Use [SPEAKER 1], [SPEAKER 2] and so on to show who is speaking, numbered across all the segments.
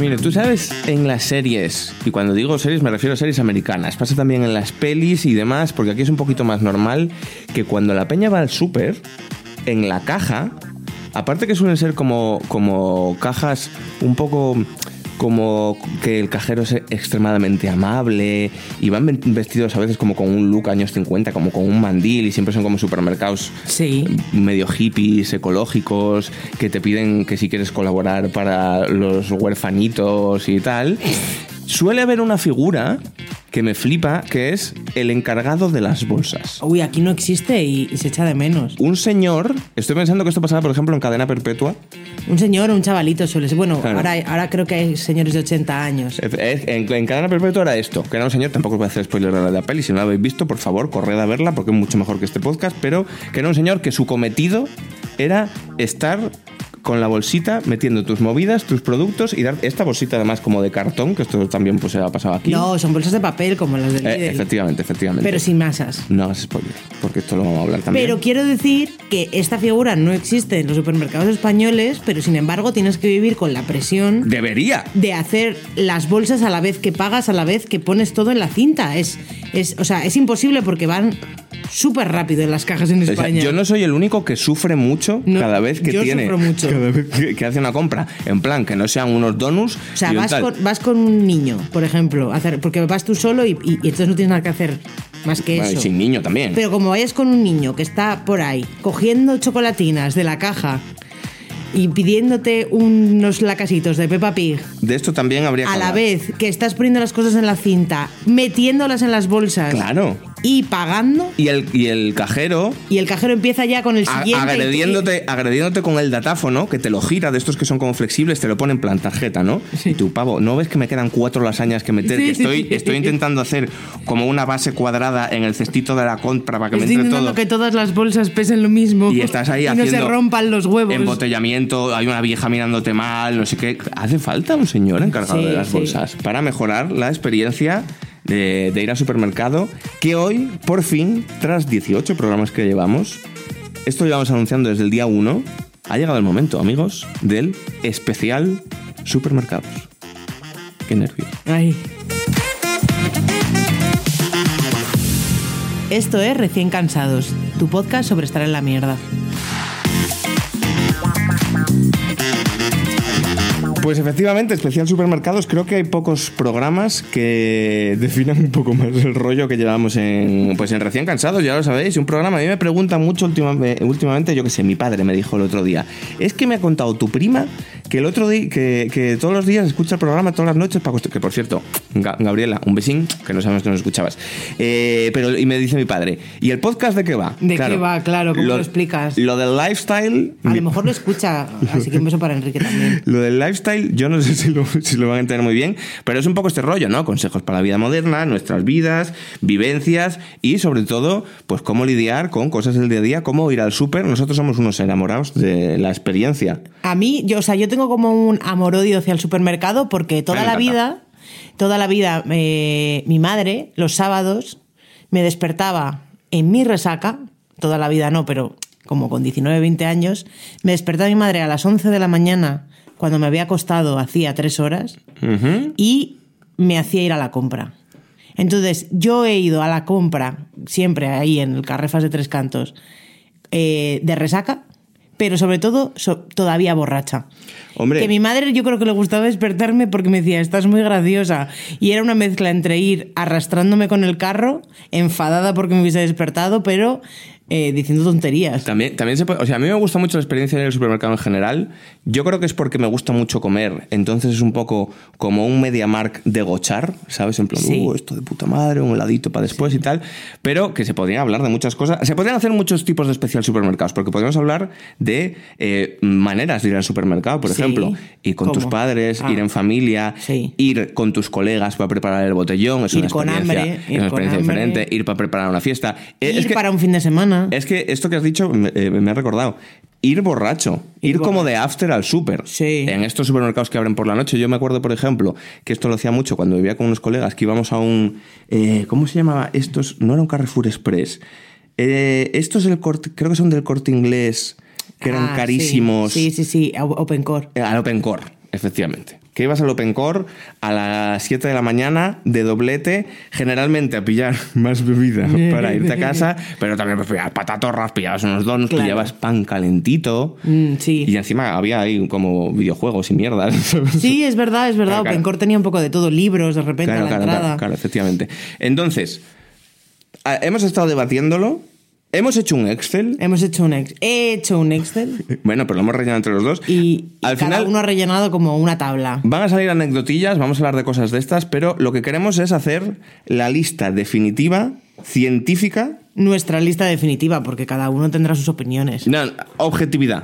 [SPEAKER 1] mire, tú sabes en las series, y cuando digo series me refiero a series americanas, pasa también en las pelis y demás, porque aquí es un poquito más normal que cuando la peña va al súper, en la caja, aparte que suelen ser como, como cajas un poco como que el cajero es extremadamente amable y van ven- vestidos a veces como con un look años 50, como con un mandil y siempre son como supermercados
[SPEAKER 2] Sí.
[SPEAKER 1] medio hippies, ecológicos, que te piden que si quieres colaborar para los huerfanitos y tal. Suele haber una figura que me flipa, que es el encargado de las bolsas.
[SPEAKER 2] Uy, aquí no existe y, y se echa de menos.
[SPEAKER 1] Un señor, estoy pensando que esto pasaba, por ejemplo, en cadena perpetua,
[SPEAKER 2] Un señor o un chavalito suele ser. Bueno,
[SPEAKER 1] Claro. Eh,
[SPEAKER 2] ahora, ahora creo que hay señores de 80 años.
[SPEAKER 1] Es- es- En, en Cadena Perpetua era esto, que era un señor, tampoco os voy a hacer spoiler de la, de la peli, si no la habéis visto, por favor, corred a verla porque es mucho mejor que este podcast, pero que era un señor que su cometido era estar con la bolsita metiendo tus movidas, tus productos y dar esta bolsita además como de cartón, que esto también pues se ha pasado aquí.
[SPEAKER 2] No, son bolsas de papel como las del
[SPEAKER 1] Eh,
[SPEAKER 2] Lidl,
[SPEAKER 1] efectivamente, efectivamente.
[SPEAKER 2] Pero sin masas.
[SPEAKER 1] No hagas spoiler, porque esto lo vamos a hablar también.
[SPEAKER 2] Pero quiero decir que esta figura no existe en los supermercados españoles, pero sin embargo tienes que vivir con la presión
[SPEAKER 1] Debería.
[SPEAKER 2] de hacer las bolsas a la vez que pagas, a la vez que pones todo en la cinta. Es, es, o sea, es imposible porque van súper rápido en las cajas en
[SPEAKER 1] O sea,
[SPEAKER 2] España.
[SPEAKER 1] yo no soy el único que sufre mucho
[SPEAKER 2] No,
[SPEAKER 1] cada vez que
[SPEAKER 2] yo
[SPEAKER 1] tiene
[SPEAKER 2] sufro mucho.
[SPEAKER 1] cada vez que, que hace una compra. En plan, que no sean unos donuts.
[SPEAKER 2] O sea,
[SPEAKER 1] y un
[SPEAKER 2] vas
[SPEAKER 1] tal.
[SPEAKER 2] con, vas con un niño, por ejemplo, a hacer, porque vas tú solo y, y- y entonces no tienes nada que hacer más que
[SPEAKER 1] Bueno, y
[SPEAKER 2] eso.
[SPEAKER 1] sin niño también.
[SPEAKER 2] Pero como vayas con un niño que está por ahí cogiendo chocolatinas de la caja y pidiéndote unos lacasitos de Peppa Pig
[SPEAKER 1] de esto también habría que
[SPEAKER 2] a la
[SPEAKER 1] hablar.
[SPEAKER 2] vez que estás poniendo las cosas en la cinta, metiéndolas en las bolsas
[SPEAKER 1] Claro.
[SPEAKER 2] y pagando,
[SPEAKER 1] Y el, y el cajero
[SPEAKER 2] y el cajero empieza ya con el
[SPEAKER 1] a-
[SPEAKER 2] siguiente. y tú-
[SPEAKER 1] agrediéndote, agrediéndote con el datáfono, que te lo gira, de estos que son como flexibles, te lo pone en plan tarjeta, ¿no? Y tu pavo, ¿no ves que me quedan cuatro lasañas que meter?
[SPEAKER 2] Sí,
[SPEAKER 1] que estoy,
[SPEAKER 2] sí.
[SPEAKER 1] estoy intentando hacer como una base cuadrada en el cestito de la compra para que
[SPEAKER 2] Estoy
[SPEAKER 1] me entre
[SPEAKER 2] intentando
[SPEAKER 1] todo.
[SPEAKER 2] que todas las bolsas pesen lo mismo
[SPEAKER 1] Y estás ahí
[SPEAKER 2] y no
[SPEAKER 1] haciendo.
[SPEAKER 2] se rompan los huevos.
[SPEAKER 1] Embotellamiento, hay una vieja mirándote mal, no sé qué. Hace falta un señor encargado
[SPEAKER 2] Sí,
[SPEAKER 1] de las
[SPEAKER 2] sí.
[SPEAKER 1] bolsas para mejorar la experiencia de, de ir al supermercado. Que hoy, por fin, tras 18 programas que llevamos, esto llevamos anunciando desde el día 1, ha llegado el momento, amigos, del especial supermercados. Qué nervio.
[SPEAKER 2] Ay. Esto es Recién Cansados, tu podcast sobre estar en la mierda.
[SPEAKER 1] Pues efectivamente, especial supermercados, creo que hay pocos programas que definan un poco más el rollo que llevamos en, pues en recién cansados, ya lo sabéis, un programa, a mí me preguntan mucho última- eh, últimamente, yo que sé, mi padre me dijo el otro día, es que me ha contado tu prima que el otro día, que, que todos los días escucha el programa, todas las noches, para acost- que por cierto, Ga- Gabriela, un besín, que no sabemos que nos escuchabas, Eh, pero y me dice mi padre, ¿y el podcast de qué va?
[SPEAKER 2] ¿De qué va? Claro, ¿cómo lo explicas? Ah,
[SPEAKER 1] Lo del lifestyle,
[SPEAKER 2] A
[SPEAKER 1] mi-
[SPEAKER 2] lo mejor lo escucha, así que un beso para Enrique también.
[SPEAKER 1] lo del lifestyle, yo no sé si lo, si lo van a entender muy bien, pero es un poco este rollo, ¿no? Consejos para la vida moderna, nuestras vidas, vivencias y sobre todo, pues cómo lidiar con cosas del día a día, cómo ir al súper. Nosotros somos unos enamorados de la experiencia.
[SPEAKER 2] A mí, yo, o sea, yo tengo como un amor-odio hacia el supermercado porque toda
[SPEAKER 1] Me
[SPEAKER 2] la
[SPEAKER 1] encanta.
[SPEAKER 2] vida, toda la vida, eh, mi madre, los sábados, me despertaba en mi resaca, toda la vida no, pero como con 19, 20 años, me despertaba mi madre a las 11 de la mañana, cuando me había acostado hacía tres horas, y me hacía ir a la compra. Entonces, yo he ido a la compra, siempre ahí en el Carrefas de Tres Cantos, eh, de resaca, pero sobre todo so- todavía borracha.
[SPEAKER 1] Hombre.
[SPEAKER 2] Que mi madre yo creo que le gustaba despertarme porque me decía, estás muy graciosa. Y era una mezcla entre ir arrastrándome con el carro, enfadada porque me hubiese despertado, pero eh, diciendo tonterías.
[SPEAKER 1] También, también se puede, o sea, a mí me gusta mucho la experiencia en el supermercado en general. Yo creo que es porque me gusta mucho comer. Entonces es un poco como un MediaMark de gochar, ¿sabes? En plan,
[SPEAKER 2] Sí.
[SPEAKER 1] "Uh, esto de puta madre, un heladito para después y tal. Pero que se podrían hablar de muchas cosas. Se podrían hacer muchos tipos de especial supermercados, porque podríamos hablar de eh, maneras de ir al supermercado, por
[SPEAKER 2] Sí.
[SPEAKER 1] ejemplo. Ir con
[SPEAKER 2] ¿Cómo?
[SPEAKER 1] tus padres,
[SPEAKER 2] Ah.
[SPEAKER 1] ir en familia,
[SPEAKER 2] Sí.
[SPEAKER 1] ir con tus colegas para preparar el botellón. Es
[SPEAKER 2] Ir
[SPEAKER 1] una
[SPEAKER 2] con
[SPEAKER 1] experiencia,
[SPEAKER 2] hambre,
[SPEAKER 1] es
[SPEAKER 2] ir
[SPEAKER 1] una
[SPEAKER 2] con
[SPEAKER 1] experiencia
[SPEAKER 2] hambre.
[SPEAKER 1] diferente. Ir para preparar una fiesta. Eh,
[SPEAKER 2] ir
[SPEAKER 1] es que-
[SPEAKER 2] para un fin de semana.
[SPEAKER 1] es que esto que has dicho me, eh, me ha recordado. Ir borracho, ir, como de after al súper.
[SPEAKER 2] Sí.
[SPEAKER 1] En estos supermercados que abren por la noche. Yo me acuerdo, por ejemplo, que esto lo hacía mucho cuando vivía con unos colegas, que íbamos a un. eh, ¿Cómo se llamaba? Estos. No era un Carrefour Express. Eh, estos del corte, creo que son del corte inglés, que eran
[SPEAKER 2] Ah, sí.
[SPEAKER 1] carísimos.
[SPEAKER 2] Sí, sí, sí, a- open core.
[SPEAKER 1] Eh, Al Open Core, efectivamente. que ibas al Open Core a las 7 de la mañana de doblete, generalmente a pillar más bebida para irte a casa, pero también pues, pillabas patatorras, pillabas unos donuts,
[SPEAKER 2] Claro.
[SPEAKER 1] pillabas pan calentito.
[SPEAKER 2] Mm, sí.
[SPEAKER 1] Y encima había ahí como videojuegos y mierdas. ¿sabes?
[SPEAKER 2] Sí, es verdad, es verdad.
[SPEAKER 1] Claro, claro.
[SPEAKER 2] Opencore tenía un poco de todo, libros de repente
[SPEAKER 1] Claro,
[SPEAKER 2] a la
[SPEAKER 1] claro,
[SPEAKER 2] entrada.
[SPEAKER 1] claro, claro, efectivamente. Entonces, a- hemos estado debatiéndolo, hemos hecho un Excel.
[SPEAKER 2] Hemos hecho un ex, he hecho un Excel
[SPEAKER 1] Bueno, pero lo hemos rellenado entre los dos.
[SPEAKER 2] Eh. y, y
[SPEAKER 1] al
[SPEAKER 2] cada
[SPEAKER 1] final
[SPEAKER 2] uno ha rellenado como una tabla.
[SPEAKER 1] van a salir anecdotillas, vamos a hablar de cosas de estas, pero lo que queremos es hacer la lista definitiva, científica,
[SPEAKER 2] Nuestra lista definitiva, porque cada uno tendrá sus opiniones.
[SPEAKER 1] no, objetividad,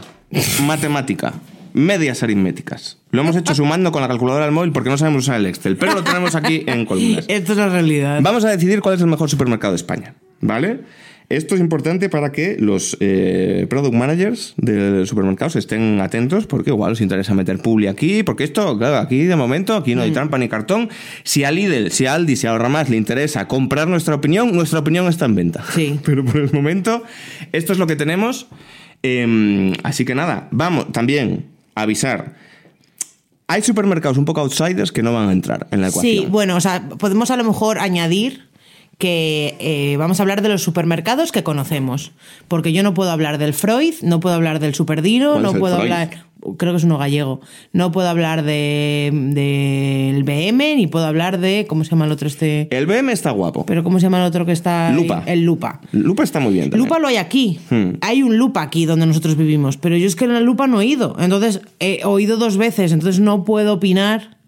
[SPEAKER 1] matemática, medias aritméticas. Lo hemos hecho sumando con la calculadora del móvil porque no sabemos usar el Excel, pero lo tenemos aquí en columnas.
[SPEAKER 2] Esto es la realidad.
[SPEAKER 1] Vamos a decidir cuál es el mejor supermercado de España, ¿vale? Esto es importante para que los eh, product managers de supermercados estén atentos porque igual os interesa meter publi aquí, porque esto, claro, aquí de momento, aquí
[SPEAKER 2] Mm.
[SPEAKER 1] no hay trampa ni cartón. Si a Lidl, si a Aldi, si a Ahorramás le interesa comprar nuestra opinión, nuestra opinión está en venta.
[SPEAKER 2] Sí.
[SPEAKER 1] Pero por el momento, esto es lo que tenemos. Em, así que nada, vamos, también avisar. Hay supermercados un poco outsiders que no van a entrar en la ecuación.
[SPEAKER 2] Sí, bueno, o sea, podemos a lo mejor añadir que eh, vamos a hablar de los supermercados que conocemos. Porque yo no puedo hablar del Freud, no puedo hablar del Superdino,
[SPEAKER 1] ¿Cuál
[SPEAKER 2] no
[SPEAKER 1] es el
[SPEAKER 2] puedo
[SPEAKER 1] Freud?
[SPEAKER 2] hablar. Creo que es uno gallego. No puedo hablar de- del BM, ni puedo hablar de. ¿Cómo se llama el otro este?
[SPEAKER 1] El BM está guapo.
[SPEAKER 2] Pero ¿cómo se llama el otro que está? ahí?
[SPEAKER 1] Lupa.
[SPEAKER 2] El Lupa.
[SPEAKER 1] Lupa está muy bien. también.
[SPEAKER 2] Lupa lo hay aquí.
[SPEAKER 1] Hmm.
[SPEAKER 2] Hay un Lupa aquí donde nosotros vivimos. Pero yo es que en la Lupa no he ido. Entonces, he oído dos veces. Entonces, no puedo opinar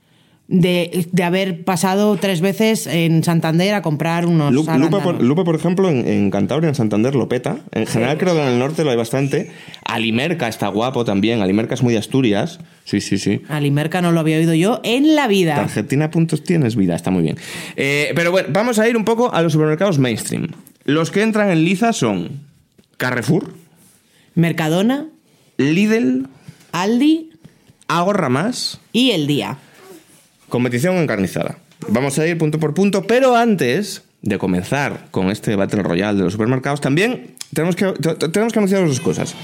[SPEAKER 2] de, de haber pasado tres veces en Santander a comprar unos.
[SPEAKER 1] Lu- Lupa, por,
[SPEAKER 2] arándanos.
[SPEAKER 1] Lupa, por ejemplo, en, en Cantabria, en Santander, lo peta. En general, creo que en el norte lo hay bastante. Alimerca está guapo también. Alimerca es muy de Asturias. Sí, sí, sí.
[SPEAKER 2] Alimerca no lo había oído yo en la vida.
[SPEAKER 1] Argentina puntos tienes vida, está muy bien. Eh, pero bueno, vamos a ir un poco a los supermercados mainstream. Los que entran en liza son Carrefour,
[SPEAKER 2] Mercadona,
[SPEAKER 1] Lidl,
[SPEAKER 2] Aldi
[SPEAKER 1] Agorra Más,
[SPEAKER 2] y El Día.
[SPEAKER 1] Competición encarnizada. Vamos a ir punto por punto, pero antes de comenzar con este Battle Royale de los supermercados, también tenemos que, te- te- tenemos que anunciaros dos cosas.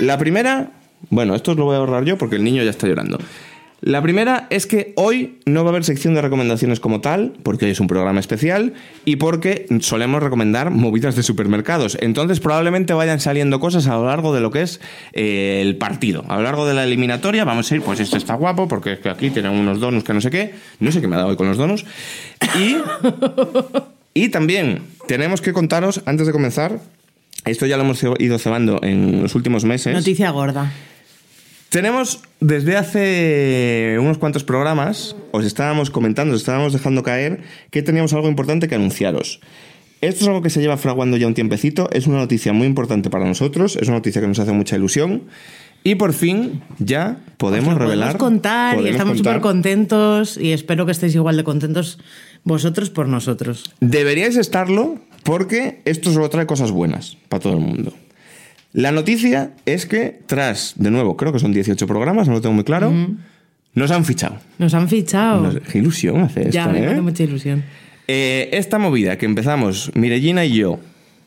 [SPEAKER 1] La primera, bueno, esto os lo voy a ahorrar yo porque el niño ya está llorando. La primera es que hoy no va a haber sección de recomendaciones como tal, porque hoy es un programa especial y porque solemos recomendar movidas de supermercados. Entonces probablemente vayan saliendo cosas a lo largo de lo que es eh, el partido. A lo largo de la eliminatoria vamos a ir, pues esto está guapo, porque es que aquí tienen unos donuts que no sé qué. No sé qué me ha dado hoy con los donuts. Y y también tenemos que contaros, antes de comenzar, esto ya lo hemos ido cebando en los últimos meses.
[SPEAKER 2] Noticia gorda.
[SPEAKER 1] Tenemos desde hace unos cuantos programas, os estábamos comentando, os estábamos dejando caer que teníamos algo importante que anunciaros. Esto es algo que se lleva fraguando ya un tiempecito, es una noticia muy importante para nosotros, es una noticia que nos hace mucha ilusión y por fin ya podemos
[SPEAKER 2] Lo
[SPEAKER 1] revelar.
[SPEAKER 2] Podemos contar y
[SPEAKER 1] podemos
[SPEAKER 2] estamos
[SPEAKER 1] contar.
[SPEAKER 2] súper contentos y espero que estéis igual de contentos vosotros por nosotros.
[SPEAKER 1] Deberíais estarlo porque esto solo trae cosas buenas para todo el mundo. La noticia es que tras, de nuevo, creo que son 18 programas, no lo tengo muy claro, nos han fichado.
[SPEAKER 2] Nos han fichado.
[SPEAKER 1] Nos- qué ilusión hace
[SPEAKER 2] ya,
[SPEAKER 1] esto,
[SPEAKER 2] me
[SPEAKER 1] ¿eh?
[SPEAKER 2] hace mucha ilusión.
[SPEAKER 1] Eh, esta movida que empezamos Mirellina y yo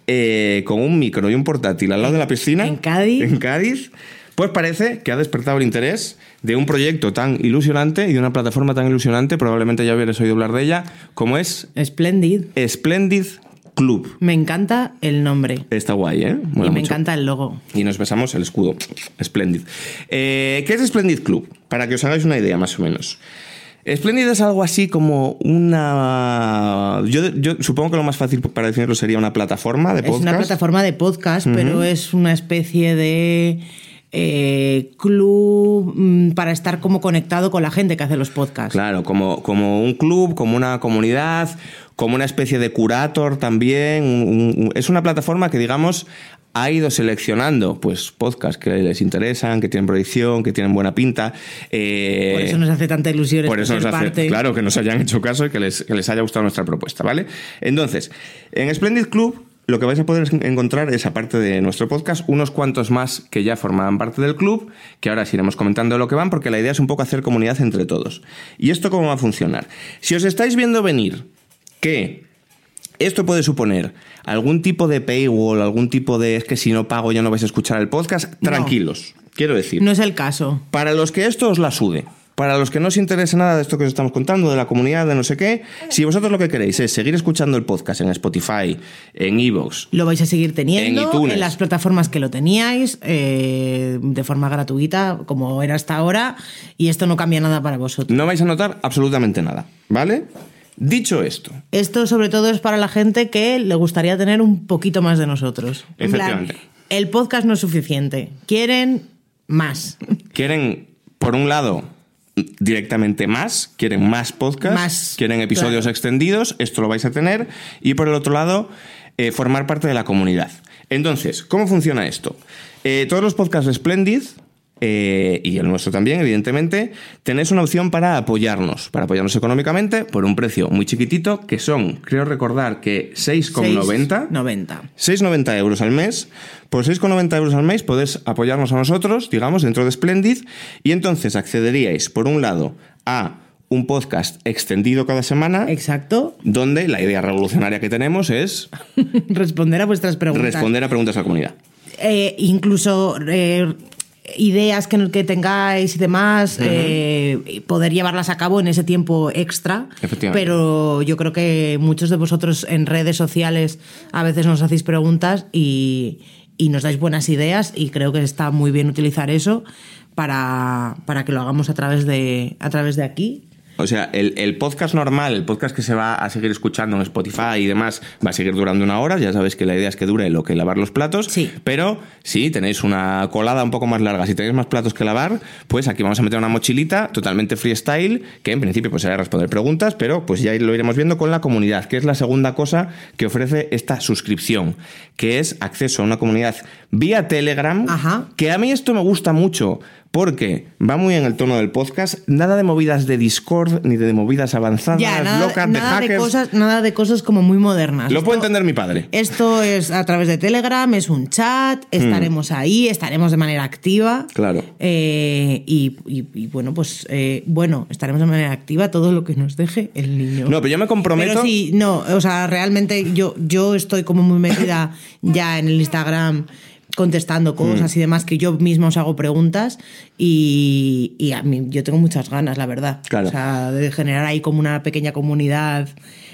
[SPEAKER 1] eh, con un micro y un portátil al lado de la piscina.
[SPEAKER 2] En Cádiz.
[SPEAKER 1] En Cádiz. Pues parece que ha despertado el interés de un proyecto tan ilusionante y de una plataforma tan ilusionante, probablemente ya hubierais oído hablar de ella, como es
[SPEAKER 2] Splendid.
[SPEAKER 1] Splendid Club.
[SPEAKER 2] Me encanta el nombre
[SPEAKER 1] Está guay, ¿eh? Mola
[SPEAKER 2] y me
[SPEAKER 1] mucho.
[SPEAKER 2] encanta el logo.
[SPEAKER 1] Y nos besamos el escudo. Splendid. Eh, ¿Qué es Splendid Club? Para que os hagáis una idea, más o menos. Splendid es algo así como una. Yo, yo supongo que lo más fácil para definirlo sería una plataforma de podcast.
[SPEAKER 2] Es una plataforma de podcast, pero es una especie de eh, club mm, para estar como conectado con la gente que hace los podcasts.
[SPEAKER 1] Claro, como, como un club, como una comunidad, como una especie de curator también. un- un- un- es una plataforma que, digamos, ha ido seleccionando pues podcasts que les interesan, que tienen proyección, que tienen buena pinta. eh,
[SPEAKER 2] Por eso nos hace tanta ilusión
[SPEAKER 1] Por eso
[SPEAKER 2] ser
[SPEAKER 1] nos hace,
[SPEAKER 2] parte.
[SPEAKER 1] claro, que nos hayan hecho caso y que les, que les haya gustado nuestra propuesta, ¿vale? Entonces, en Splendid Club lo que vais a poder encontrar es, aparte de nuestro podcast, unos cuantos más que ya formaban parte del club, que ahora os iremos comentando lo que van, porque la idea es un poco hacer comunidad entre todos. ¿Y esto cómo va a funcionar? Si os estáis viendo venir que esto puede suponer algún tipo de paywall, algún tipo de es que si no pago ya no vais a escuchar el podcast, tranquilos, quiero decir.
[SPEAKER 2] No es el caso.
[SPEAKER 1] Para los que esto os la sude, Para los que no os interesa nada de esto que os estamos contando, de la comunidad, de no sé qué, si vosotros lo que queréis es seguir escuchando el podcast en Spotify, en Evox,
[SPEAKER 2] Lo vais a seguir
[SPEAKER 1] En
[SPEAKER 2] teniendo en,
[SPEAKER 1] iTunes.
[SPEAKER 2] las plataformas que lo teníais, eh, de forma gratuita, como era hasta ahora, y esto no cambia nada para vosotros.
[SPEAKER 1] no vais a notar absolutamente nada, ¿vale? Dicho esto,
[SPEAKER 2] Esto sobre todo es para la gente que le gustaría tener un poquito más de nosotros. En plan,
[SPEAKER 1] Efectivamente.
[SPEAKER 2] el podcast no es suficiente. Quieren más.
[SPEAKER 1] quieren, por un lado, directamente más, quieren más podcasts,
[SPEAKER 2] Más,
[SPEAKER 1] quieren episodios
[SPEAKER 2] claro.
[SPEAKER 1] extendidos, esto lo vais a tener, y por el otro lado, eh, formar parte de la comunidad. Entonces, ¿cómo funciona esto? Eh, todos los podcasts de Splendid, eh, y el nuestro también, evidentemente, tenéis una opción para apoyarnos, para apoyarnos económicamente por un precio muy chiquitito, que son, creo recordar que 6,90.
[SPEAKER 2] 90.
[SPEAKER 1] 6,90 euros al mes. Por 6,90 euros al mes podéis apoyarnos a nosotros, digamos, dentro de Splendid. Y entonces accederíais, por un lado, a un podcast extendido cada semana,
[SPEAKER 2] Exacto.
[SPEAKER 1] donde la idea revolucionaria que tenemos es
[SPEAKER 2] Responder a vuestras preguntas.
[SPEAKER 1] responder a preguntas de la comunidad.
[SPEAKER 2] Eh, incluso eh, ideas que, que tengáis y demás, eh, poder llevarlas a cabo en ese tiempo extra.
[SPEAKER 1] Efectivamente.
[SPEAKER 2] Pero yo creo que muchos de vosotros en redes sociales a veces nos hacéis preguntas y, y nos dais buenas ideas y creo que está muy bien utilizar eso para, para que lo hagamos a través de, a través de aquí.
[SPEAKER 1] O sea, el, el podcast normal, el podcast que se va a seguir escuchando en Spotify y demás, va a seguir durando una hora. Ya sabéis que la idea es que dure lo que lavar los platos.
[SPEAKER 2] Sí.
[SPEAKER 1] Pero si tenéis una colada un poco más larga, si tenéis más platos que lavar, pues aquí vamos a meter una mochilita totalmente freestyle, que en principio pues será responder preguntas, pero pues ya lo iremos viendo con la comunidad, que es la segunda cosa que ofrece esta suscripción, que es acceso a una comunidad vía Telegram,
[SPEAKER 2] Ajá.
[SPEAKER 1] que a mí esto me gusta mucho porque va muy en el tono del podcast, nada de movidas de Discord ni de movidas avanzadas,
[SPEAKER 2] Ya, nada,
[SPEAKER 1] locas, de
[SPEAKER 2] nada de
[SPEAKER 1] hackers.
[SPEAKER 2] cosas, nada de cosas como muy modernas.
[SPEAKER 1] Lo
[SPEAKER 2] Esto-
[SPEAKER 1] puede entender mi padre.
[SPEAKER 2] Esto es a través de Telegram, es un chat, estaremos ahí, estaremos de manera activa.
[SPEAKER 1] Hmm. Claro.
[SPEAKER 2] Eh, y, y- y bueno, pues eh, bueno, estaremos de manera activa todo lo que nos deje el niño.
[SPEAKER 1] No, pero yo me comprometo.
[SPEAKER 2] Pero sí, no, o sea, realmente yo, yo estoy como muy metida ya en el Instagram contestando cosas
[SPEAKER 1] Hmm.
[SPEAKER 2] y demás, que yo misma os hago preguntas y, y a mí yo tengo muchas ganas, la verdad.
[SPEAKER 1] Claro.
[SPEAKER 2] O sea, de generar ahí como una pequeña comunidad.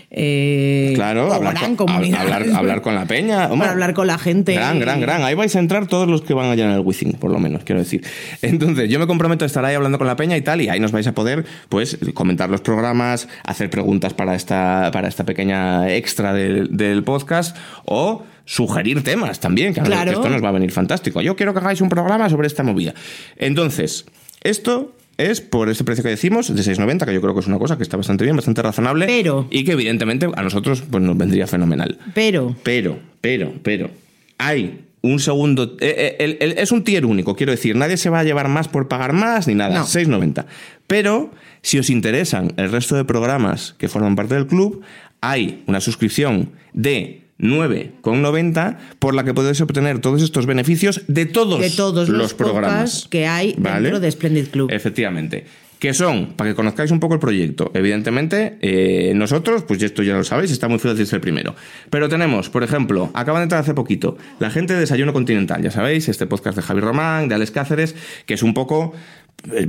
[SPEAKER 2] eh,
[SPEAKER 1] Claro,
[SPEAKER 2] o
[SPEAKER 1] hablar
[SPEAKER 2] gran
[SPEAKER 1] con,
[SPEAKER 2] comunidad.
[SPEAKER 1] hablar, hablar con la peña. hombre.
[SPEAKER 2] Para hablar con la gente.
[SPEAKER 1] Gran, gran, gran. Ahí vais a entrar todos los que van allá en el Wizzing, por lo menos, quiero decir. Entonces, yo me comprometo a estar ahí hablando con la peña y tal, y ahí nos vais a poder, pues, comentar los programas, hacer preguntas para esta, para esta pequeña extra del, del podcast, o sugerir temas también, que a
[SPEAKER 2] Claro.
[SPEAKER 1] esto nos va a venir fantástico. Yo quiero que hagáis un programa sobre esta movida. Entonces, esto... Es por este precio que decimos, de 6,90, que yo creo que es una cosa que está bastante bien, bastante razonable.
[SPEAKER 2] Pero-
[SPEAKER 1] Y que evidentemente a nosotros pues, nos vendría fenomenal.
[SPEAKER 2] Pero,
[SPEAKER 1] Pero, pero, pero, hay un segundo. eh, eh, el- el- es un tier único, quiero decir, nadie se va a llevar más por pagar más ni nada,
[SPEAKER 2] No.
[SPEAKER 1] 6,90. Pero, si os interesan el resto de programas que forman parte del club, hay una suscripción de 9,90 por la que podéis obtener todos estos beneficios de todos,
[SPEAKER 2] De todos los
[SPEAKER 1] programas
[SPEAKER 2] podcasts que hay dentro de Splendid Club.
[SPEAKER 1] Efectivamente. Que son, para que conozcáis un poco el proyecto, evidentemente, eh, nosotros, pues esto ya lo sabéis, está muy fácil decirse el primero. Pero tenemos, por ejemplo, acaban de entrar hace poquito, la gente de Desayuno Continental, ya sabéis, este podcast de Javi Román, de Alex Cáceres, que es un poco eh,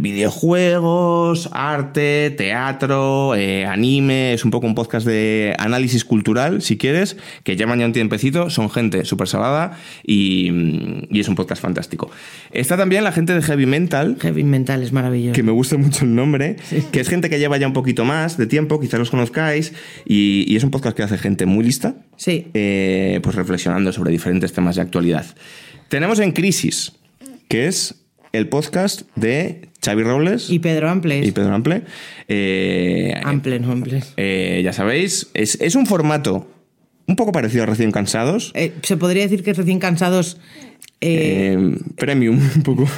[SPEAKER 1] videojuegos, arte, teatro, eh, anime, es un poco un podcast de análisis cultural, si quieres, que llevan ya un tiempecito, son gente súper salada y, y es un podcast fantástico. Está también la gente de Heavy Mental,
[SPEAKER 2] Heavy Mental es maravilloso.
[SPEAKER 1] que me gusta mucho el nombre, que es gente que lleva ya un poquito más de tiempo, quizás los conozcáis, y, y es un podcast que hace gente muy lista,
[SPEAKER 2] Sí.
[SPEAKER 1] eh, pues reflexionando sobre diferentes temas de actualidad. Tenemos En Crisis, que es el podcast de Xavi Robles
[SPEAKER 2] Y Pedro Amples.
[SPEAKER 1] y Pedro Ample. Eh,
[SPEAKER 2] Amples, no Amples.
[SPEAKER 1] eh, ya sabéis, es, es un formato un poco parecido a Recién Cansados,
[SPEAKER 2] Eh, se podría decir que recién cansados, eh,
[SPEAKER 1] eh, premium un poco.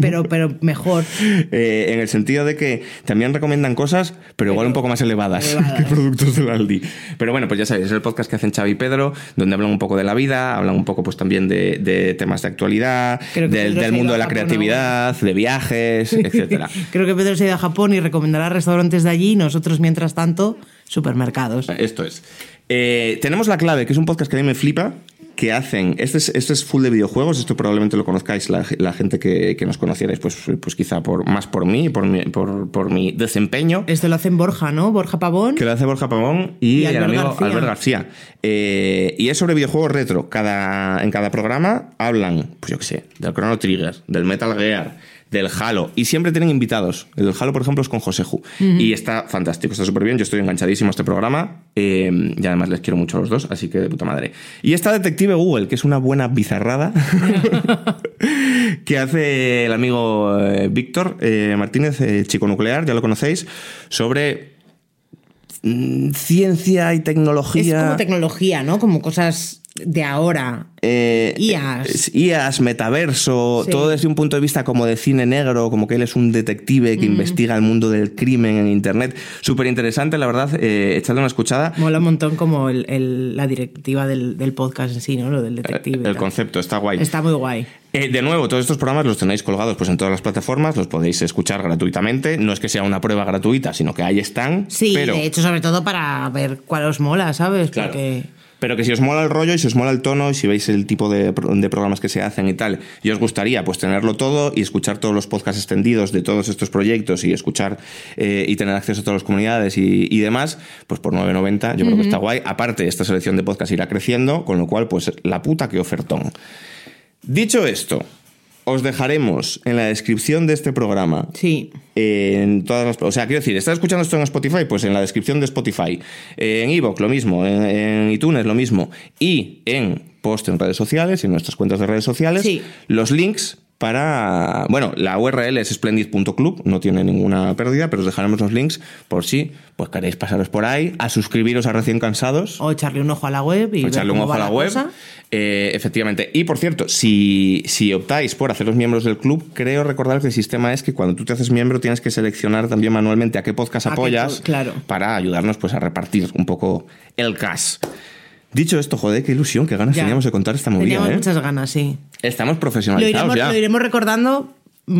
[SPEAKER 2] pero, pero mejor.
[SPEAKER 1] Eh, en el sentido de que también recomiendan cosas, pero igual un poco más elevadas,
[SPEAKER 2] elevadas.
[SPEAKER 1] que productos del Aldi. Pero bueno, pues ya sabéis, es el podcast que hacen Xavi y Pedro, donde hablan un poco de la vida, hablan un poco pues también de, de temas de actualidad,
[SPEAKER 2] Creo que
[SPEAKER 1] del, del
[SPEAKER 2] Pedro se ha
[SPEAKER 1] mundo
[SPEAKER 2] ido
[SPEAKER 1] de la
[SPEAKER 2] a Japón
[SPEAKER 1] creatividad, de viajes, etcétera.
[SPEAKER 2] Creo que Pedro se ha ido a Japón y recomendará restaurantes de allí y nosotros, mientras tanto, supermercados.
[SPEAKER 1] Esto es. Eh, tenemos La Clave, que es un podcast que a mí me flipa, que hacen. Este es, este es full de videojuegos, esto probablemente lo conozcáis la, la gente que, que nos conocierais, pues, pues quizá por, más por mí, por mi, por, por mi desempeño.
[SPEAKER 2] Esto lo hacen Borja, ¿no? Borja Pavón.
[SPEAKER 1] Que lo hace Borja Pamón y,
[SPEAKER 2] Y
[SPEAKER 1] el
[SPEAKER 2] Albert
[SPEAKER 1] amigo
[SPEAKER 2] García.
[SPEAKER 1] Albert García. Eh, y es sobre videojuegos retro. Cada, en cada programa hablan, pues yo qué sé, del Chrono Trigger, del Metal Gear, del Halo. Y siempre tienen invitados. El del Halo, por ejemplo, es con José Ju. Y está fantástico, está súper bien. Yo estoy enganchadísimo a este programa. eh, y además les quiero mucho a los dos, así que de puta madre. Y está Detective Google, que es una buena bizarrada que hace el amigo eh, Víctor eh, Martínez, eh, chico nuclear, ya lo conocéis, sobre mm, ciencia y
[SPEAKER 2] Es
[SPEAKER 1] tecnología.
[SPEAKER 2] como tecnología, ¿no? Como cosas de ahora.
[SPEAKER 1] eh,
[SPEAKER 2] IAs.
[SPEAKER 1] es- IAS, metaverso,
[SPEAKER 2] Sí.
[SPEAKER 1] todo desde un punto de vista como de cine negro, como que él es un detective que investiga el mundo del crimen en internet. Súper interesante, la verdad, eh, echadle una escuchada.
[SPEAKER 2] Mola un montón como el- el- la directiva del, del podcast en sí, ¿no? Lo del detective. y
[SPEAKER 1] El
[SPEAKER 2] tal.
[SPEAKER 1] concepto está guay.
[SPEAKER 2] Está muy guay.
[SPEAKER 1] Eh, de nuevo, todos estos programas los tenéis colgados pues en todas las plataformas, los podéis escuchar gratuitamente. No es que sea una prueba gratuita, sino que ahí están.
[SPEAKER 2] Sí,
[SPEAKER 1] pero,
[SPEAKER 2] de hecho, sobre todo para ver cuál os mola, ¿sabes?
[SPEAKER 1] Claro.
[SPEAKER 2] Porque
[SPEAKER 1] Pero que si os mola el rollo y si os mola el tono y si veis el tipo de, pro- de programas que se hacen y tal, y os gustaría pues tenerlo todo y escuchar todos los podcasts extendidos de todos estos proyectos y escuchar eh, y tener acceso a todas las comunidades y, y demás, pues por 9.90 yo creo que está guay. Aparte, esta selección de podcasts irá creciendo, con lo cual pues la puta que ofertón. Dicho esto, os dejaremos en la descripción de este programa
[SPEAKER 2] sí.
[SPEAKER 1] en todas las. O sea, quiero decir, ¿estás escuchando esto en Spotify? Pues en la descripción de Spotify. Eh, En Evox, lo mismo. En, en iTunes, lo mismo. Y en post en redes sociales, en nuestras cuentas de redes sociales,
[SPEAKER 2] Sí.
[SPEAKER 1] los links para. Bueno, la URL es splendid.club, no tiene ninguna pérdida, pero os dejaremos los links por si pues queréis pasaros por ahí, a suscribiros a Recién Cansados.
[SPEAKER 2] O echarle un ojo a la web y.
[SPEAKER 1] O
[SPEAKER 2] ver
[SPEAKER 1] echarle un
[SPEAKER 2] cómo
[SPEAKER 1] ojo a
[SPEAKER 2] va
[SPEAKER 1] la web.
[SPEAKER 2] cosa.
[SPEAKER 1] Eh, efectivamente. Y por cierto, si, si optáis por haceros miembros del club, creo recordar que el sistema es que cuando tú te haces miembro tienes que seleccionar también manualmente a qué podcast
[SPEAKER 2] A qué
[SPEAKER 1] apoyas
[SPEAKER 2] pod- claro.
[SPEAKER 1] para ayudarnos pues a repartir un poco el cash. Dicho esto, joder, qué ilusión, qué ganas
[SPEAKER 2] Ya.
[SPEAKER 1] teníamos de contar esta movida,
[SPEAKER 2] Teníamos
[SPEAKER 1] ¿eh?
[SPEAKER 2] muchas ganas, sí.
[SPEAKER 1] Estamos
[SPEAKER 2] Lo
[SPEAKER 1] profesionalizados
[SPEAKER 2] iremos,
[SPEAKER 1] ya.
[SPEAKER 2] lo iremos recordando.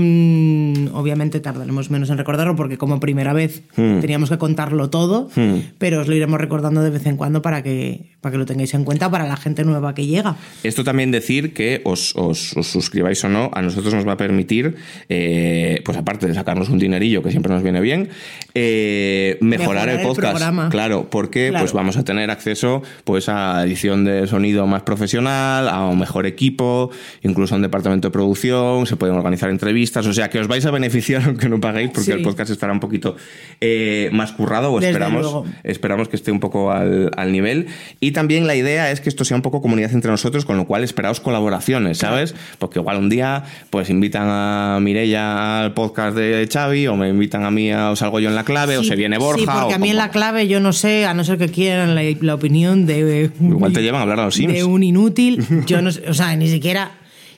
[SPEAKER 2] mm, obviamente tardaremos menos en recordarlo porque como primera vez
[SPEAKER 1] Hmm.
[SPEAKER 2] teníamos que contarlo todo,
[SPEAKER 1] Hmm.
[SPEAKER 2] pero os lo iremos recordando de vez en cuando para que, para que lo tengáis en cuenta para la gente nueva que llega.
[SPEAKER 1] Esto también decir que os, os- os suscribáis o no, a nosotros nos va a permitir, eh, pues aparte de sacarnos un dinerillo que siempre nos viene bien, eh, mejorar,
[SPEAKER 2] Mejorar
[SPEAKER 1] el
[SPEAKER 2] el
[SPEAKER 1] podcast.
[SPEAKER 2] programa.
[SPEAKER 1] claro, porque
[SPEAKER 2] Claro.
[SPEAKER 1] pues vamos a tener acceso pues a edición de sonido más profesional, a un mejor equipo, incluso a un departamento de producción, se pueden organizar entrevistas, o sea que os vais a beneficiar aunque no paguéis, porque
[SPEAKER 2] Sí.
[SPEAKER 1] el podcast estará un poquito eh, más currado o
[SPEAKER 2] Desde
[SPEAKER 1] esperamos
[SPEAKER 2] luego.
[SPEAKER 1] esperamos que esté un poco al, al nivel. Y también la idea es que esto sea un poco comunidad entre nosotros, con lo cual esperaos colaboraciones, ¿sabes? Porque igual un día pues invitan a Mirella al podcast de Xavi, o me invitan a mí, a, o salgo yo en la clave, o
[SPEAKER 2] Sí,
[SPEAKER 1] se viene Borja.
[SPEAKER 2] Sí, porque
[SPEAKER 1] o
[SPEAKER 2] a mí en la
[SPEAKER 1] como-
[SPEAKER 2] clave yo no sé, a no ser que quieran la, la opinión de,
[SPEAKER 1] Igual te llevan a hablar a los Sims.
[SPEAKER 2] de un inútil, yo no sé, o sea, ni siquiera...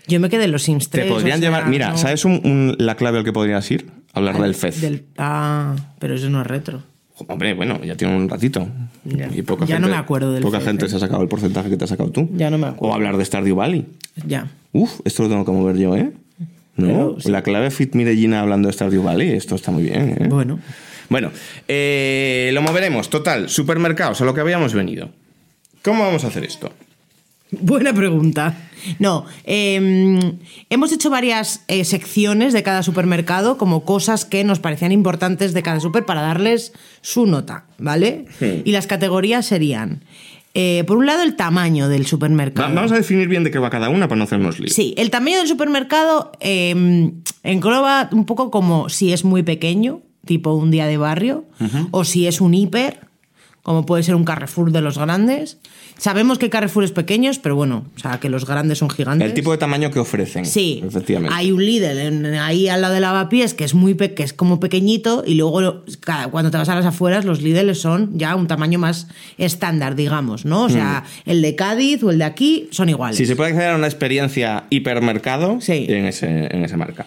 [SPEAKER 2] Yo me quedé en los Sims 3.
[SPEAKER 1] Te podrían
[SPEAKER 2] o sea,
[SPEAKER 1] llevar. Mira,
[SPEAKER 2] no-
[SPEAKER 1] ¿sabes un- un- la clave al que podrías ir? Hablar del FEZ.
[SPEAKER 2] del- ah, pero eso no es retro.
[SPEAKER 1] Hombre, bueno, ya tiene un ratito.
[SPEAKER 2] Ya.
[SPEAKER 1] Y poca
[SPEAKER 2] Ya no
[SPEAKER 1] gente,
[SPEAKER 2] me acuerdo del
[SPEAKER 1] Poca
[SPEAKER 2] FEZ,
[SPEAKER 1] gente
[SPEAKER 2] eh.
[SPEAKER 1] se ha sacado el porcentaje que te has sacado tú.
[SPEAKER 2] Ya no me acuerdo.
[SPEAKER 1] O hablar de Stardew Valley.
[SPEAKER 2] Ya.
[SPEAKER 1] Uf, esto lo tengo que mover yo, ¿eh? No,
[SPEAKER 2] Pero, sí.
[SPEAKER 1] la clave Fit Mirellina hablando de Stardew Valley, esto está muy bien, ¿eh?
[SPEAKER 2] Bueno.
[SPEAKER 1] Bueno, eh, lo moveremos, total, supermercados, a lo que habíamos venido. ¿Cómo vamos a hacer esto?
[SPEAKER 2] Buena pregunta. No, eh, hemos hecho varias eh, secciones de cada supermercado como cosas que nos parecían importantes de cada super para darles su nota, ¿vale?
[SPEAKER 1] Sí.
[SPEAKER 2] Y las categorías serían, eh, por un lado, el tamaño del
[SPEAKER 1] Va-
[SPEAKER 2] supermercado.
[SPEAKER 1] vamos a definir bien de qué va cada una para no hacernos lío.
[SPEAKER 2] Sí, el tamaño del supermercado eh, engloba un poco como si es muy pequeño, tipo un día de barrio, o si es un hiper, como puede ser un Carrefour de los grandes. Sabemos que Carrefour es pequeños, pero bueno, o sea, que los grandes son gigantes.
[SPEAKER 1] El tipo de tamaño que ofrecen.
[SPEAKER 2] Sí,
[SPEAKER 1] Efectivamente.
[SPEAKER 2] hay un líder ahí al lado de lavapiés que es muy pe- que es como pequeñito y luego lo- cada- cuando te vas a las afueras los líderes son ya un tamaño más estándar, digamos, ¿no? O sea,
[SPEAKER 1] Mm.
[SPEAKER 2] el de Cádiz o el de aquí son iguales.
[SPEAKER 1] Si se puede acceder a una experiencia hipermercado
[SPEAKER 2] Sí.
[SPEAKER 1] en, ese, en esa marca.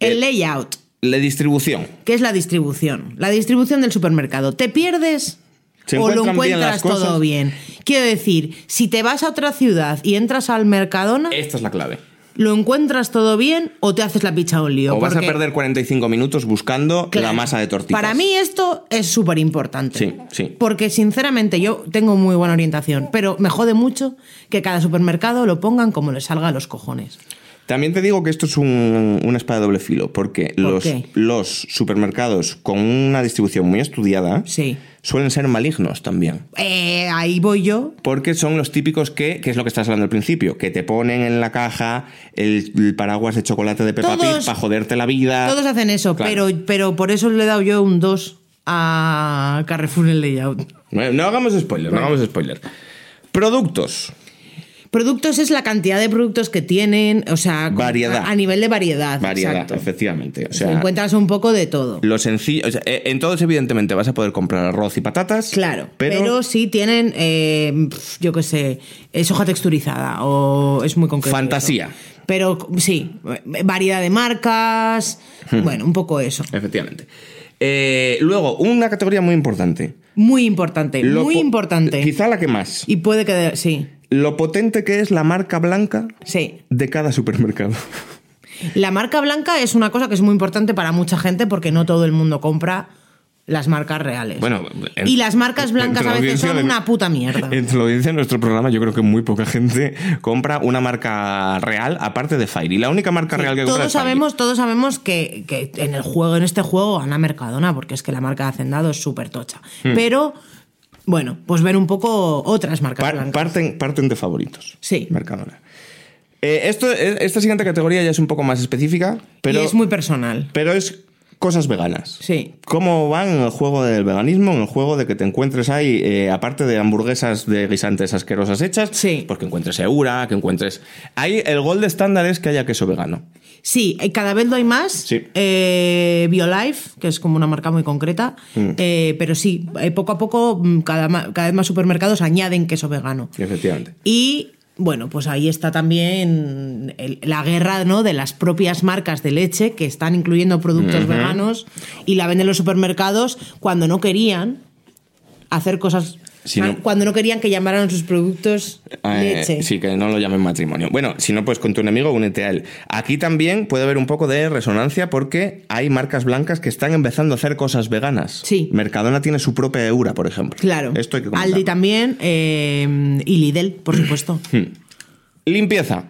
[SPEAKER 1] Eh,
[SPEAKER 2] el layout.
[SPEAKER 1] La distribución.
[SPEAKER 2] que es la distribución. La distribución del supermercado. ¿Te pierdes?
[SPEAKER 1] ¿Se
[SPEAKER 2] o lo
[SPEAKER 1] encuentran bien
[SPEAKER 2] encuentras
[SPEAKER 1] las cosas?
[SPEAKER 2] todo bien. Quiero decir, si te vas a otra ciudad y entras al Mercadona,
[SPEAKER 1] Eh. Esta es la clave.
[SPEAKER 2] lo encuentras todo bien o te haces la picha a un lío.
[SPEAKER 1] O vas a
[SPEAKER 2] porque-
[SPEAKER 1] perder 45 minutos buscando la
[SPEAKER 2] Claro.
[SPEAKER 1] masa de tortitas.
[SPEAKER 2] Para mí esto es súper importante.
[SPEAKER 1] Sí, sí.
[SPEAKER 2] Porque sinceramente yo tengo muy buena orientación, pero me jode mucho que cada supermercado lo pongan como les salga a los cojones.
[SPEAKER 1] También te digo que esto es un- una espada de doble filo, porque los,
[SPEAKER 2] qué?
[SPEAKER 1] los supermercados con una distribución muy estudiada
[SPEAKER 2] Sí.
[SPEAKER 1] suelen ser malignos también.
[SPEAKER 2] Eh, ahí voy yo.
[SPEAKER 1] Porque son los típicos que, que es lo que estás hablando al principio, que te ponen en la caja el, el paraguas de chocolate de Peppa
[SPEAKER 2] Todos-
[SPEAKER 1] Pig para joderte la vida.
[SPEAKER 2] Todos hacen eso,
[SPEAKER 1] Claro.
[SPEAKER 2] pero, pero por eso le he dado yo un 2 a Carrefour en layout.
[SPEAKER 1] Bueno, No hagamos spoiler, no hagamos spoiler. Productos.
[SPEAKER 2] Productos es la cantidad de productos que tienen, o sea, con-
[SPEAKER 1] Variedad.
[SPEAKER 2] A, a nivel de variedad.
[SPEAKER 1] Variedad,
[SPEAKER 2] exacto.
[SPEAKER 1] efectivamente. O sea,
[SPEAKER 2] Encuentras un poco de todo.
[SPEAKER 1] lo sencillo. o sea, eh, en todos, evidentemente, vas a poder comprar arroz y patatas.
[SPEAKER 2] Claro, pero,
[SPEAKER 1] pero
[SPEAKER 2] sí tienen, eh, pf, yo qué sé, es hoja texturizada o es muy concreto.
[SPEAKER 1] Fantasía.
[SPEAKER 2] eso. Pero sí, variedad de marcas,
[SPEAKER 1] Hmm.
[SPEAKER 2] bueno, un poco eso.
[SPEAKER 1] Efectivamente. Eh, luego, una categoría muy importante.
[SPEAKER 2] Muy importante,
[SPEAKER 1] Lo
[SPEAKER 2] muy
[SPEAKER 1] po-
[SPEAKER 2] importante.
[SPEAKER 1] Quizá la que más.
[SPEAKER 2] Y puede que, de- sí,
[SPEAKER 1] Lo potente que es la marca blanca
[SPEAKER 2] sí.
[SPEAKER 1] de cada supermercado.
[SPEAKER 2] La marca blanca es una cosa que es muy importante para mucha gente porque no todo el mundo compra las marcas reales.
[SPEAKER 1] Bueno, en-
[SPEAKER 2] y las marcas
[SPEAKER 1] entre
[SPEAKER 2] blancas
[SPEAKER 1] la
[SPEAKER 2] a veces
[SPEAKER 1] audiencia
[SPEAKER 2] son
[SPEAKER 1] de-
[SPEAKER 2] una puta mierda.
[SPEAKER 1] Entre la audiencia de nuestro programa, yo creo que muy poca gente compra una marca real aparte de Fire. Y la única marca real que compra
[SPEAKER 2] todos
[SPEAKER 1] es Fairy.
[SPEAKER 2] sabemos, todos sabemos que, que en el juego, en este juego, gana Mercadona, porque es que la marca de Hacendado es súper tocha.
[SPEAKER 1] Hmm.
[SPEAKER 2] Pero, bueno, pues ver un poco otras marcas
[SPEAKER 1] Par-
[SPEAKER 2] blancas.
[SPEAKER 1] parten, parten de favoritos.
[SPEAKER 2] Sí.
[SPEAKER 1] Mercadona. Eh, esto, eh, esta siguiente categoría ya es un poco más específica, pero
[SPEAKER 2] y es muy personal.
[SPEAKER 1] pero es cosas veganas.
[SPEAKER 2] Sí.
[SPEAKER 1] ¿Cómo van en el juego del veganismo? En el juego de que te encuentres ahí, eh, aparte de hamburguesas de guisantes asquerosas hechas,
[SPEAKER 2] Sí.
[SPEAKER 1] pues que encuentres Eura, que encuentres. Ahí el gol de estándar es que haya queso vegano.
[SPEAKER 2] Sí, y cada vez lo hay más.
[SPEAKER 1] Sí.
[SPEAKER 2] Eh, BioLife, que es como una marca muy concreta.
[SPEAKER 1] Mm.
[SPEAKER 2] Eh, pero sí, eh, poco a poco, mm, cada, ma- cada vez más supermercados añaden queso vegano.
[SPEAKER 1] Efectivamente.
[SPEAKER 2] Y bueno, pues ahí está también el- la guerra ¿no? de las propias marcas de leche que están incluyendo productos veganos y la venden en los supermercados cuando no querían hacer cosas.
[SPEAKER 1] Si no-
[SPEAKER 2] Cuando no querían que llamaran sus productos
[SPEAKER 1] Eh,
[SPEAKER 2] leche.
[SPEAKER 1] Sí, que no lo llamen matrimonio. Bueno, si no puedes con tu enemigo, únete a él. Aquí también puede haber un poco de resonancia porque hay marcas blancas que están empezando a hacer cosas veganas.
[SPEAKER 2] Sí.
[SPEAKER 1] Mercadona tiene su propia Eura, por ejemplo.
[SPEAKER 2] Claro.
[SPEAKER 1] Esto hay que comentarlo.
[SPEAKER 2] Aldi también eh, y Lidl, por supuesto.
[SPEAKER 1] Hmm. Limpieza.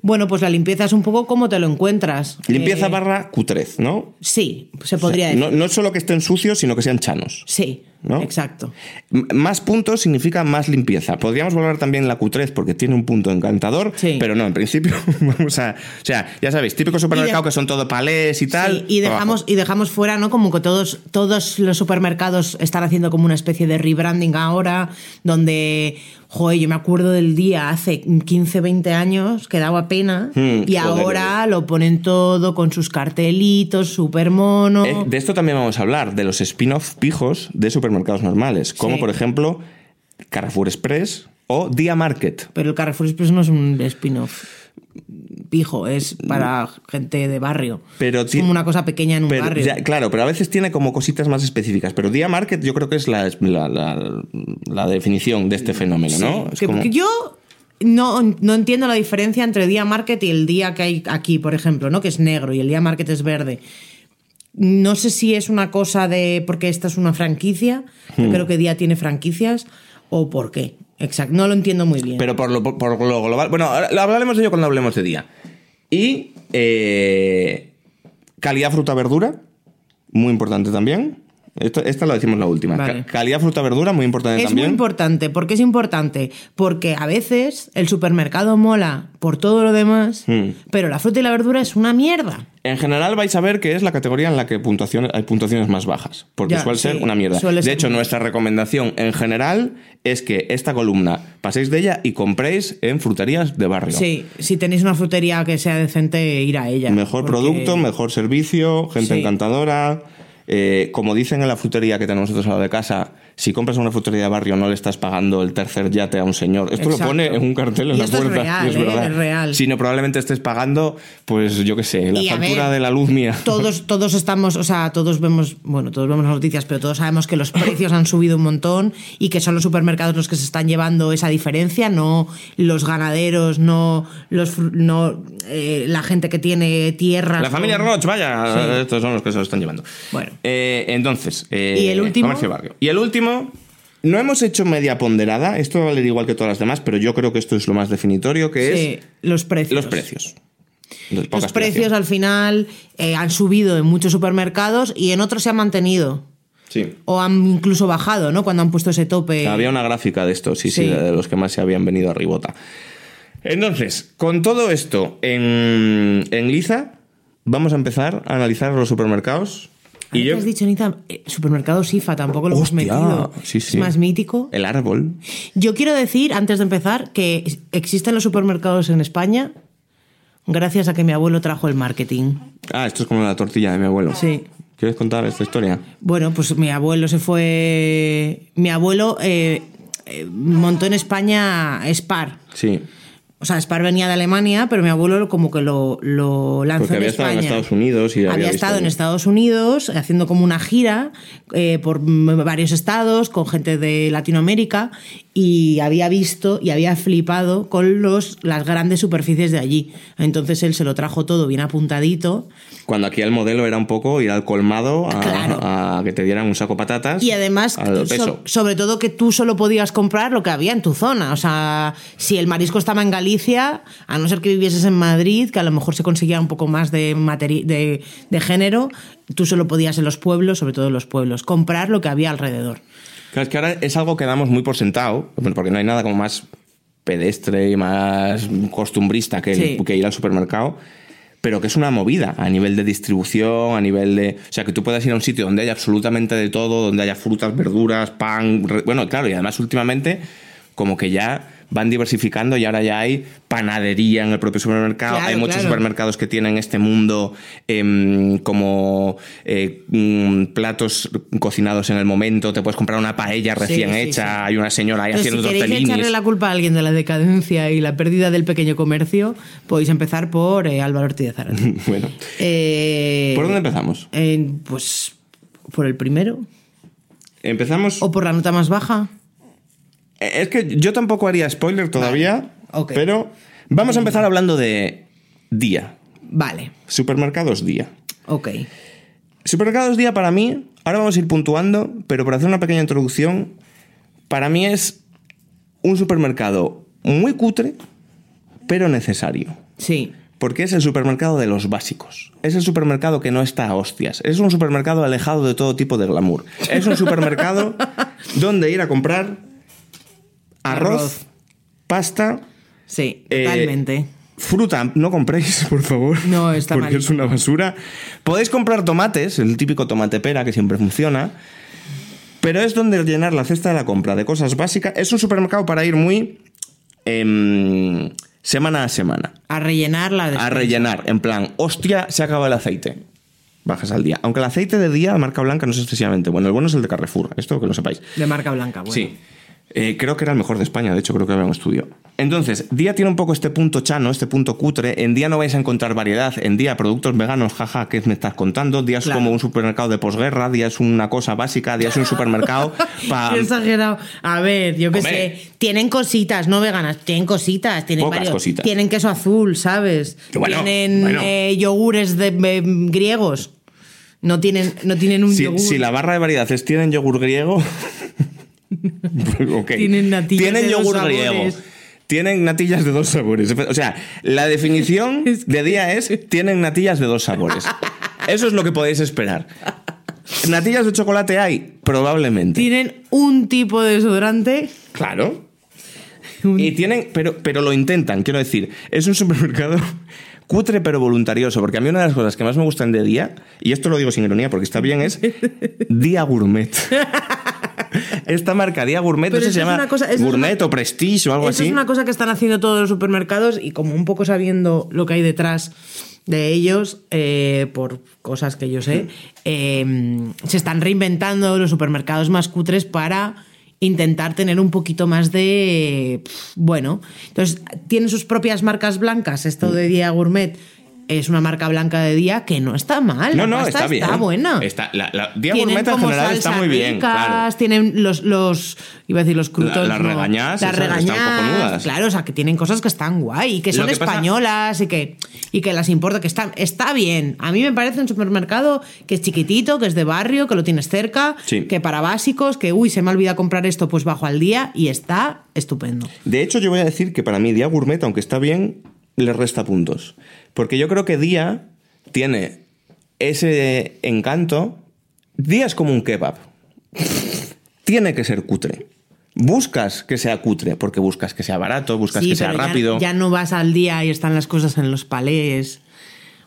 [SPEAKER 2] bueno, pues la limpieza es un poco como te lo encuentras.
[SPEAKER 1] Limpieza
[SPEAKER 2] Eh,
[SPEAKER 1] barra cutrez, ¿no?
[SPEAKER 2] Sí, se podría decir.
[SPEAKER 1] No, no solo que estén sucios, sino que sean chanos.
[SPEAKER 2] Sí,
[SPEAKER 1] ¿No?
[SPEAKER 2] exacto.
[SPEAKER 1] M- Más puntos significa más limpieza. Podríamos valorar también la Q3 porque tiene un punto encantador,
[SPEAKER 2] Sí.
[SPEAKER 1] pero no, en principio vamos a... O sea, ya sabéis, típico supermercado
[SPEAKER 2] Y de-
[SPEAKER 1] que son todo palés y tal.
[SPEAKER 2] Sí, y dejamos y dejamos fuera, ¿no? Como que todos todos los supermercados están haciendo como una especie de rebranding ahora, donde joder, yo me acuerdo del día hace 15, 20 años que daba pena
[SPEAKER 1] Hmm,
[SPEAKER 2] y
[SPEAKER 1] joder.
[SPEAKER 2] ahora lo ponen todo con sus cartelitos, super mono.
[SPEAKER 1] Eh, de esto también vamos a hablar, de los spin-off pijos de supermercados normales, como
[SPEAKER 2] Sí.
[SPEAKER 1] por ejemplo Carrefour Express o Dia Market.
[SPEAKER 2] Pero el Carrefour Express no es un spin-off pijo, es para gente de barrio.
[SPEAKER 1] Mm. Pero
[SPEAKER 2] es
[SPEAKER 1] ti-
[SPEAKER 2] como una cosa pequeña en un
[SPEAKER 1] Pero,
[SPEAKER 2] barrio.
[SPEAKER 1] ya, claro, pero a veces tiene como cositas más específicas. Pero Dia Market yo creo que es la, la- la- la definición de este fenómeno, ¿no?
[SPEAKER 2] Sí,
[SPEAKER 1] Es
[SPEAKER 2] que-
[SPEAKER 1] como-
[SPEAKER 2] que yo no, no entiendo la diferencia entre día market y el día que hay aquí, por ejemplo, ¿no? Que es negro y el día market es verde. No sé si es una cosa de porque esta es una franquicia,
[SPEAKER 1] Hmm.
[SPEAKER 2] yo creo que día tiene franquicias o por qué. Exacto, no lo entiendo muy bien.
[SPEAKER 1] Pero por lo, por- por lo global. Bueno, ahora lo hablaremos de ello cuando hablemos de día. Y eh, calidad fruta-verdura, muy importante también. Esto, esta lo decimos la última.
[SPEAKER 2] Vale.
[SPEAKER 1] Ca- calidad fruta-verdura, muy importante
[SPEAKER 2] es
[SPEAKER 1] también.
[SPEAKER 2] muy importante, ¿por qué es importante? Porque a veces el supermercado mola por todo lo demás,
[SPEAKER 1] Hmm.
[SPEAKER 2] pero la fruta y la verdura es una mierda.
[SPEAKER 1] en general vais a ver que es la categoría en la que puntuaciones, hay puntuaciones más bajas, porque
[SPEAKER 2] Ya,
[SPEAKER 1] suele ser
[SPEAKER 2] sí,
[SPEAKER 1] una mierda.
[SPEAKER 2] suele
[SPEAKER 1] De
[SPEAKER 2] ser
[SPEAKER 1] hecho,
[SPEAKER 2] una-
[SPEAKER 1] nuestra recomendación en general es que esta columna paséis de ella y compréis en fruterías de barrio.
[SPEAKER 2] Sí, si tenéis una frutería que sea decente, ir a ella.
[SPEAKER 1] Mejor
[SPEAKER 2] porque-
[SPEAKER 1] producto, mejor servicio, gente
[SPEAKER 2] Sí.
[SPEAKER 1] encantadora. eh, como dicen en la frutería que tenemos nosotros al lado de casa, si compras en una frutería de barrio no le estás pagando el tercer yate a un señor. Esto
[SPEAKER 2] Exacto.
[SPEAKER 1] lo pone en un cartel en
[SPEAKER 2] Y
[SPEAKER 1] la
[SPEAKER 2] esto es
[SPEAKER 1] puerta.
[SPEAKER 2] real,
[SPEAKER 1] y
[SPEAKER 2] ¿eh? Es real.
[SPEAKER 1] Sino probablemente estés pagando, pues yo qué sé, la
[SPEAKER 2] Y a
[SPEAKER 1] factura
[SPEAKER 2] ver,
[SPEAKER 1] de la luz mía.
[SPEAKER 2] Todos, todos estamos, o sea, todos vemos, bueno, todos vemos las noticias, pero todos sabemos que los precios han subido un montón y que son los supermercados los que se están llevando esa diferencia, no los ganaderos, no los fru- no eh, la gente que tiene tierra.
[SPEAKER 1] La familia Roche, vaya, estos son los que se lo están llevando.
[SPEAKER 2] Bueno.
[SPEAKER 1] Eh, entonces, eh,
[SPEAKER 2] ¿Y el último?
[SPEAKER 1] comercio de barrio. Y el último, no hemos hecho media ponderada, esto va a valer igual que todas las demás, pero yo creo que esto es lo más definitorio, que
[SPEAKER 2] Sí, los
[SPEAKER 1] es
[SPEAKER 2] precios.
[SPEAKER 1] los precios. Entonces, poca
[SPEAKER 2] Los precios
[SPEAKER 1] aspiración.
[SPEAKER 2] al final eh, han subido en muchos supermercados y en otros se han mantenido.
[SPEAKER 1] Sí.
[SPEAKER 2] O han incluso bajado, ¿no? Cuando han puesto ese tope.
[SPEAKER 1] Había una gráfica de esto, sí, sí,
[SPEAKER 2] Eh, Sí.
[SPEAKER 1] de los que más se habían venido a ribota. Entonces, con todo esto en, en liza, vamos a empezar a analizar los supermercados.
[SPEAKER 2] ¿Y Ah, has dicho, Anita, eh, supermercados IFA tampoco lo
[SPEAKER 1] Hostia,
[SPEAKER 2] hemos metido.
[SPEAKER 1] sí, sí. Eh.
[SPEAKER 2] Es más mítico.
[SPEAKER 1] El árbol.
[SPEAKER 2] Yo quiero decir, antes de empezar, que existen los supermercados en España gracias a que mi abuelo trajo el marketing.
[SPEAKER 1] Ah, esto es como la tortilla de mi abuelo.
[SPEAKER 2] Sí.
[SPEAKER 1] ¿Quieres contar esta historia?
[SPEAKER 2] Bueno, pues mi abuelo se fue. Mi abuelo eh, eh, montó en España Spar.
[SPEAKER 1] Sí.
[SPEAKER 2] O sea, Spar venía de Alemania, pero mi abuelo como que lo, lo lanzó
[SPEAKER 1] Porque
[SPEAKER 2] en
[SPEAKER 1] había estado
[SPEAKER 2] España.
[SPEAKER 1] en Estados Unidos y había
[SPEAKER 2] había,
[SPEAKER 1] visto
[SPEAKER 2] estado en
[SPEAKER 1] ahí.
[SPEAKER 2] Estados Unidos haciendo como una gira eh, por mm, varios estados con gente de Latinoamérica y había visto y había flipado con los, las grandes superficies de allí. Entonces él se lo trajo todo bien apuntadito
[SPEAKER 1] Cuando aquí el modelo era un poco ir al colmado a,
[SPEAKER 2] Claro.
[SPEAKER 1] a que te dieran un saco patatas.
[SPEAKER 2] Y además,
[SPEAKER 1] al
[SPEAKER 2] so-
[SPEAKER 1] peso.
[SPEAKER 2] sobre todo que tú solo podías comprar lo que había en tu zona. O sea, si el marisco estaba en Galicia, a no ser que vivieses en Madrid, que a lo mejor se conseguía un poco más de, materi- de, de género, tú solo podías en los pueblos, sobre todo en los pueblos, comprar lo que había alrededor.
[SPEAKER 1] Claro, es que ahora es algo que damos muy por sentado, porque no hay nada como más pedestre y más costumbrista que, el-
[SPEAKER 2] Sí.
[SPEAKER 1] que ir al supermercado, pero que es una movida a nivel de distribución, a nivel de... O sea, que tú puedas ir a un sitio donde haya absolutamente de todo, donde haya frutas, verduras, pan... re- bueno, claro, y además últimamente como que ya van diversificando y ahora ya hay panadería en el propio supermercado,
[SPEAKER 2] Claro,
[SPEAKER 1] hay muchos
[SPEAKER 2] claro.
[SPEAKER 1] supermercados mercados que tienen este mundo em, como eh, mm, platos cocinados en el momento, te puedes comprar una paella recién
[SPEAKER 2] sí,
[SPEAKER 1] hecha,
[SPEAKER 2] sí.
[SPEAKER 1] hay una señora ahí
[SPEAKER 2] Entonces,
[SPEAKER 1] haciendo
[SPEAKER 2] si queréis
[SPEAKER 1] tortellinis.
[SPEAKER 2] echarle la culpa a alguien de la decadencia y la pérdida del pequeño comercio, podéis empezar por eh, Álvaro Ortiz de Zárate.
[SPEAKER 1] Bueno,
[SPEAKER 2] Eh,
[SPEAKER 1] ¿por dónde empezamos?
[SPEAKER 2] eh, pues por el primero.
[SPEAKER 1] Empezamos...
[SPEAKER 2] ¿O por la nota más baja?
[SPEAKER 1] Eh, Es que yo tampoco haría spoiler todavía,
[SPEAKER 2] Vale, ok.
[SPEAKER 1] pero vamos a empezar hablando de día.
[SPEAKER 2] Vale,
[SPEAKER 1] Supermercados día.
[SPEAKER 2] ok.
[SPEAKER 1] Supermercados Día para mí, ahora vamos a ir puntuando, pero para hacer una pequeña introducción, para mí es un supermercado muy cutre, pero necesario.
[SPEAKER 2] Sí.
[SPEAKER 1] Porque es el supermercado de los básicos. Es el supermercado que no está a hostias. Es un supermercado alejado de todo tipo de glamour. Es un supermercado donde ir a comprar arroz,
[SPEAKER 2] Arroz.
[SPEAKER 1] pasta,
[SPEAKER 2] Sí,
[SPEAKER 1] eh,
[SPEAKER 2] totalmente.
[SPEAKER 1] Fruta, no compréis, por favor.
[SPEAKER 2] No, está
[SPEAKER 1] Porque
[SPEAKER 2] mal.
[SPEAKER 1] es una basura. Podéis comprar tomates, el típico tomate pera que siempre funciona. Pero es donde llenar la cesta de la compra de cosas básicas. Es un supermercado para ir muy. em, semana a semana.
[SPEAKER 2] A rellenar la
[SPEAKER 1] A
[SPEAKER 2] despensa.
[SPEAKER 1] rellenar. En plan, hostia, se acaba el aceite. Bajas al día. Aunque el aceite de día, de marca blanca, no es excesivamente bueno. El bueno es el de Carrefour, esto que lo sepáis.
[SPEAKER 2] De marca blanca, bueno.
[SPEAKER 1] Sí. Eh, creo que era el mejor de España, de hecho, creo que había un estudio. Entonces, Día tiene un poco este punto chano, este punto cutre. En Día no vais a encontrar variedad. En Día, productos veganos, jaja, ¿qué me estás contando? Día es
[SPEAKER 2] Claro.
[SPEAKER 1] como un supermercado de posguerra, Día es una cosa básica, Día es un supermercado para.
[SPEAKER 2] Qué exagerado. A ver, yo qué
[SPEAKER 1] Hombre.
[SPEAKER 2] sé. Tienen cositas, no veganas. Tienen cositas. Tienen
[SPEAKER 1] Pocas
[SPEAKER 2] varios-
[SPEAKER 1] cositas.
[SPEAKER 2] Tienen queso azul, ¿sabes?
[SPEAKER 1] Que bueno,
[SPEAKER 2] tienen
[SPEAKER 1] bueno.
[SPEAKER 2] eh, yogures de, eh, griegos. No tienen, no tienen un
[SPEAKER 1] Si,
[SPEAKER 2] yogur.
[SPEAKER 1] si la barra de variedades tienen yogur griego. ok.
[SPEAKER 2] Tienen natillas
[SPEAKER 1] Tienen
[SPEAKER 2] de dos
[SPEAKER 1] yogur
[SPEAKER 2] sabores.
[SPEAKER 1] griego. Tienen natillas de dos sabores. O sea, la definición
[SPEAKER 2] Es que-
[SPEAKER 1] de día es tienen natillas de dos sabores. Eso es lo que podéis esperar. ¿Natillas de chocolate hay? Probablemente.
[SPEAKER 2] Tienen un tipo de desodorante.
[SPEAKER 1] Claro.
[SPEAKER 2] Un-
[SPEAKER 1] Y tienen, pero, pero lo intentan, quiero decir. Es un supermercado cutre pero voluntarioso, porque a mí una de las cosas que más me gustan de día, y esto lo digo sin ironía porque está bien, es Día Gourmet. Esta marca Día Gourmet,
[SPEAKER 2] Pero
[SPEAKER 1] no sé si se
[SPEAKER 2] eso es
[SPEAKER 1] llama
[SPEAKER 2] una cosa- eso es
[SPEAKER 1] Gourmet o Prestige o algo
[SPEAKER 2] Eso
[SPEAKER 1] así.
[SPEAKER 2] es una cosa que están haciendo todos los supermercados y como un poco sabiendo lo que hay detrás de ellos, eh, por cosas que yo sé, eh, se están reinventando los supermercados más cutres para intentar tener un poquito más de... pf, Bueno, entonces tienen sus propias marcas blancas, esto de Día Gourmet. Es una marca blanca de día que no está mal.
[SPEAKER 1] No,
[SPEAKER 2] la
[SPEAKER 1] no,
[SPEAKER 2] pasta
[SPEAKER 1] está bien.
[SPEAKER 2] Está buena.
[SPEAKER 1] Está, la, la, Día
[SPEAKER 2] Tienen
[SPEAKER 1] Gourmet en
[SPEAKER 2] como
[SPEAKER 1] general está
[SPEAKER 2] salsas
[SPEAKER 1] muy bien,
[SPEAKER 2] ricas,
[SPEAKER 1] claro.
[SPEAKER 2] tienen los, los iba a decir los crutones
[SPEAKER 1] las
[SPEAKER 2] no,
[SPEAKER 1] regañás,
[SPEAKER 2] las
[SPEAKER 1] esas que están cojonudas.
[SPEAKER 2] regañas claro o sea que tienen cosas que están guay y que son
[SPEAKER 1] Lo que pasa-
[SPEAKER 2] españolas y que y que las importa que están está bien a mí me parece un supermercado que es chiquitito que es de barrio que lo tienes cerca
[SPEAKER 1] Sí.
[SPEAKER 2] que para básicos que uy se me olvida comprar esto pues bajo al día y está estupendo
[SPEAKER 1] De hecho, yo voy a decir que para mí Día Gourmet, aunque está bien, le resta puntos. Porque yo creo que Día tiene ese encanto. Día es como un kebab. tiene que ser cutre. Buscas que sea cutre, porque buscas que sea barato, buscas
[SPEAKER 2] Sí,
[SPEAKER 1] Pues que sea
[SPEAKER 2] pero ya-
[SPEAKER 1] rápido.
[SPEAKER 2] Ya, no vas al día y están las cosas en los palés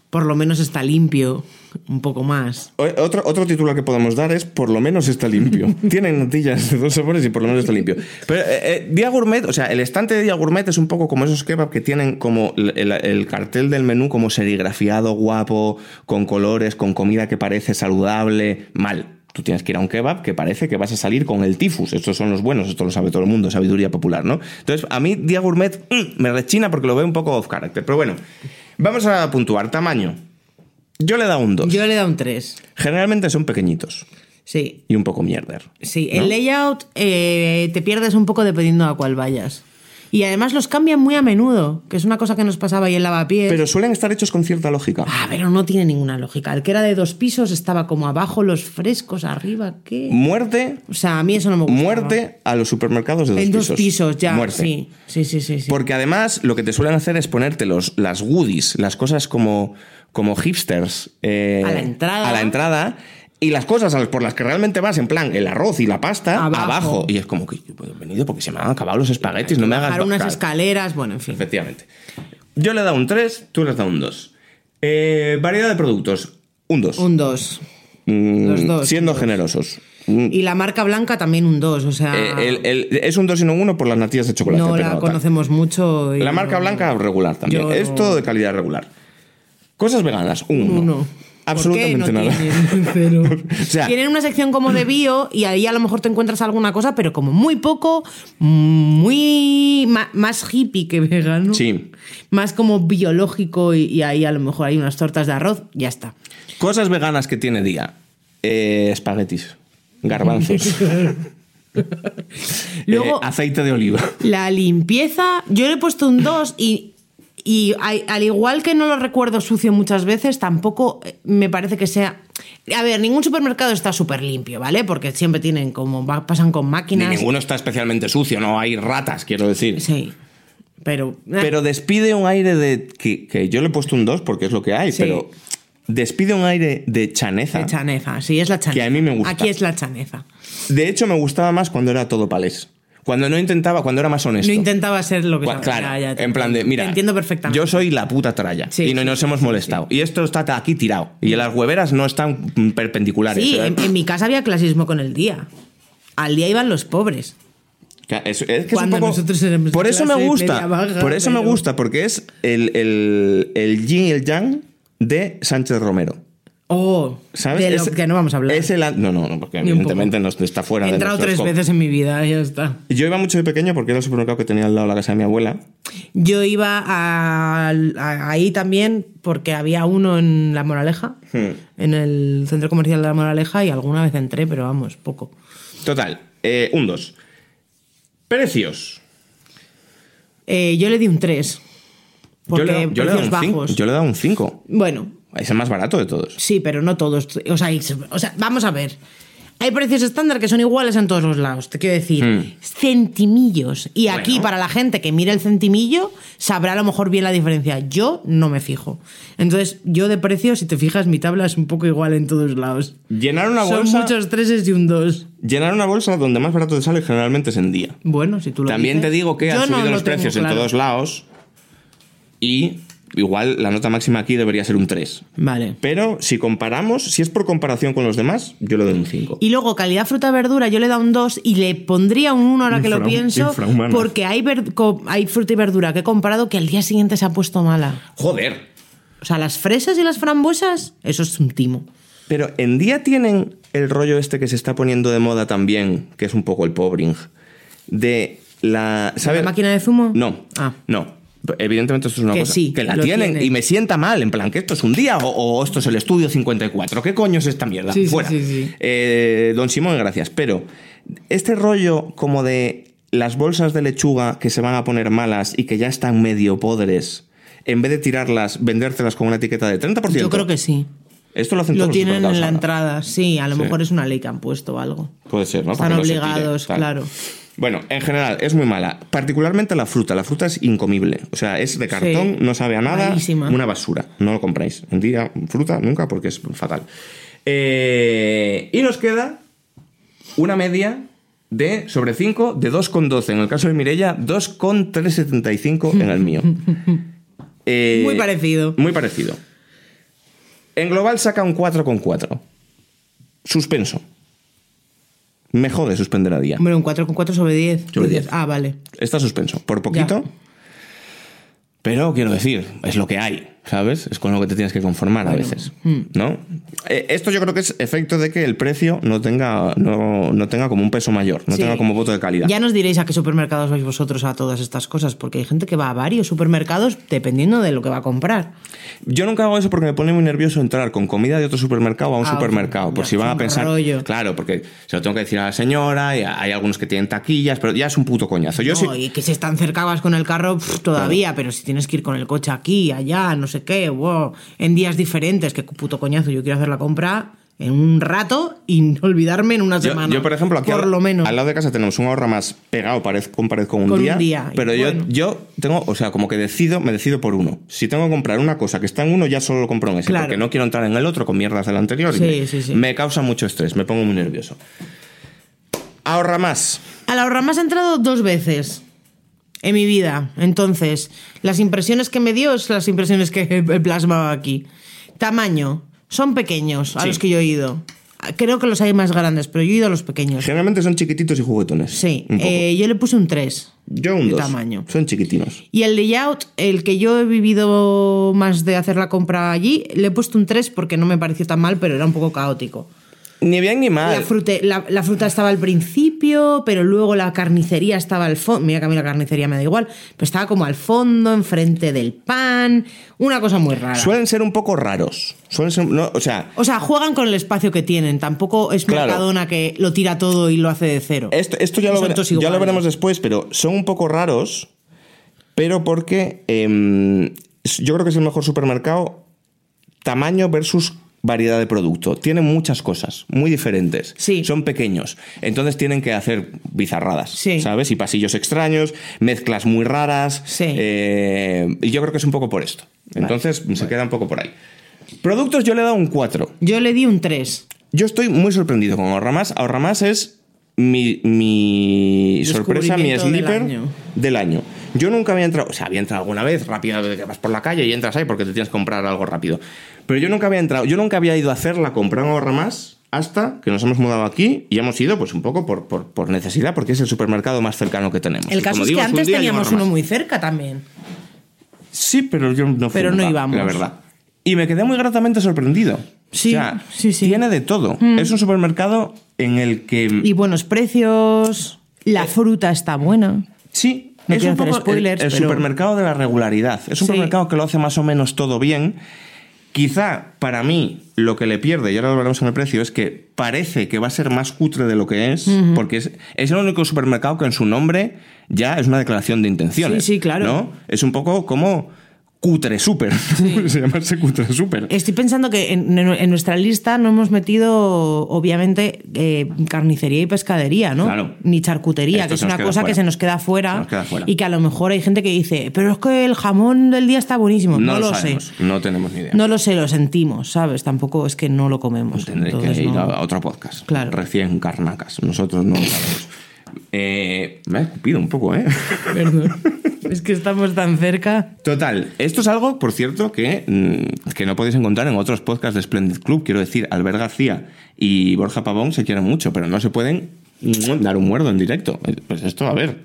[SPEAKER 2] por lo menos está limpio un poco más
[SPEAKER 1] O- Otro, otro título que podemos dar es Por lo menos está limpio. Tienen natillas de dos sabores y por lo menos está limpio. Pero eh, eh, Día Gourmet, o sea, el estante de Día Gourmet es un poco como esos kebab que tienen como el, el- el cartel del menú como serigrafiado, guapo, con colores, con comida que parece saludable, mal. Tú tienes que ir a un kebab que parece que vas a salir con el tifus. Estos son los buenos, esto lo sabe todo el mundo, sabiduría popular, ¿no? Entonces, a mí Día Gourmet mm, me rechina porque lo veo un poco off character. Pero bueno, vamos a puntuar. Tamaño. Yo le he dado un 2.
[SPEAKER 2] Yo le he dado un 3.
[SPEAKER 1] Generalmente son pequeñitos
[SPEAKER 2] Sí.
[SPEAKER 1] y un poco mierder.
[SPEAKER 2] Sí,
[SPEAKER 1] ¿no?
[SPEAKER 2] el layout eh, te pierdes un poco dependiendo a cuál vayas. Y además los cambian muy a menudo, que es una cosa que nos pasaba ahí en Lavapiés.
[SPEAKER 1] Pero suelen estar hechos con cierta lógica.
[SPEAKER 2] Ah, pero no tiene ninguna lógica. El que era de dos pisos estaba como abajo, los frescos arriba, ¿qué?
[SPEAKER 1] Muerte,
[SPEAKER 2] O sea, a mí eso no me gusta.
[SPEAKER 1] muerte a los supermercados de dos
[SPEAKER 2] En
[SPEAKER 1] pisos.
[SPEAKER 2] dos pisos, ya.
[SPEAKER 1] Muerte.
[SPEAKER 2] Sí, sí, sí, sí. sí.
[SPEAKER 1] Porque además lo que te suelen hacer es ponerte los, las goodies, las cosas como, como hipsters. eh,
[SPEAKER 2] A la entrada.
[SPEAKER 1] A la entrada. Y las cosas a las- por las que realmente vas, en plan, el arroz y la pasta, abajo.
[SPEAKER 2] Abajo.
[SPEAKER 1] Y es como que, pues, venido porque se me han acabado los espaguetis, no me hagas...
[SPEAKER 2] Bajar unas
[SPEAKER 1] claro.
[SPEAKER 2] escaleras, bueno, en fin.
[SPEAKER 1] Efectivamente. Yo le he dado un 3, tú le has dado un 2. Eh, variedad de productos, un 2.
[SPEAKER 2] Un 2.
[SPEAKER 1] Mm,
[SPEAKER 2] Los dos,
[SPEAKER 1] siendo
[SPEAKER 2] los dos.
[SPEAKER 1] generosos. Mm,
[SPEAKER 2] Y la marca blanca también un 2, o sea...
[SPEAKER 1] eh, el- el- es un 2 y no un 1 por las natillas de chocolate.
[SPEAKER 2] no
[SPEAKER 1] pero
[SPEAKER 2] la
[SPEAKER 1] tal.
[SPEAKER 2] conocemos mucho. y
[SPEAKER 1] La marca
[SPEAKER 2] no-
[SPEAKER 1] blanca regular también.
[SPEAKER 2] Yo
[SPEAKER 1] Es
[SPEAKER 2] no-
[SPEAKER 1] todo de calidad regular. Cosas veganas, un 1.
[SPEAKER 2] Uno.
[SPEAKER 1] Absolutamente
[SPEAKER 2] ¿Por qué no
[SPEAKER 1] nada.
[SPEAKER 2] tienen? Cero.
[SPEAKER 1] O sea-
[SPEAKER 2] Tienen una sección como de bio y ahí a lo mejor te encuentras alguna cosa, pero como muy poco, muy ma- más hippie que vegano.
[SPEAKER 1] Sí.
[SPEAKER 2] Más como biológico y, y ahí a lo mejor hay unas tortas de arroz, ya está.
[SPEAKER 1] Cosas veganas que tiene día. Eh, espaguetis, garbanzos, eh,
[SPEAKER 2] Luego,
[SPEAKER 1] aceite de oliva.
[SPEAKER 2] la limpieza, yo le he puesto un 2 y, y al al igual que no lo recuerdo sucio muchas veces, tampoco eh, me parece que sea... A ver, ningún supermercado está súper limpio, ¿vale? Porque siempre tienen como... va- pasan con
[SPEAKER 1] Ni
[SPEAKER 2] máquinas...
[SPEAKER 1] ninguno está especialmente sucio, no hay ratas, quiero decir.
[SPEAKER 2] Sí. Pero. eh,
[SPEAKER 1] Pero despide un aire de. Que, que yo le he puesto un 2 porque es lo que hay,
[SPEAKER 2] Sí.
[SPEAKER 1] pero despide un aire de chaneza.
[SPEAKER 2] de chaneza, sí, es la chaneza.
[SPEAKER 1] Que a mí me gusta.
[SPEAKER 2] Aquí es la chaneza.
[SPEAKER 1] De hecho, me gustaba más cuando era todo palés. Cuando no intentaba, cuando era más honesto.
[SPEAKER 2] No intentaba ser lo que
[SPEAKER 1] Cua-
[SPEAKER 2] sabía,
[SPEAKER 1] Claro,
[SPEAKER 2] ya te-
[SPEAKER 1] en plan de, mira,
[SPEAKER 2] Te entiendo perfectamente.
[SPEAKER 1] yo soy la puta tralla
[SPEAKER 2] Sí,
[SPEAKER 1] y no-
[SPEAKER 2] sí,
[SPEAKER 1] nos hemos molestado. Y esto está ta- aquí tirado. Y las hueveras no están mm, perpendiculares.
[SPEAKER 2] sí,
[SPEAKER 1] ¿eh?
[SPEAKER 2] en, en mi casa había clasismo con el día. Al día iban los pobres.
[SPEAKER 1] Claro, es- es que es un
[SPEAKER 2] Cuando
[SPEAKER 1] poco-
[SPEAKER 2] nosotros éramos
[SPEAKER 1] por eso me
[SPEAKER 2] clase
[SPEAKER 1] gusta
[SPEAKER 2] media baja,
[SPEAKER 1] por eso me
[SPEAKER 2] pero-
[SPEAKER 1] gusta porque es el, el, el yin y el yang de Sánchez Romero
[SPEAKER 2] Oh,
[SPEAKER 1] ¿Sabes?
[SPEAKER 2] de lo
[SPEAKER 1] Es-
[SPEAKER 2] que no vamos a hablar.
[SPEAKER 1] es el an- no, no, no, porque
[SPEAKER 2] Ni un poco.
[SPEAKER 1] evidentemente no está fuera
[SPEAKER 2] He
[SPEAKER 1] de
[SPEAKER 2] entrado
[SPEAKER 1] nuestro
[SPEAKER 2] tres
[SPEAKER 1] scope.
[SPEAKER 2] veces en mi vida, ya está.
[SPEAKER 1] Yo iba mucho de pequeño porque era el supermercado que tenía al lado de la casa de mi abuela.
[SPEAKER 2] Yo iba al- a- ahí también porque había uno en La Moraleja,
[SPEAKER 1] Hmm.
[SPEAKER 2] en el centro comercial de La Moraleja, y alguna vez entré, pero vamos, poco.
[SPEAKER 1] Total, eh, un 2. Precios.
[SPEAKER 2] Eh, yo le di un 3. Porque
[SPEAKER 1] yo le, yo le he dado
[SPEAKER 2] precios
[SPEAKER 1] un cinco,
[SPEAKER 2] bajos.
[SPEAKER 1] yo le he dado un 5.
[SPEAKER 2] Bueno,
[SPEAKER 1] Es el más barato de todos.
[SPEAKER 2] sí, pero no todos. O sea, hay- o sea, vamos a ver. Hay precios estándar que son iguales en todos los lados. Te quiero decir, centimillos. Y aquí,
[SPEAKER 1] Hmm. Bueno.
[SPEAKER 2] para la gente que mire el centimillo, sabrá a lo mejor bien la diferencia. Yo no me fijo. Entonces, yo de precios, si te fijas, mi tabla es un poco igual en todos lados.
[SPEAKER 1] Llenar una
[SPEAKER 2] Son
[SPEAKER 1] bolsa.
[SPEAKER 2] muchos treses y un dos.
[SPEAKER 1] Llenar una bolsa donde más barato te sale generalmente es en día.
[SPEAKER 2] Bueno, si tú lo
[SPEAKER 1] También
[SPEAKER 2] dices.
[SPEAKER 1] te digo que
[SPEAKER 2] Yo
[SPEAKER 1] han
[SPEAKER 2] no
[SPEAKER 1] subido
[SPEAKER 2] lo
[SPEAKER 1] los
[SPEAKER 2] tengo
[SPEAKER 1] precios en
[SPEAKER 2] claro.
[SPEAKER 1] todos lados. Y igual la nota máxima aquí debería ser un 3.
[SPEAKER 2] Vale.
[SPEAKER 1] Pero si comparamos, si es por comparación con los demás, yo le doy un 5.
[SPEAKER 2] Y luego, calidad fruta-verdura, yo le da un 2 y le pondría un 1 ahora que lo
[SPEAKER 1] Infrahum-
[SPEAKER 2] pienso,
[SPEAKER 1] infrahumana.
[SPEAKER 2] porque hay, ver- co- hay fruta y verdura que he comprado que al día siguiente se ha puesto mala.
[SPEAKER 1] Joder.
[SPEAKER 2] O sea, las fresas y las frambuesas, eso es un timo.
[SPEAKER 1] Pero en día tienen el rollo este que se está poniendo de moda también, que es un poco el pobring, de la... ¿sabes?
[SPEAKER 2] ¿La máquina de zumo?
[SPEAKER 1] No,
[SPEAKER 2] Ah.
[SPEAKER 1] no. Evidentemente esto es una
[SPEAKER 2] Que
[SPEAKER 1] cosa
[SPEAKER 2] sí,
[SPEAKER 1] que la
[SPEAKER 2] lo
[SPEAKER 1] tienen
[SPEAKER 2] tienen.
[SPEAKER 1] y me sienta mal, en plan que esto es un día o, o esto es el estudio 54, ¿qué coño es esta mierda?
[SPEAKER 2] Sí, sí,
[SPEAKER 1] Fuera.
[SPEAKER 2] sí, sí.
[SPEAKER 1] Eh, don Simón, gracias. Pero este rollo como de las bolsas de lechuga que se van a poner malas y que ya están medio podres, en vez de tirarlas, vendértelas con una etiqueta de 30%.
[SPEAKER 2] Yo creo que sí.
[SPEAKER 1] Esto lo hacen todos
[SPEAKER 2] Lo
[SPEAKER 1] los
[SPEAKER 2] tienen
[SPEAKER 1] supermercados
[SPEAKER 2] en la
[SPEAKER 1] ahora.
[SPEAKER 2] entrada, sí. A lo
[SPEAKER 1] Sí.
[SPEAKER 2] mejor es una ley que han puesto o algo.
[SPEAKER 1] Puede ser, ¿no?
[SPEAKER 2] Están
[SPEAKER 1] Para que no se
[SPEAKER 2] obligados,
[SPEAKER 1] tire, tal.
[SPEAKER 2] claro.
[SPEAKER 1] Bueno, en general es muy mala, particularmente la fruta. La fruta es incomible, o sea, es de cartón, no sabe a nada,
[SPEAKER 2] Malísima.
[SPEAKER 1] una basura. No lo compráis. En día, fruta nunca porque es fatal. Eh, y nos queda una media de sobre 5 de 2,12. En el caso de Mirella, 2,375 en el mío. Eh,
[SPEAKER 2] Muy parecido.
[SPEAKER 1] Muy parecido. En global saca un 4,4. Suspenso. Me jode suspender a día.
[SPEAKER 2] Hombre, un 4 con 4 sobre 10.
[SPEAKER 1] Sobre 10.
[SPEAKER 2] Ah, vale.
[SPEAKER 1] Está suspenso, por poquito.
[SPEAKER 2] Ya.
[SPEAKER 1] Pero quiero decir, es lo que hay, ¿sabes? Es con lo que te tienes que conformar a veces,
[SPEAKER 2] Hmm.
[SPEAKER 1] ¿no? Eh, esto yo creo que es efecto de que el precio no tenga, no, no tenga como un peso mayor, no
[SPEAKER 2] Sí.
[SPEAKER 1] tenga como voto de calidad.
[SPEAKER 2] Ya nos diréis a qué supermercados vais vosotros a todas estas cosas, porque hay gente que va a varios supermercados dependiendo de lo que va a comprar.
[SPEAKER 1] Yo nunca hago eso porque me pone muy nervioso entrar con comida de otro supermercado a un
[SPEAKER 2] Ah,
[SPEAKER 1] supermercado,
[SPEAKER 2] ya,
[SPEAKER 1] por si
[SPEAKER 2] es
[SPEAKER 1] van a
[SPEAKER 2] un
[SPEAKER 1] pensar.
[SPEAKER 2] rollo.
[SPEAKER 1] Claro, porque se lo tengo que decir a la señora, y hay algunos que tienen taquillas, pero ya es un puto coñazo. Yo
[SPEAKER 2] No,
[SPEAKER 1] sí.
[SPEAKER 2] Y que si están cerca vas con el carro pf, todavía, pero si tienes que ir con el coche aquí, allá, no sé qué, wow, en días diferentes, que puto coñazo, yo quiero hacer la compra en un rato y no olvidarme en una
[SPEAKER 1] Yo,
[SPEAKER 2] semana.
[SPEAKER 1] yo, por ejemplo, aquí
[SPEAKER 2] por
[SPEAKER 1] al,
[SPEAKER 2] lo menos.
[SPEAKER 1] al lado de casa tenemos un ahorra más pegado pared con pared con un
[SPEAKER 2] Con un
[SPEAKER 1] día.
[SPEAKER 2] día, y
[SPEAKER 1] Pero yo,
[SPEAKER 2] bueno.
[SPEAKER 1] yo tengo, o sea, como que decido, me decido por uno. Si tengo que comprar una cosa que está en uno, ya solo lo compro en ese,
[SPEAKER 2] Claro.
[SPEAKER 1] porque no quiero entrar en el otro con mierdas del anterior. y
[SPEAKER 2] Sí,
[SPEAKER 1] me,
[SPEAKER 2] sí, sí.
[SPEAKER 1] me causa mucho estrés, me pongo muy nervioso. Ahorra más.
[SPEAKER 2] A la Horrama he entrado dos veces en mi vida. Entonces, las impresiones que me dio es las impresiones que he plasmado aquí. Tamaño. Son pequeños a
[SPEAKER 1] Sí.
[SPEAKER 2] los que yo he ido. Creo que los hay más grandes, pero yo he ido a los pequeños.
[SPEAKER 1] Generalmente son chiquititos y juguetones.
[SPEAKER 2] Sí.
[SPEAKER 1] Un poco.
[SPEAKER 2] eh, yo le puse un 3.
[SPEAKER 1] Yo un
[SPEAKER 2] de
[SPEAKER 1] dos.
[SPEAKER 2] tamaño.
[SPEAKER 1] Son chiquitinos.
[SPEAKER 2] Y el layout, el que yo he vivido más de hacer la compra allí, le he puesto un 3 porque no me pareció tan mal, pero era un poco caótico.
[SPEAKER 1] Ni bien ni mal.
[SPEAKER 2] La, frute- la, la fruta estaba al principio, pero luego la carnicería estaba al fondo. Mira que a mí la carnicería me da igual, pero estaba como al fondo, enfrente del pan. Una cosa muy rara.
[SPEAKER 1] Suelen ser un poco raros. Suelen ser, no, o sea,
[SPEAKER 2] o sea, juegan con el espacio que tienen. Tampoco es
[SPEAKER 1] Claro.
[SPEAKER 2] Mercadona que lo tira todo y lo hace de cero.
[SPEAKER 1] esto, esto ya, lo,
[SPEAKER 2] Son
[SPEAKER 1] vere-
[SPEAKER 2] todos
[SPEAKER 1] ya lo
[SPEAKER 2] iguales.
[SPEAKER 1] veremos después, pero son un poco raros, pero porque em, yo creo que es el mejor supermercado tamaño versus variedad de producto. Tienen muchas cosas muy diferentes.
[SPEAKER 2] Sí.
[SPEAKER 1] Son pequeños. Entonces tienen que hacer bizarradas,
[SPEAKER 2] Sí.
[SPEAKER 1] ¿sabes? Y pasillos extraños, mezclas muy raras.
[SPEAKER 2] Sí.
[SPEAKER 1] eh, y yo creo que es un poco por esto. Entonces se queda un poco por ahí. Productos yo le he dado un 4.
[SPEAKER 2] Yo le di un 3.
[SPEAKER 1] Yo estoy muy sorprendido con Ahorramás. Ahorramás es mi, mi sorpresa, mi
[SPEAKER 2] Descubrimiento del
[SPEAKER 1] sleeper del año.
[SPEAKER 2] año.
[SPEAKER 1] Yo nunca había entrado, o sea, había entrado alguna vez rápido, de que vas por la calle y entras ahí porque te tienes que comprar algo rápido. Pero yo nunca había entrado, yo nunca había ido a hacer la compra en Ahorramás hasta que nos hemos mudado aquí y hemos ido pues un poco por, por, por necesidad porque es el supermercado más cercano que tenemos.
[SPEAKER 2] El
[SPEAKER 1] Y
[SPEAKER 2] caso
[SPEAKER 1] como
[SPEAKER 2] es
[SPEAKER 1] digo,
[SPEAKER 2] que
[SPEAKER 1] un
[SPEAKER 2] antes
[SPEAKER 1] día y un
[SPEAKER 2] teníamos
[SPEAKER 1] Ahorramás.
[SPEAKER 2] uno muy cerca también.
[SPEAKER 1] Sí, pero yo no fui
[SPEAKER 2] Pero no
[SPEAKER 1] nunca,
[SPEAKER 2] íbamos.
[SPEAKER 1] La verdad. Y me quedé muy gratamente sorprendido.
[SPEAKER 2] Sí,
[SPEAKER 1] O sea,
[SPEAKER 2] sí, sí.
[SPEAKER 1] Tiene de todo. Es un supermercado en el que.
[SPEAKER 2] Y buenos precios.
[SPEAKER 1] Eh.
[SPEAKER 2] La fruta está buena.
[SPEAKER 1] sí,
[SPEAKER 2] no
[SPEAKER 1] es
[SPEAKER 2] quiero
[SPEAKER 1] un
[SPEAKER 2] hacer
[SPEAKER 1] poco
[SPEAKER 2] spoilers,
[SPEAKER 1] el, el
[SPEAKER 2] pero-
[SPEAKER 1] supermercado de la regularidad. Es un
[SPEAKER 2] Sí.
[SPEAKER 1] supermercado que lo hace más o menos todo bien. Quizá para mí lo que le pierde, y ahora lo veremos en el precio, es que parece que va a ser más cutre de lo que es, porque es, es el único supermercado que en su nombre ya es una declaración de intenciones.
[SPEAKER 2] Sí, sí, claro.
[SPEAKER 1] ¿no? Es un poco como cutre super. Se llamarse cutre super.
[SPEAKER 2] Estoy pensando que en, en- en nuestra lista no hemos metido, obviamente, eh, carnicería y pescadería, ¿no?
[SPEAKER 1] Claro.
[SPEAKER 2] Ni charcutería,
[SPEAKER 1] Esto
[SPEAKER 2] que es
[SPEAKER 1] se nos
[SPEAKER 2] una
[SPEAKER 1] queda
[SPEAKER 2] cosa
[SPEAKER 1] fuera.
[SPEAKER 2] que se nos queda
[SPEAKER 1] Se
[SPEAKER 2] fuera
[SPEAKER 1] nos queda fuera.
[SPEAKER 2] y que a lo mejor hay gente que dice, pero es que el jamón del día está buenísimo. No, lo, sé.
[SPEAKER 1] sabemos, no tenemos ni idea.
[SPEAKER 2] No lo sé, lo sentimos, ¿sabes? Tampoco es que no lo comemos.
[SPEAKER 1] Tendréis que
[SPEAKER 2] entonces
[SPEAKER 1] ir
[SPEAKER 2] no.
[SPEAKER 1] a a otro podcast.
[SPEAKER 2] Claro.
[SPEAKER 1] Recién carnacas. Nosotros no lo sabemos. Eh, me ha escupido un poco, ¿eh?
[SPEAKER 2] Perdón. es que estamos tan cerca.
[SPEAKER 1] Total, esto es algo, por cierto, que, mm, que no podéis encontrar en otros podcasts de Splendid Club. Quiero decir, Albert García y Borja Pavón se quieren mucho, pero no se pueden mm, dar un muerdo en directo. Pues esto, a ver,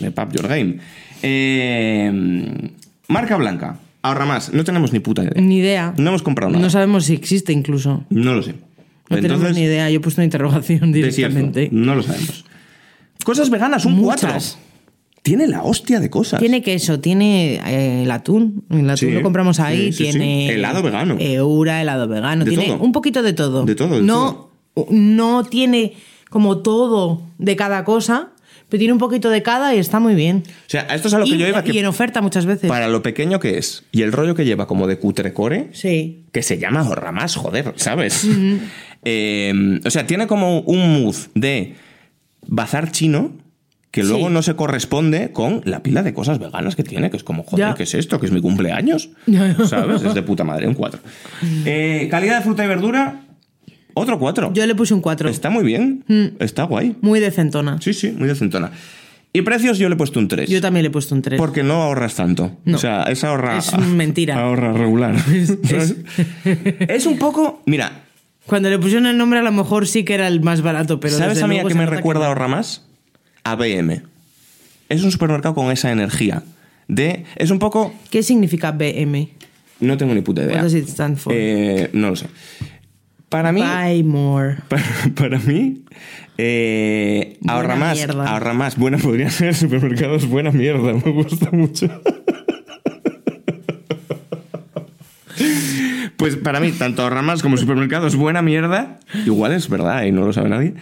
[SPEAKER 1] de Pap Your Game. Eh, marca blanca. Ahorra más. No tenemos ni puta idea.
[SPEAKER 2] Ni idea.
[SPEAKER 1] No hemos comprado nada.
[SPEAKER 2] No sabemos si existe incluso.
[SPEAKER 1] No lo sé.
[SPEAKER 2] No tenemos
[SPEAKER 1] Entonces,
[SPEAKER 2] ni idea. Yo he puesto una interrogación
[SPEAKER 1] desierto.
[SPEAKER 2] directamente.
[SPEAKER 1] No lo sabemos. Cosas veganas, un
[SPEAKER 2] Muchas.
[SPEAKER 1] 4. Tiene la hostia de cosas.
[SPEAKER 2] Tiene queso, tiene eh, el atún. El atún
[SPEAKER 1] Sí,
[SPEAKER 2] lo compramos ahí.
[SPEAKER 1] sí, sí, sí.
[SPEAKER 2] tiene
[SPEAKER 1] Helado vegano.
[SPEAKER 2] Eura, helado vegano.
[SPEAKER 1] De
[SPEAKER 2] tiene
[SPEAKER 1] todo.
[SPEAKER 2] un poquito de todo.
[SPEAKER 1] De todo, de
[SPEAKER 2] no, no tiene como todo de cada cosa, pero tiene un poquito de cada y está muy bien.
[SPEAKER 1] O sea, a esto es a lo que
[SPEAKER 2] y,
[SPEAKER 1] yo iba.
[SPEAKER 2] y en
[SPEAKER 1] Que
[SPEAKER 2] oferta muchas veces.
[SPEAKER 1] para lo pequeño que es y el rollo que lleva como de cutrecore,
[SPEAKER 2] Sí.
[SPEAKER 1] que se llama ahorra más, joder, ¿sabes? Eh, o sea, tiene como un mood de bazar chino que
[SPEAKER 2] Sí.
[SPEAKER 1] luego no se corresponde con la pila de cosas veganas que tiene, que es como, joder,
[SPEAKER 2] Ya.
[SPEAKER 1] ¿qué es esto? ¿Que es mi cumpleaños? ¿Sabes? Es de puta madre, un 4. calidad de fruta y verdura, otro 4.
[SPEAKER 2] Yo le puse un 4.
[SPEAKER 1] Está muy bien,
[SPEAKER 2] Mm.
[SPEAKER 1] está guay.
[SPEAKER 2] Muy decentona.
[SPEAKER 1] Sí, sí, muy decentona. Y precios yo le he puesto un 3.
[SPEAKER 2] Yo también le he puesto un 3.
[SPEAKER 1] Porque no ahorras tanto.
[SPEAKER 2] No.
[SPEAKER 1] O sea, es ahorrar.
[SPEAKER 2] Es mentira.
[SPEAKER 1] Ahorra regular. ¿sabes? es un poco. Mira,
[SPEAKER 2] Cuando le pusieron el nombre a lo mejor sí que era el más barato, pero...
[SPEAKER 1] ¿sabes
[SPEAKER 2] desde
[SPEAKER 1] a mí a
[SPEAKER 2] luego
[SPEAKER 1] qué
[SPEAKER 2] se
[SPEAKER 1] me
[SPEAKER 2] nota
[SPEAKER 1] recuerda ahorra más? A BM. Es un supermercado con esa energía. De. Es un poco.
[SPEAKER 2] ¿Qué significa BM?
[SPEAKER 1] No tengo ni puta idea.
[SPEAKER 2] What does it stand for?
[SPEAKER 1] Eh, no lo sé. Para mí.
[SPEAKER 2] Buy more.
[SPEAKER 1] Para, para mí, eh,
[SPEAKER 2] Buena
[SPEAKER 1] ahorra más.
[SPEAKER 2] mierda.
[SPEAKER 1] Ahorra más. Buena podría ser. Supermercados, buena mierda. Me gusta mucho. Pues para mí, tanto ahorra más como supermercados, buena mierda. Igual es verdad y no lo sabe nadie.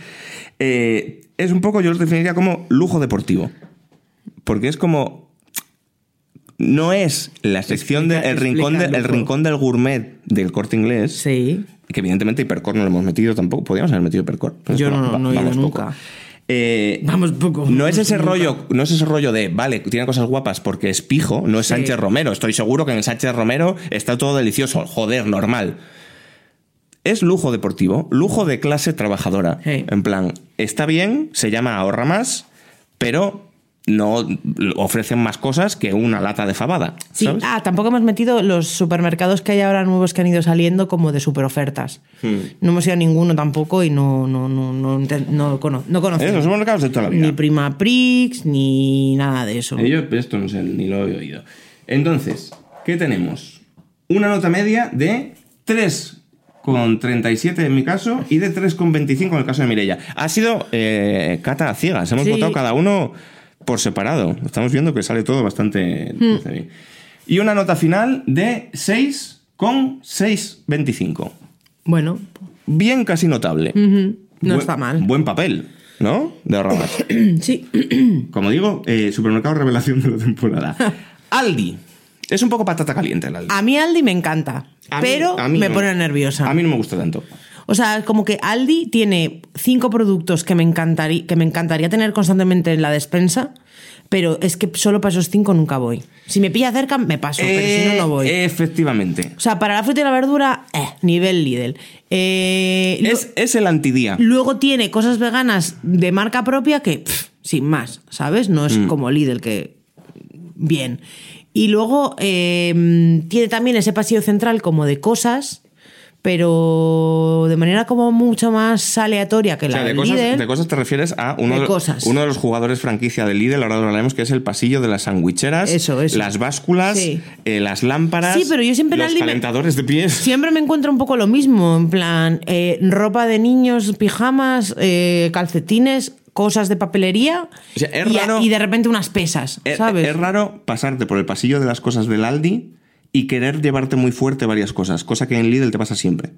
[SPEAKER 1] Eh, es un poco, yo los definiría como lujo deportivo. Porque es como. No es la sección del
[SPEAKER 2] Explica-
[SPEAKER 1] rincón, de-
[SPEAKER 2] explica
[SPEAKER 1] el
[SPEAKER 2] lujo.
[SPEAKER 1] rincón del gourmet del corte inglés
[SPEAKER 2] Sí.
[SPEAKER 1] que evidentemente Hipercore no lo hemos metido tampoco. Podríamos haber metido Hipercore. pero
[SPEAKER 2] Yo
[SPEAKER 1] va-
[SPEAKER 2] no- no he
[SPEAKER 1] vamos
[SPEAKER 2] ido
[SPEAKER 1] poco.
[SPEAKER 2] nunca.
[SPEAKER 1] Eh,
[SPEAKER 2] Vamos poco,
[SPEAKER 1] No
[SPEAKER 2] vamos
[SPEAKER 1] es ese
[SPEAKER 2] nunca.
[SPEAKER 1] rollo, no es ese rollo de, vale, tiene cosas guapas porque es pijo, no es
[SPEAKER 2] Sí.
[SPEAKER 1] Sánchez Romero. Estoy seguro que en Sánchez Romero está todo delicioso, joder, normal. Es lujo deportivo, lujo de clase trabajadora.
[SPEAKER 2] Sí.
[SPEAKER 1] En plan, está bien, se llama ahorra más, pero no ofrecen más cosas que una lata de fabada.
[SPEAKER 2] Sí.
[SPEAKER 1] ¿sabes?
[SPEAKER 2] Ah, tampoco hemos metido los supermercados que hay ahora nuevos que han ido saliendo como de superofertas.
[SPEAKER 1] Hmm.
[SPEAKER 2] No hemos ido a ninguno tampoco y no, no, no, no, enten- no, cono- no
[SPEAKER 1] Eh, los
[SPEAKER 2] conocemos.
[SPEAKER 1] supermercados de toda la vida.
[SPEAKER 2] Ni Prima Prix, ni nada de eso.
[SPEAKER 1] Eh, Yo esto no sé, ni lo he oído. Entonces, ¿qué tenemos? Una nota media de 3,37 en mi caso y de 3,25 en el caso de Mirella. Ha sido eh, cata a ciegas. Hemos
[SPEAKER 2] Sí.
[SPEAKER 1] votado cada uno por separado. Estamos viendo que sale todo
[SPEAKER 2] Hmm.
[SPEAKER 1] bastante bastante bien. Y una nota final de 6,625.
[SPEAKER 2] Bueno,
[SPEAKER 1] Bien casi notable.
[SPEAKER 2] no
[SPEAKER 1] Buen-
[SPEAKER 2] está mal.
[SPEAKER 1] Buen papel, ¿no? De ahorradas.
[SPEAKER 2] Sí.
[SPEAKER 1] Como digo, eh, supermercado revelación de la temporada. Aldi. Es un poco patata caliente el Aldi.
[SPEAKER 2] A mí Aldi me encanta,
[SPEAKER 1] A mí-
[SPEAKER 2] Ah, pero
[SPEAKER 1] a mí
[SPEAKER 2] me
[SPEAKER 1] no.
[SPEAKER 2] pone nerviosa.
[SPEAKER 1] A mí no me gusta tanto.
[SPEAKER 2] O sea, como que Aldi tiene cinco productos que me, encantaría, que me encantaría tener constantemente en la despensa, pero es que solo para esos cinco nunca voy. Si me pilla cerca, me paso, pero si no, no voy.
[SPEAKER 1] Eh, Efectivamente.
[SPEAKER 2] O sea, para la fruta y la verdura, eh, nivel Lidl. Eh, lu-
[SPEAKER 1] Es, es el antidía.
[SPEAKER 2] Luego tiene cosas veganas de marca propia que, pf, sin más, ¿sabes? No
[SPEAKER 1] Mm.
[SPEAKER 2] es como Lidl que... Bien. Y luego eh, tiene también ese pasillo central como de cosas, pero de manera como mucho más aleatoria que
[SPEAKER 1] O
[SPEAKER 2] la
[SPEAKER 1] sea, de
[SPEAKER 2] del
[SPEAKER 1] cosas,
[SPEAKER 2] Lidl.
[SPEAKER 1] de cosas te refieres a uno
[SPEAKER 2] De
[SPEAKER 1] de,
[SPEAKER 2] cosas.
[SPEAKER 1] uno de los jugadores franquicia de Lidl, ahora lo hablaremos, que es el pasillo de las sandwicheras,
[SPEAKER 2] Eso, eso.
[SPEAKER 1] las básculas,
[SPEAKER 2] Sí.
[SPEAKER 1] eh, las lámparas,
[SPEAKER 2] Sí, pero yo siempre en
[SPEAKER 1] los
[SPEAKER 2] Aldi me-
[SPEAKER 1] calentadores de pies.
[SPEAKER 2] Siempre me encuentro un poco lo mismo, en plan, eh, ropa de niños, pijamas, eh, calcetines, cosas de papelería
[SPEAKER 1] O sea, es
[SPEAKER 2] y, a-
[SPEAKER 1] raro-
[SPEAKER 2] y de repente unas pesas,
[SPEAKER 1] Es,
[SPEAKER 2] ¿sabes?
[SPEAKER 1] es raro pasarte por el pasillo de las cosas del Aldi y querer llevarte muy fuerte varias cosas, cosa que en Lidl te pasa siempre.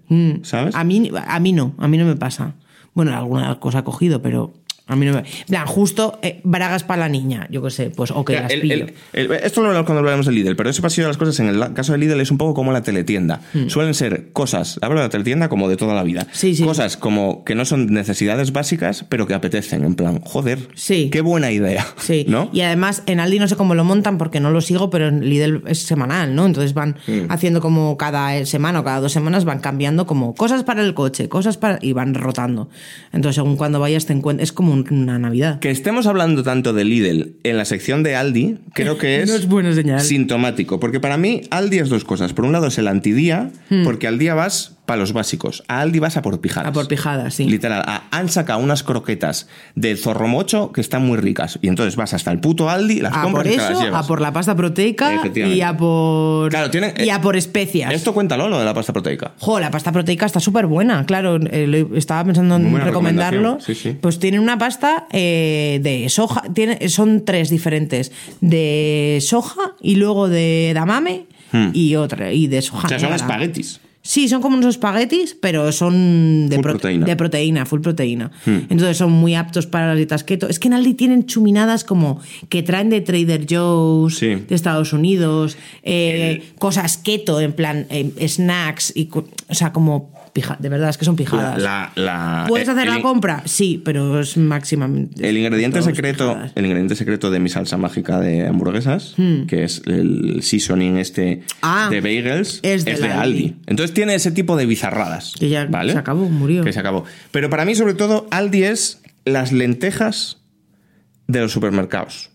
[SPEAKER 1] ¿Sabes?
[SPEAKER 2] Mm. A mí, a mí no, a mí no me pasa. Bueno, alguna cosa he cogido, pero a mí no me En plan, justo eh, bragas para la niña, yo qué sé, pues ok,
[SPEAKER 1] O sea,
[SPEAKER 2] las
[SPEAKER 1] el-
[SPEAKER 2] pillo.
[SPEAKER 1] el- el- esto lo hablamos cuando hablaremos del Lidl, pero ese pasillo de las cosas en el la- caso del Lidl es un poco como la teletienda. Suelen ser cosas, hablo de la teletienda como de toda la vida.
[SPEAKER 2] Mm. Sí, sí.
[SPEAKER 1] Cosas como que no son necesidades básicas, pero que apetecen, en plan, joder,
[SPEAKER 2] Sí.
[SPEAKER 1] qué buena idea.
[SPEAKER 2] Sí,
[SPEAKER 1] ¿No?
[SPEAKER 2] y además en Aldi no sé cómo lo montan porque no lo sigo, pero en Lidl es semanal, ¿no? Entonces van
[SPEAKER 1] Mm.
[SPEAKER 2] haciendo como cada eh, semana o cada dos semanas van cambiando como cosas para el coche, cosas para... y van rotando. Entonces según cuando vayas te encuentras... Es como un- una Navidad.
[SPEAKER 1] Que estemos hablando tanto de Lidl en la sección de Aldi, creo que es,
[SPEAKER 2] No es buena señal.
[SPEAKER 1] sintomático. Porque para mí, Aldi es dos cosas. Por un lado es el antidía, porque al día vas palos básicos. A Aldi vas a por pijadas.
[SPEAKER 2] Hmm. A por pijadas, sí.
[SPEAKER 1] Literal, a- han sacado unas croquetas de zorromocho que están muy ricas. Y entonces vas hasta el puto Aldi, las
[SPEAKER 2] A
[SPEAKER 1] compras
[SPEAKER 2] por
[SPEAKER 1] y te las
[SPEAKER 2] eso,
[SPEAKER 1] llevas.
[SPEAKER 2] a por la pasta proteica
[SPEAKER 1] Efectivamente.
[SPEAKER 2] y a por.
[SPEAKER 1] Claro, tienen-
[SPEAKER 2] y a por especias.
[SPEAKER 1] Esto cuéntalo, lo de la pasta proteica.
[SPEAKER 2] Jo, la pasta proteica está súper buena, claro. eh, lo- estaba pensando
[SPEAKER 1] Muy
[SPEAKER 2] en
[SPEAKER 1] buena
[SPEAKER 2] recomendarlo.
[SPEAKER 1] recomendación, sí, sí.
[SPEAKER 2] Pues tienen una pasta eh, de soja, tiene, son tres diferentes: de soja y luego de damame
[SPEAKER 1] Hmm.
[SPEAKER 2] y otra, y de soja.
[SPEAKER 1] O sea, son
[SPEAKER 2] negra.
[SPEAKER 1] espaguetis.
[SPEAKER 2] Sí, son como unos espaguetis, pero son de,
[SPEAKER 1] Full
[SPEAKER 2] prote-
[SPEAKER 1] proteína. Hmm.
[SPEAKER 2] de proteína, full proteína. Entonces son muy aptos para las dietas keto. Es que en Aldi tienen chuminadas como que traen de Trader Joe's
[SPEAKER 1] Sí.
[SPEAKER 2] de Estados Unidos, eh, cosas keto, en plan eh, snacks, y cu- o sea, como pija- de verdad es que son
[SPEAKER 1] La,
[SPEAKER 2] pijadas.
[SPEAKER 1] la- la-
[SPEAKER 2] ¿Puedes
[SPEAKER 1] eh,
[SPEAKER 2] hacer
[SPEAKER 1] el
[SPEAKER 2] la
[SPEAKER 1] in-
[SPEAKER 2] compra? Sí, pero es máximamente.
[SPEAKER 1] El ingrediente
[SPEAKER 2] todos
[SPEAKER 1] secreto,
[SPEAKER 2] pijadas.
[SPEAKER 1] el ingrediente secreto de mi salsa mágica de hamburguesas, que es el seasoning este
[SPEAKER 2] Hmm. Ah,
[SPEAKER 1] de bagels,
[SPEAKER 2] es
[SPEAKER 1] es
[SPEAKER 2] de
[SPEAKER 1] de,
[SPEAKER 2] la
[SPEAKER 1] Aldi.
[SPEAKER 2] Aldi.
[SPEAKER 1] Entonces tiene ese tipo de bizarradas.
[SPEAKER 2] Que ya se acabó, murió.
[SPEAKER 1] Que se acabó. Pero para mí, sobre todo, Aldi es las lentejas de los supermercados.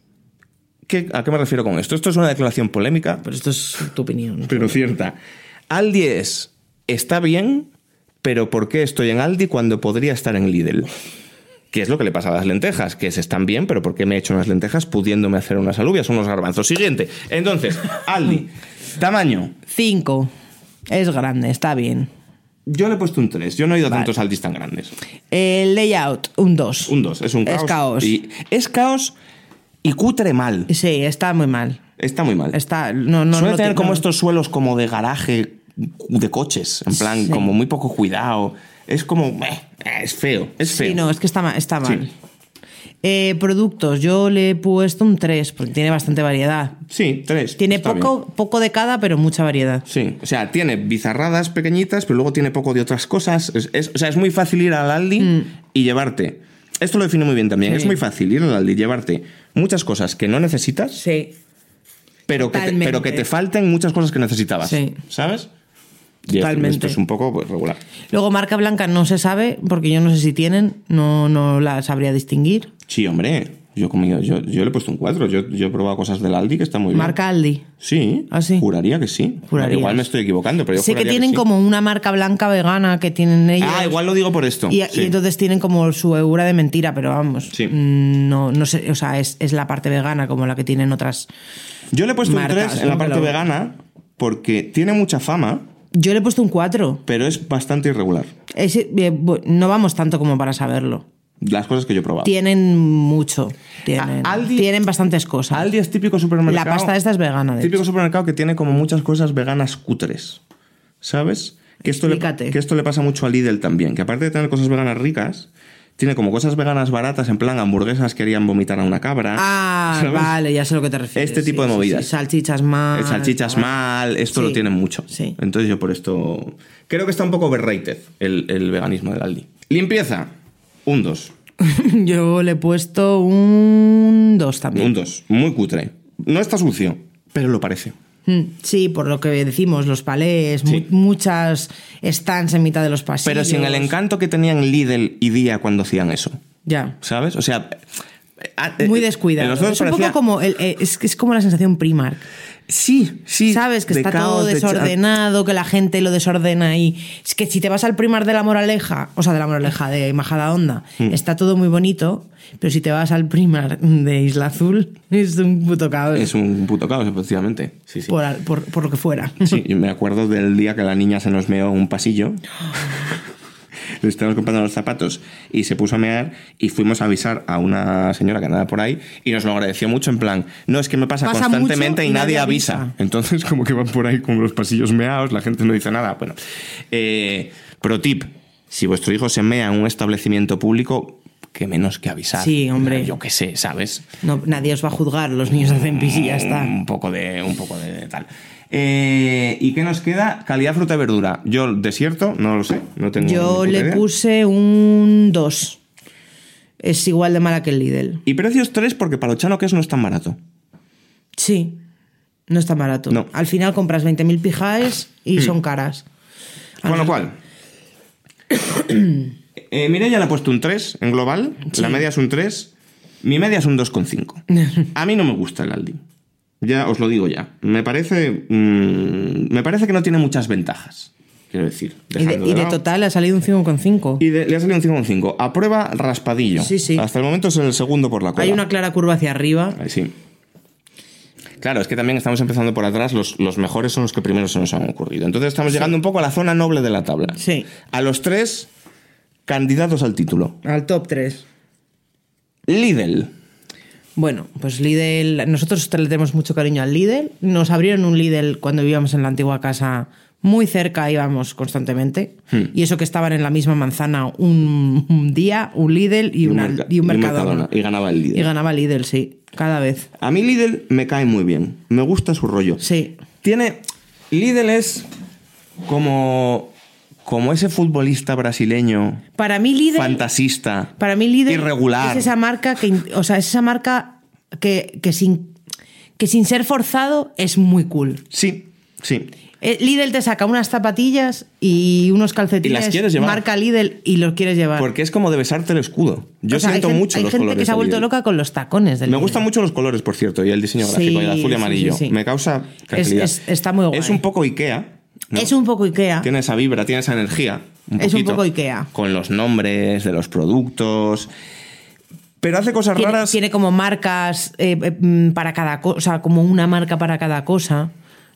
[SPEAKER 1] ¿Qué- ¿A qué me refiero con esto? Esto es una declaración polémica,
[SPEAKER 2] Pero esto es tu opinión.
[SPEAKER 1] pero cierta. Aldi es, está bien, pero ¿por qué estoy en Aldi cuando podría estar en Lidl? Que es lo que le pasa a las lentejas, que se están bien, pero ¿por qué me he hecho unas lentejas pudiéndome hacer unas alubias, unos garbanzos? Siguiente. Entonces, Aldi, tamaño.
[SPEAKER 2] Cinco. Es grande, está bien.
[SPEAKER 1] Yo le he puesto un 3, yo no he ido a
[SPEAKER 2] Vale.
[SPEAKER 1] tantos Aldis tan grandes.
[SPEAKER 2] El layout, un 2.
[SPEAKER 1] Un 2, es un caos.
[SPEAKER 2] Es caos.
[SPEAKER 1] Y, es caos y cutre mal.
[SPEAKER 2] Sí, está muy mal.
[SPEAKER 1] Está muy mal.
[SPEAKER 2] Está, no, no,
[SPEAKER 1] Suele
[SPEAKER 2] no
[SPEAKER 1] tener
[SPEAKER 2] ti-
[SPEAKER 1] como
[SPEAKER 2] no-
[SPEAKER 1] estos suelos como de garaje de coches, en plan,
[SPEAKER 2] Sí.
[SPEAKER 1] como muy poco cuidado. Es como, meh, eh, es feo, es feo.
[SPEAKER 2] Sí, no, es que está, ma- está
[SPEAKER 1] Sí.
[SPEAKER 2] mal. Eh, productos, yo le he puesto un 3, porque tiene bastante variedad.
[SPEAKER 1] Sí, tres.
[SPEAKER 2] Tiene
[SPEAKER 1] está
[SPEAKER 2] poco, poco de cada, pero mucha variedad.
[SPEAKER 1] bien. Sí, o sea, tiene bizarradas pequeñitas, pero luego tiene poco de otras cosas. Es, es- o sea, es muy fácil ir al Aldi y llevarte. Esto lo define muy bien también.
[SPEAKER 2] Mm. Sí.
[SPEAKER 1] Es muy fácil ir al Aldi y llevarte muchas cosas que no necesitas,
[SPEAKER 2] Sí.
[SPEAKER 1] pero que, te,
[SPEAKER 2] Totalmente.
[SPEAKER 1] pero que te falten muchas cosas que necesitabas.
[SPEAKER 2] Sí.
[SPEAKER 1] ¿Sabes? Y esto-
[SPEAKER 2] Totalmente.
[SPEAKER 1] Esto es un poco pues, regular.
[SPEAKER 2] Luego, marca blanca no se sabe, porque yo no sé si tienen, no, no la sabría distinguir.
[SPEAKER 1] Sí, hombre. Yo, he comido- yo, yo le he puesto un 4. Yo, yo he probado cosas del Aldi que está muy bien.
[SPEAKER 2] Marca Aldi.
[SPEAKER 1] Sí.
[SPEAKER 2] ¿Ah, sí?
[SPEAKER 1] Juraría que sí.
[SPEAKER 2] Jurarías.
[SPEAKER 1] Igual me estoy equivocando, pero yo
[SPEAKER 2] Sé que
[SPEAKER 1] juraría
[SPEAKER 2] tienen
[SPEAKER 1] sí.
[SPEAKER 2] como una marca blanca vegana que tienen ellos.
[SPEAKER 1] Ah, igual lo digo por esto.
[SPEAKER 2] Y,
[SPEAKER 1] Sí.
[SPEAKER 2] y entonces tienen como su eura de mentira, pero vamos.
[SPEAKER 1] Sí.
[SPEAKER 2] mm, No, no sé, o sea, es, es la parte vegana como la que tienen otras.
[SPEAKER 1] Yo le he puesto
[SPEAKER 2] Marcas,
[SPEAKER 1] un 3 en
[SPEAKER 2] nunca
[SPEAKER 1] la parte
[SPEAKER 2] lo-
[SPEAKER 1] vegana porque tiene mucha fama,
[SPEAKER 2] Yo le he puesto un 4.
[SPEAKER 1] pero es bastante irregular.
[SPEAKER 2] Ese, eh, bu- no vamos tanto como para saberlo.
[SPEAKER 1] Las cosas que yo he probado.
[SPEAKER 2] Tienen mucho. Tienen,
[SPEAKER 1] A- Aldi-
[SPEAKER 2] tienen bastantes cosas.
[SPEAKER 1] Aldi es típico supermercado.
[SPEAKER 2] La pasta esta es vegana, de
[SPEAKER 1] Típico supermercado que tiene como muchas cosas veganas cutres. ¿Sabes? Que esto, le,
[SPEAKER 2] Explícate.
[SPEAKER 1] que esto le pasa mucho a Lidl también. Que aparte de tener cosas veganas ricas, tiene como cosas veganas baratas, en plan hamburguesas que harían vomitar a una cabra.
[SPEAKER 2] Ah,
[SPEAKER 1] ¿sabes?
[SPEAKER 2] vale, ya sé a lo que te refieres.
[SPEAKER 1] Este tipo de movidas.
[SPEAKER 2] salchichas más.
[SPEAKER 1] Eh, Salchichas mal, esto
[SPEAKER 2] Sí,
[SPEAKER 1] lo tienen mucho.
[SPEAKER 2] sí.
[SPEAKER 1] Entonces yo por esto... Creo que está un poco overrated el, el veganismo del Aldi. Limpieza. Un 2.
[SPEAKER 2] Yo le he puesto un 2 también.
[SPEAKER 1] Un 2. Muy cutre. No está sucio, pero lo parece.
[SPEAKER 2] Mm, Sí, por lo que decimos, los palés, mu-
[SPEAKER 1] Sí.
[SPEAKER 2] muchas stands en mitad de los pasillos.
[SPEAKER 1] Pero sin el encanto que tenían Lidl y Día cuando hacían eso.
[SPEAKER 2] Ya.
[SPEAKER 1] ¿Sabes? O sea... eh, ah, eh,
[SPEAKER 2] Muy
[SPEAKER 1] eh,
[SPEAKER 2] descuidado.
[SPEAKER 1] en los dos
[SPEAKER 2] Es un
[SPEAKER 1] parecía-
[SPEAKER 2] poco como el- eh, es, es como la sensación Primark.
[SPEAKER 1] Sí, sí.
[SPEAKER 2] Sabes que
[SPEAKER 1] de
[SPEAKER 2] está todo
[SPEAKER 1] caos, de cha-
[SPEAKER 2] desordenado, que la gente lo desordena y es que si te vas al primar de la Moraleja, o sea, de la Moraleja de Majada Onda,
[SPEAKER 1] Mm.
[SPEAKER 2] está todo muy bonito, pero si te vas al primar de Isla Azul, es un puto caos
[SPEAKER 1] Es un puto caos, efectivamente. Sí, sí.
[SPEAKER 2] por, al- por- por lo que fuera.
[SPEAKER 1] Sí, yo me acuerdo del día que la niña se nos meó en un pasillo. Le estábamos comprando los zapatos y se puso a mear y fuimos a avisar a una señora que andaba por ahí y nos lo agradeció mucho en plan, no, es que me pasa,
[SPEAKER 2] Pasa
[SPEAKER 1] constantemente
[SPEAKER 2] mucho
[SPEAKER 1] y nadie avisa. Entonces como que van por ahí con los pasillos meados, la gente no dice nada. Bueno, eh, pro tip, si vuestro hijo se mea en un establecimiento público, que menos que avisar.
[SPEAKER 2] Sí, hombre.
[SPEAKER 1] Yo qué sé, ¿sabes?
[SPEAKER 2] No, nadie os va a juzgar, los niños hacen pis y ya está.
[SPEAKER 1] Un poco de, un poco de tal. Eh, ¿Y qué nos queda? Calidad fruta y verdura. Yo, desierto, no lo sé. No tengo ni
[SPEAKER 2] Yo
[SPEAKER 1] puta
[SPEAKER 2] le
[SPEAKER 1] idea.
[SPEAKER 2] puse un 2. Es igual de mala que el Lidl.
[SPEAKER 1] Y precios 3 porque para lo chano que es no es tan barato.
[SPEAKER 2] Sí, no está barato.
[SPEAKER 1] No. Mm.
[SPEAKER 2] Al final compras 20.000 pijaes y son caras.
[SPEAKER 1] Con lo cual. eh, Mireia le ha puesto un 3 en global. La media es un 3. Mi media es un 2,5. A mí no me gusta el Aldi. Ya os lo digo ya. Me parece. mm, me parece que no tiene muchas ventajas. quiero decir.
[SPEAKER 2] Y de,
[SPEAKER 1] dejando
[SPEAKER 2] y de
[SPEAKER 1] lado.
[SPEAKER 2] total ha salido un 5,5.
[SPEAKER 1] Y de- le ha salido un 5,5. A prueba raspadillo.
[SPEAKER 2] Sí, sí.
[SPEAKER 1] Hasta el momento es el segundo por la cola.
[SPEAKER 2] Hay una clara curva hacia arriba.
[SPEAKER 1] Ahí sí. Claro, es que también estamos empezando por atrás, los, los mejores son los que primero se nos han ocurrido. Entonces estamos llegando un poco a la zona noble de la tabla.
[SPEAKER 2] Sí.
[SPEAKER 1] A los tres candidatos al título.
[SPEAKER 2] Al top 3.
[SPEAKER 1] Lidl.
[SPEAKER 2] Bueno, pues Lidl, nosotros le tenemos mucho cariño al Lidl. Nos abrieron un Lidl cuando vivíamos en la antigua casa, muy cerca íbamos constantemente. Y eso que estaban en la misma manzana un, un día, un Lidl y, una-
[SPEAKER 1] merca-
[SPEAKER 2] y un
[SPEAKER 1] y un
[SPEAKER 2] Mercadona.
[SPEAKER 1] Mercadona. Y ganaba el Lidl.
[SPEAKER 2] Y ganaba Lidl, sí, cada vez.
[SPEAKER 1] A mí Lidl me cae muy bien. Me gusta su rollo.
[SPEAKER 2] Sí,
[SPEAKER 1] Tiene. Lidl es como. como ese futbolista brasileño.
[SPEAKER 2] Para mí líder,
[SPEAKER 1] Fantasista.
[SPEAKER 2] para mí líder
[SPEAKER 1] Irregular.
[SPEAKER 2] es esa marca que, in- o sea, es esa marca que, que sin que sin ser forzado es muy cool.
[SPEAKER 1] Sí, sí.
[SPEAKER 2] Eh, Lidl te saca unas zapatillas y unos calcetines.
[SPEAKER 1] Y las quieres llevar.
[SPEAKER 2] Marca Lidl y los quieres llevar.
[SPEAKER 1] Porque es como de besarte el escudo. Yo
[SPEAKER 2] O sea, hay
[SPEAKER 1] siento
[SPEAKER 2] gen-
[SPEAKER 1] mucho
[SPEAKER 2] Hay
[SPEAKER 1] los
[SPEAKER 2] gente
[SPEAKER 1] colores
[SPEAKER 2] que se ha
[SPEAKER 1] de
[SPEAKER 2] vuelto
[SPEAKER 1] Lidl.
[SPEAKER 2] loca con los tacones del
[SPEAKER 1] Me
[SPEAKER 2] Lidl.
[SPEAKER 1] gustan mucho los colores, por cierto, y el diseño
[SPEAKER 2] Sí,
[SPEAKER 1] gráfico, el azul
[SPEAKER 2] sí,
[SPEAKER 1] y amarillo.
[SPEAKER 2] sí, sí.
[SPEAKER 1] Me causa tranquilidad.
[SPEAKER 2] es- está muy guay.
[SPEAKER 1] Es un poco Ikea. ¿no?
[SPEAKER 2] Es un poco Ikea.
[SPEAKER 1] Tiene esa vibra, tiene esa energía. Un
[SPEAKER 2] Es un
[SPEAKER 1] poquito,
[SPEAKER 2] poco Ikea.
[SPEAKER 1] Con los nombres de los productos. Pero hace cosas
[SPEAKER 2] Tiene,
[SPEAKER 1] raras.
[SPEAKER 2] tiene como marcas eh, eh, mm, para cada cosa, o sea, como una marca para cada cosa,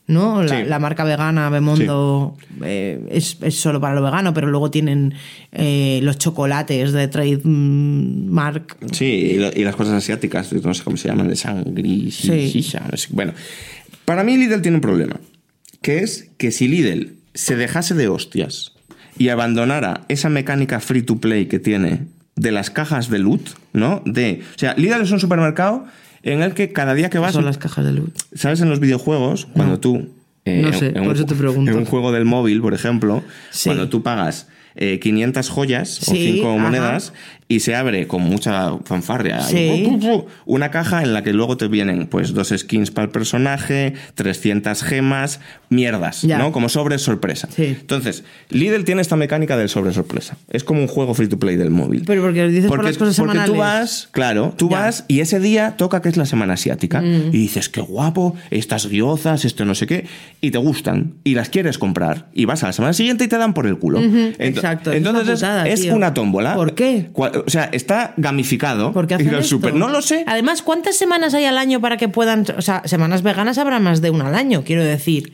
[SPEAKER 2] ¿no? La,
[SPEAKER 1] Sí.
[SPEAKER 2] la marca vegana, Bemondo, eh, es, es solo para lo vegano, pero luego tienen eh, los chocolates de Trade mm, Mark.
[SPEAKER 1] Sí, y, lo- y las cosas asiáticas, no sé cómo se llaman, de sangre,
[SPEAKER 2] Sí.
[SPEAKER 1] shisha, no sé. Bueno, para mí Lidl tiene un problema, que es que si Lidl se dejase de hostias y abandonara esa mecánica free to play que tiene de las cajas de loot, ¿no? De, o sea, Lidl es un supermercado en el que cada día que vas
[SPEAKER 2] Son las cajas de luz.
[SPEAKER 1] ¿Sabes en los videojuegos? Cuando tú.
[SPEAKER 2] No sé,
[SPEAKER 1] un
[SPEAKER 2] por eso te
[SPEAKER 1] ju-
[SPEAKER 2] pregunto.
[SPEAKER 1] En un juego del móvil, por ejemplo,
[SPEAKER 2] Sí.
[SPEAKER 1] cuando tú pagas eh, 500 joyas o
[SPEAKER 2] Sí,
[SPEAKER 1] 5
[SPEAKER 2] ajá.
[SPEAKER 1] monedas y se abre con mucha fanfarria y
[SPEAKER 2] Sí.
[SPEAKER 1] pu, pu, pu, una caja en la que luego te vienen pues dos skins para el personaje, 300 gemas, mierdas,
[SPEAKER 2] Ya.
[SPEAKER 1] ¿no? Como sobres sorpresa.
[SPEAKER 2] Sí.
[SPEAKER 1] Entonces, Lidl tiene esta mecánica del sobre sorpresa. Es como un juego free to play del móvil.
[SPEAKER 2] Pero porque dices por las cosas
[SPEAKER 1] porque tú
[SPEAKER 2] semanales.
[SPEAKER 1] vas, claro, tú
[SPEAKER 2] Ya. Mm.
[SPEAKER 1] vas y ese día toca que es la semana asiática. Y dices, qué guapo, estas guiozas, esto no sé qué. Y te gustan. Y las quieres comprar. Y vas a la semana siguiente y te dan por el culo.
[SPEAKER 2] exacto, es
[SPEAKER 1] Entonces
[SPEAKER 2] una
[SPEAKER 1] es,
[SPEAKER 2] putada,
[SPEAKER 1] es
[SPEAKER 2] tío.
[SPEAKER 1] una tómbola.
[SPEAKER 2] ¿Por qué?
[SPEAKER 1] Cual- O sea, está gamificado.
[SPEAKER 2] Porque
[SPEAKER 1] Ir
[SPEAKER 2] hacen
[SPEAKER 1] al
[SPEAKER 2] esto?
[SPEAKER 1] súper. No lo sé.
[SPEAKER 2] Además, ¿cuántas semanas hay al año para que puedan, o sea, semanas veganas habrá más de una al año, quiero decir.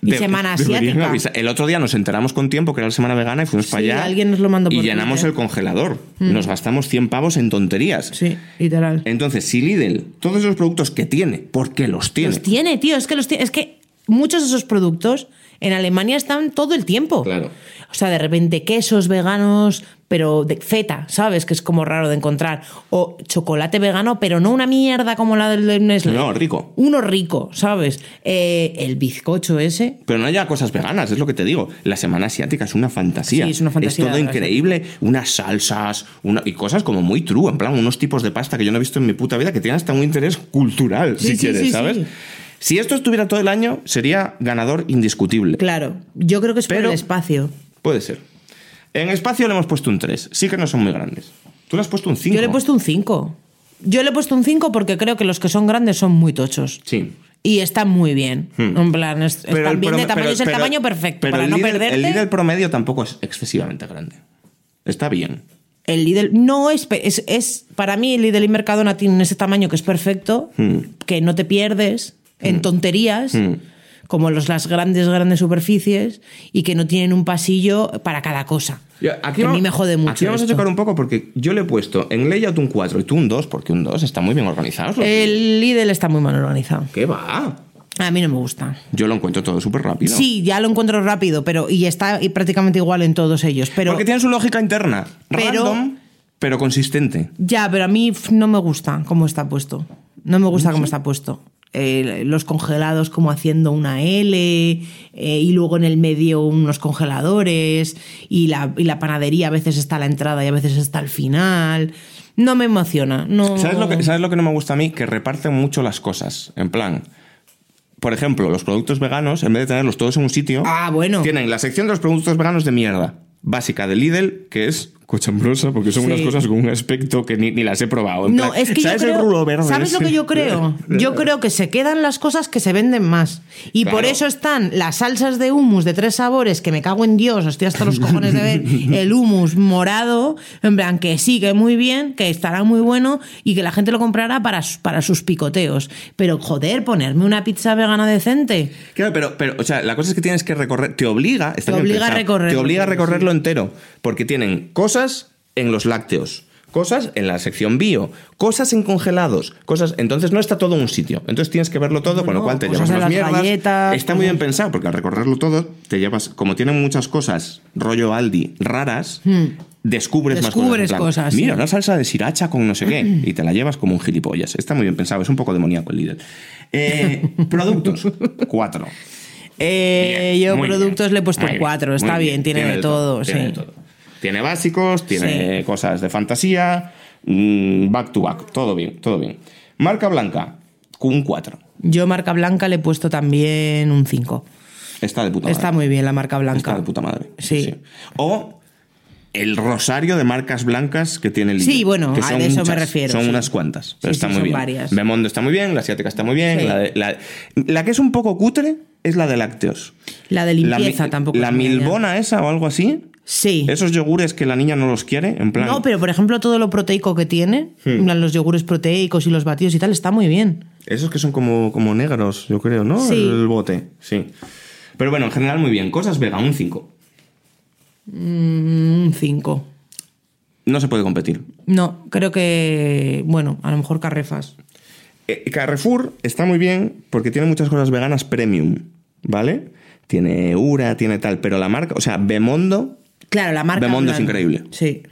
[SPEAKER 2] Y
[SPEAKER 1] De-
[SPEAKER 2] semana
[SPEAKER 1] deberían
[SPEAKER 2] asiática.
[SPEAKER 1] avisar. El otro día nos enteramos con tiempo que era la semana vegana y fuimos para allá.
[SPEAKER 2] alguien nos lo mandó
[SPEAKER 1] Y
[SPEAKER 2] por
[SPEAKER 1] llenamos
[SPEAKER 2] Twitter. Mm.
[SPEAKER 1] el congelador. Nos gastamos 100 pavos en tonterías.
[SPEAKER 2] Sí, literal.
[SPEAKER 1] Entonces, si Lidl, todos esos productos que tiene, ¿por qué los tiene?
[SPEAKER 2] Los tiene, tío. Es que los tiene. Es que muchos de esos productos en Alemania están todo el tiempo.
[SPEAKER 1] Claro.
[SPEAKER 2] O sea, de repente quesos veganos, pero de feta, ¿sabes? Que es como raro de encontrar. O chocolate vegano, pero no una mierda como la del de Nestlé.
[SPEAKER 1] No, rico.
[SPEAKER 2] Uno rico, ¿sabes? Eh, el bizcocho ese.
[SPEAKER 1] Pero no haya cosas veganas, es lo que te digo. La semana asiática es una fantasía.
[SPEAKER 2] Sí, es una fantasía,
[SPEAKER 1] todo
[SPEAKER 2] la verdad,
[SPEAKER 1] increíble, unas salsas una- y cosas como muy true, en plan, unos tipos de pasta que yo no he visto en mi puta vida que tienen hasta un interés cultural,
[SPEAKER 2] Sí,
[SPEAKER 1] si
[SPEAKER 2] sí,
[SPEAKER 1] quieres,
[SPEAKER 2] sí,
[SPEAKER 1] ¿sabes?
[SPEAKER 2] sí.
[SPEAKER 1] Si esto estuviera todo el año, sería ganador indiscutible.
[SPEAKER 2] Claro. Yo creo que es
[SPEAKER 1] Pero-
[SPEAKER 2] por el espacio.
[SPEAKER 1] Puede ser. En espacio le hemos puesto un 3. Sí que no son muy grandes. Tú le has puesto un 5.
[SPEAKER 2] Yo le he puesto un 5. Yo le he puesto un 5 porque creo que los que son grandes son muy tochos.
[SPEAKER 1] Sí.
[SPEAKER 2] Y está muy bien. En plan, es, están
[SPEAKER 1] el
[SPEAKER 2] bien de
[SPEAKER 1] prome-
[SPEAKER 2] tamaño,
[SPEAKER 1] Hmm. pero-
[SPEAKER 2] es el
[SPEAKER 1] pero-
[SPEAKER 2] tamaño perfecto.
[SPEAKER 1] pero
[SPEAKER 2] para
[SPEAKER 1] el
[SPEAKER 2] no
[SPEAKER 1] líder-
[SPEAKER 2] perderte.
[SPEAKER 1] El líder promedio tampoco es excesivamente grande. Está bien.
[SPEAKER 2] El Lidl no es, pe- es, es- para mí el Lidl y Mercadona tienen ese tamaño que es perfecto,
[SPEAKER 1] Hmm.
[SPEAKER 2] que no te pierdes en tonterías, como los, las grandes, grandes superficies, y que no tienen un pasillo para cada cosa.
[SPEAKER 1] Ya, Aquí
[SPEAKER 2] Que a
[SPEAKER 1] va-
[SPEAKER 2] mí me jode mucho.
[SPEAKER 1] Aquí vamos
[SPEAKER 2] esto.
[SPEAKER 1] a chocar un poco porque yo le he puesto en layout un 4 y tú un 2, porque un 2 está muy bien organizado.
[SPEAKER 2] El Lidl está muy mal organizado.
[SPEAKER 1] ¿Qué va?
[SPEAKER 2] A mí no me gusta.
[SPEAKER 1] Yo lo encuentro todo súper rápido.
[SPEAKER 2] Sí, ya lo encuentro rápido, pero y está y prácticamente igual en todos ellos. Pero
[SPEAKER 1] Porque tiene su lógica interna.
[SPEAKER 2] Pero-
[SPEAKER 1] random, pero consistente.
[SPEAKER 2] Ya, pero a mí pf, no me gusta cómo está puesto. No me gusta cómo está puesto. Eh, los congelados como haciendo una L eh, y luego en el medio unos congeladores y la, y la panadería a veces está a la entrada y a veces está al final. No me emociona. No...
[SPEAKER 1] ¿Sabes lo, que, ¿Sabes lo que no me gusta a mí? Que reparten mucho las cosas. En plan, por ejemplo, los productos veganos, en vez de tenerlos todos en un sitio,
[SPEAKER 2] Ah, bueno.
[SPEAKER 1] tienen la sección de los productos veganos de mierda, básica de Lidl, que es cochambrosa, porque son
[SPEAKER 2] Sí.
[SPEAKER 1] unas cosas con un aspecto que ni, ni las he probado. En
[SPEAKER 2] No,
[SPEAKER 1] plan,
[SPEAKER 2] es que yo
[SPEAKER 1] ¿Sabes
[SPEAKER 2] creo-
[SPEAKER 1] el rulo verde?
[SPEAKER 2] ¿Sabes lo
[SPEAKER 1] ese?
[SPEAKER 2] que yo creo? Yo creo que se quedan las cosas que se venden más. Y por
[SPEAKER 1] Claro.
[SPEAKER 2] eso están las salsas de humus de tres sabores, que me cago en Dios, estoy hasta los cojones de ver el humus morado, en plan que sí, que muy bien, que estará muy bueno y que la gente lo comprará para, su- para sus picoteos. Pero joder, ponerme una pizza vegana decente.
[SPEAKER 1] Claro, pero, pero, o sea, la cosa es que tienes que recorrer, te obliga, está
[SPEAKER 2] Te
[SPEAKER 1] bien
[SPEAKER 2] obliga a
[SPEAKER 1] pensado,
[SPEAKER 2] recorrerlo,
[SPEAKER 1] te obliga a
[SPEAKER 2] sí.
[SPEAKER 1] recorrerlo entero, porque tienen cosas en los lácteos, cosas en la sección bio, cosas en congelados, cosas, entonces no está todo en un sitio, entonces tienes que verlo todo, con lo
[SPEAKER 2] No,
[SPEAKER 1] cual te llevas
[SPEAKER 2] cosas de
[SPEAKER 1] las
[SPEAKER 2] las
[SPEAKER 1] mierdas,
[SPEAKER 2] galletas,
[SPEAKER 1] está muy
[SPEAKER 2] cosas-
[SPEAKER 1] bien pensado, porque al recorrerlo todo te llevas, como tienen muchas cosas rollo Aldi raras. Descubres, más cosas. en
[SPEAKER 2] Hmm. Descubres
[SPEAKER 1] plan,
[SPEAKER 2] cosas,
[SPEAKER 1] Mira,
[SPEAKER 2] sí. Hmm.
[SPEAKER 1] una salsa de sriracha con no sé qué. Y te la llevas como un gilipollas. Está muy bien pensado. Es un poco demoníaco el líder. productos. Cuatro.
[SPEAKER 2] Eh,
[SPEAKER 1] Bien,
[SPEAKER 2] yo
[SPEAKER 1] muy
[SPEAKER 2] productos
[SPEAKER 1] bien,
[SPEAKER 2] le he puesto
[SPEAKER 1] muy bien,
[SPEAKER 2] cuatro, está
[SPEAKER 1] muy
[SPEAKER 2] bien, tiene, de todo.
[SPEAKER 1] tiene
[SPEAKER 2] sí.
[SPEAKER 1] de todo. Tiene básicos, tiene cosas de fantasía, mm, back to back, todo bien, todo bien. Marca blanca, un 4.
[SPEAKER 2] Yo marca blanca le he puesto también un 5.
[SPEAKER 1] Está de puta madre.
[SPEAKER 2] Está muy bien la marca blanca.
[SPEAKER 1] Está de puta madre.
[SPEAKER 2] Sí.
[SPEAKER 1] O el rosario de marcas blancas que tiene el
[SPEAKER 2] Sí,
[SPEAKER 1] libro,
[SPEAKER 2] bueno,
[SPEAKER 1] que
[SPEAKER 2] a
[SPEAKER 1] son
[SPEAKER 2] eso me
[SPEAKER 1] muchas,
[SPEAKER 2] refiero,
[SPEAKER 1] Son
[SPEAKER 2] sí.
[SPEAKER 1] unas cuantas, pero
[SPEAKER 2] Sí,
[SPEAKER 1] está
[SPEAKER 2] sí,
[SPEAKER 1] muy
[SPEAKER 2] son
[SPEAKER 1] bien.
[SPEAKER 2] varias.
[SPEAKER 1] Bemondo está muy bien, la asiática está muy bien.
[SPEAKER 2] Sí.
[SPEAKER 1] La, de- la- la que es un poco cutre es la de lácteos.
[SPEAKER 2] La de limpieza
[SPEAKER 1] la, mi-
[SPEAKER 2] tampoco.
[SPEAKER 1] La
[SPEAKER 2] es muy allá.
[SPEAKER 1] milbona esa o algo así.
[SPEAKER 2] Sí.
[SPEAKER 1] Esos yogures que la niña no los quiere, en plan. Hmm.
[SPEAKER 2] No, pero por ejemplo, todo lo proteico que tiene, en plan, los yogures proteicos y los batidos y tal, está muy bien.
[SPEAKER 1] Esos que son como, como negros, yo creo, ¿no?
[SPEAKER 2] Sí.
[SPEAKER 1] El, el bote, sí. Pero bueno, en general muy bien. Cosas vega, un 5. Mm,
[SPEAKER 2] Un 5.
[SPEAKER 1] No se puede competir.
[SPEAKER 2] No, creo que. Bueno, a lo mejor carrefas.
[SPEAKER 1] Eh, Carrefour está muy bien porque tiene muchas cosas veganas premium, ¿vale? Tiene Ura, tiene tal, pero la marca, o sea, Bemondo
[SPEAKER 2] Claro, la marca.
[SPEAKER 1] Bemondo es
[SPEAKER 2] blanca.
[SPEAKER 1] increíble.
[SPEAKER 2] Sí.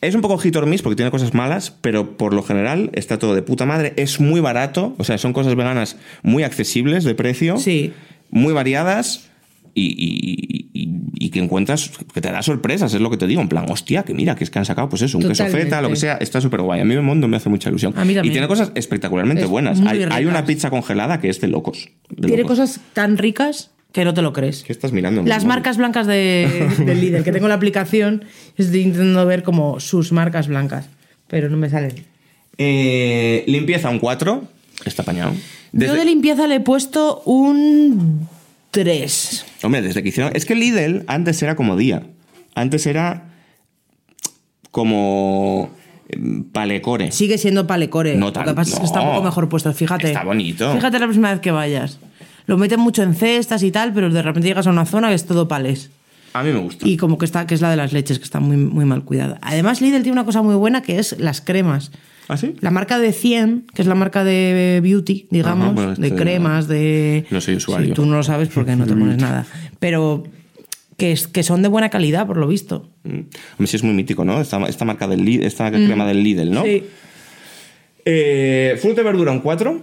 [SPEAKER 1] es un poco hit or miss porque tiene cosas malas, pero por lo general está todo de puta madre. Es muy barato, o sea, son cosas veganas muy accesibles de precio,
[SPEAKER 2] Sí.
[SPEAKER 1] muy variadas y, y- y- y que encuentras, que te da sorpresas, es lo que te digo. En plan, hostia, que mira, que es que han sacado, pues eso, un queso
[SPEAKER 2] Totalmente.
[SPEAKER 1] feta, lo que sea, está súper guay. A mí Bemondo me hace mucha ilusión.
[SPEAKER 2] A mí
[SPEAKER 1] y
[SPEAKER 2] también.
[SPEAKER 1] tiene cosas espectacularmente
[SPEAKER 2] Es
[SPEAKER 1] buenas.
[SPEAKER 2] muy
[SPEAKER 1] Hay, hay
[SPEAKER 2] ricas.
[SPEAKER 1] una pizza congelada que es de locos. de
[SPEAKER 2] Tiene
[SPEAKER 1] locos.
[SPEAKER 2] cosas tan ricas que no te lo crees.
[SPEAKER 1] ¿Qué estás mirando?
[SPEAKER 2] Las marcas blancas de, del líder, que tengo en la aplicación, estoy intentando ver como sus marcas blancas, pero no me salen.
[SPEAKER 1] Eh, limpieza un 4. Está apañado. Desde-
[SPEAKER 2] Yo de limpieza le he puesto un 3.
[SPEAKER 1] Hombre, desde que hicieron. Es que Lidl antes era como día. Antes era como eh, palecore.
[SPEAKER 2] Sigue siendo palecore.
[SPEAKER 1] No
[SPEAKER 2] Lo
[SPEAKER 1] tan-
[SPEAKER 2] que pasa es que está un
[SPEAKER 1] no.
[SPEAKER 2] poco mejor puesto, fíjate.
[SPEAKER 1] Está bonito.
[SPEAKER 2] Fíjate la próxima vez que vayas. Lo meten mucho en cestas y tal, pero de repente llegas a una zona que es todo pales.
[SPEAKER 1] A mí me gusta.
[SPEAKER 2] Y como que está, que es la de las leches, que está muy, muy mal cuidada. Además, Lidl tiene una cosa muy buena que es las cremas.
[SPEAKER 1] ¿Ah, sí?
[SPEAKER 2] La marca de 100, que es la marca de beauty, digamos,
[SPEAKER 1] Ajá, bueno,
[SPEAKER 2] de
[SPEAKER 1] este-
[SPEAKER 2] cremas, de...
[SPEAKER 1] No soy usuario.
[SPEAKER 2] Sí, tú no lo sabes porque no te pones nada. Pero que, es, que son de buena calidad, por lo visto.
[SPEAKER 1] Mm. Hombre, sí es muy mítico, ¿no? Esta, esta marca del Lidl, esta crema del Lidl, ¿no?
[SPEAKER 2] Mm. Sí.
[SPEAKER 1] Eh, fruta y verdura, un 4.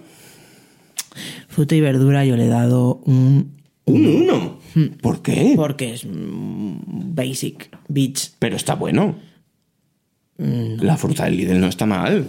[SPEAKER 2] Fruta y verdura yo le he dado un...
[SPEAKER 1] Un
[SPEAKER 2] Mm.
[SPEAKER 1] 1. ¿Por qué?
[SPEAKER 2] Porque es mm, basic, beach.
[SPEAKER 1] Pero está bueno.
[SPEAKER 2] Mm.
[SPEAKER 1] La fruta del Lidl no está mal.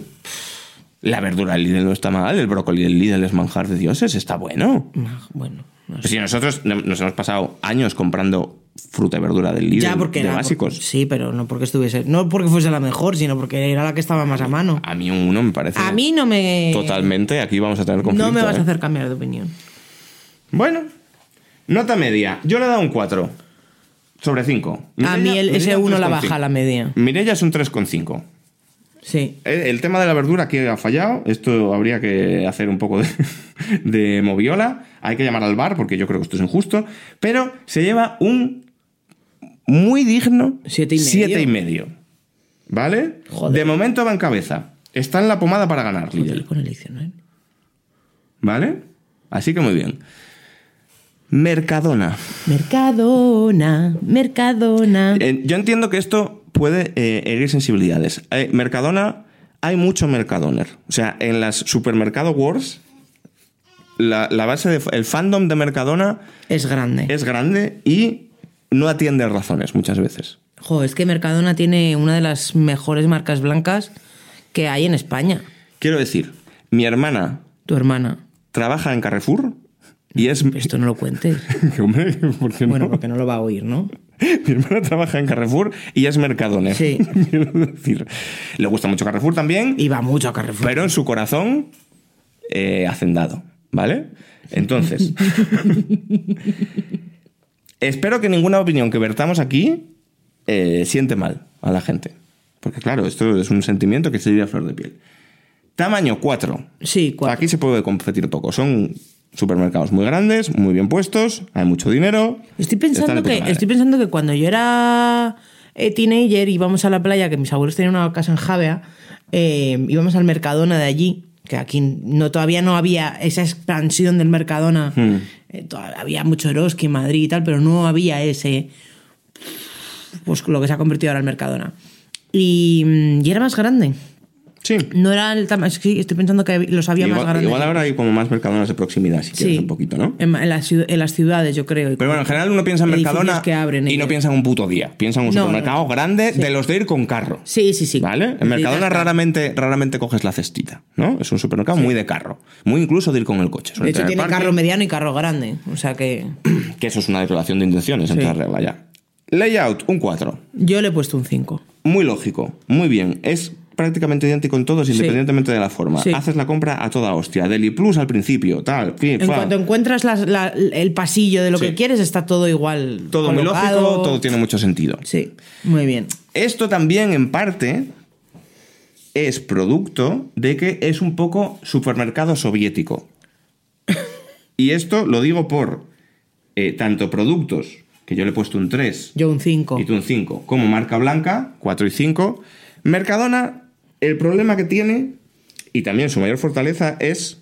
[SPEAKER 1] La verdura del Lidl no está mal. El brócoli del Lidl es manjar de dioses. Está bueno.
[SPEAKER 2] Ah, Bueno, no sé.
[SPEAKER 1] Pues si nosotros no- nos hemos pasado años comprando fruta y verdura del Lidl
[SPEAKER 2] Ya porque
[SPEAKER 1] de
[SPEAKER 2] era-
[SPEAKER 1] básicos.
[SPEAKER 2] sí, pero no porque estuviese... No porque fuese la mejor, sino porque era la que estaba más a mano.
[SPEAKER 1] A mí un uno me parece.
[SPEAKER 2] A mí no me...
[SPEAKER 1] Totalmente, aquí vamos a tener conflicto.
[SPEAKER 2] No me vas
[SPEAKER 1] ¿eh?
[SPEAKER 2] a hacer cambiar de opinión.
[SPEAKER 1] Bueno, nota media. Yo le he dado un 4 sobre 5.
[SPEAKER 2] A mí el- ese 1 la baja a la media.
[SPEAKER 1] Mirella es un 3,5.
[SPEAKER 2] Sí.
[SPEAKER 1] El, Eh, el tema de la verdura que ha fallado, esto habría que hacer un poco de, de moviola. Hay que llamar al bar porque yo creo que esto es injusto. Pero se lleva un muy digno
[SPEAKER 2] Siete y medio.
[SPEAKER 1] siete y medio. ¿Vale?
[SPEAKER 2] Joder.
[SPEAKER 1] De momento va en cabeza. Está en la pomada para ganar, Lidl.
[SPEAKER 2] Con el diccionario. ¿eh?
[SPEAKER 1] ¿Vale? Así que muy bien. Mercadona.
[SPEAKER 2] Mercadona, Mercadona.
[SPEAKER 1] Eh, yo entiendo que esto puede eh, herir sensibilidades. Eh, Mercadona, hay mucho Mercadoner. O sea, en las Supermercado Wars, la, la base de, el fandom de Mercadona
[SPEAKER 2] es grande.
[SPEAKER 1] es grande y no atiende a razones muchas veces.
[SPEAKER 2] Jo, es que Mercadona tiene una de las mejores marcas blancas que hay en España.
[SPEAKER 1] Quiero decir, mi hermana
[SPEAKER 2] Tu hermana.
[SPEAKER 1] trabaja en Carrefour y es...
[SPEAKER 2] Esto no lo cuentes.
[SPEAKER 1] Hombre, ¿por qué no?
[SPEAKER 2] Bueno, porque no lo va a oír, ¿no?
[SPEAKER 1] Mi hermana trabaja en Carrefour y ya es Mercadona.
[SPEAKER 2] Sí.
[SPEAKER 1] Quiero decir, le gusta mucho Carrefour también,
[SPEAKER 2] Iba mucho a Carrefour.
[SPEAKER 1] pero en su corazón, eh, hacendado, ¿vale? Entonces, espero que ninguna opinión que vertamos aquí eh, siente mal a la gente. Porque claro, esto es un sentimiento que se vive a flor de piel. Tamaño 4.
[SPEAKER 2] Sí, cuatro.
[SPEAKER 1] Aquí se puede competir poco. Son supermercados muy grandes, muy bien puestos, hay mucho dinero.
[SPEAKER 2] Estoy
[SPEAKER 1] están de
[SPEAKER 2] pensando,
[SPEAKER 1] puta
[SPEAKER 2] que,
[SPEAKER 1] madre.
[SPEAKER 2] estoy pensando que cuando yo era eh, teenager íbamos a la playa, que mis abuelos tenían una casa en Javea, eh, íbamos al Mercadona de allí, que aquí no todavía no había esa expansión del Mercadona.
[SPEAKER 1] Hmm.
[SPEAKER 2] Eh, todavía había mucho Eroski en Madrid y tal, pero no había ese. Pues lo que se ha convertido ahora el Mercadona. Y, mm, y era más grande.
[SPEAKER 1] Sí.
[SPEAKER 2] No era el tamaño. estoy pensando que los había más
[SPEAKER 1] Igual,
[SPEAKER 2] grandes.
[SPEAKER 1] igual ahora hay como más mercadonas de proximidad, si quieres, un poquito, ¿no?
[SPEAKER 2] En, en las, ciu- en las ciudades, yo creo. y
[SPEAKER 1] Pero bueno, en general uno piensa en
[SPEAKER 2] Edificios
[SPEAKER 1] Mercadona
[SPEAKER 2] que abren
[SPEAKER 1] y
[SPEAKER 2] ellos.
[SPEAKER 1] no piensa en un puto día. Piensa en un
[SPEAKER 2] No,
[SPEAKER 1] supermercado
[SPEAKER 2] no.
[SPEAKER 1] grande de los de ir con carro.
[SPEAKER 2] Sí, sí, sí.
[SPEAKER 1] ¿Vale? En Mercadona raramente, raramente coges la cestita, ¿no? Es un supermercado muy de carro. Muy incluso de ir con el coche.
[SPEAKER 2] De
[SPEAKER 1] Suelen
[SPEAKER 2] hecho,
[SPEAKER 1] tener
[SPEAKER 2] tiene
[SPEAKER 1] parking,
[SPEAKER 2] carro mediano y carro grande. O sea que
[SPEAKER 1] Que eso es una declaración de intenciones, en
[SPEAKER 2] Sí.
[SPEAKER 1] toda regla ya. Layout, un 4.
[SPEAKER 2] yo le he puesto un 5.
[SPEAKER 1] Muy lógico, muy bien. Es prácticamente idéntico en todos, independientemente de la forma.
[SPEAKER 2] Sí.
[SPEAKER 1] Haces la compra a toda hostia. Deli Plus al principio, tal. flip,
[SPEAKER 2] En
[SPEAKER 1] flap.
[SPEAKER 2] cuanto encuentras las- la- el pasillo de lo
[SPEAKER 1] Sí.
[SPEAKER 2] que quieres, está todo igual.
[SPEAKER 1] Todo muy
[SPEAKER 2] colocado.
[SPEAKER 1] lógico, todo tiene mucho sentido.
[SPEAKER 2] Sí, muy bien.
[SPEAKER 1] Esto también, en parte, es producto de que es un poco supermercado soviético. Y esto lo digo por eh, tanto productos, que yo le he puesto un 3
[SPEAKER 2] Yo un 5.
[SPEAKER 1] y tú un 5, como marca blanca, 4 y 5. Mercadona, el problema que tiene, y también su mayor fortaleza, es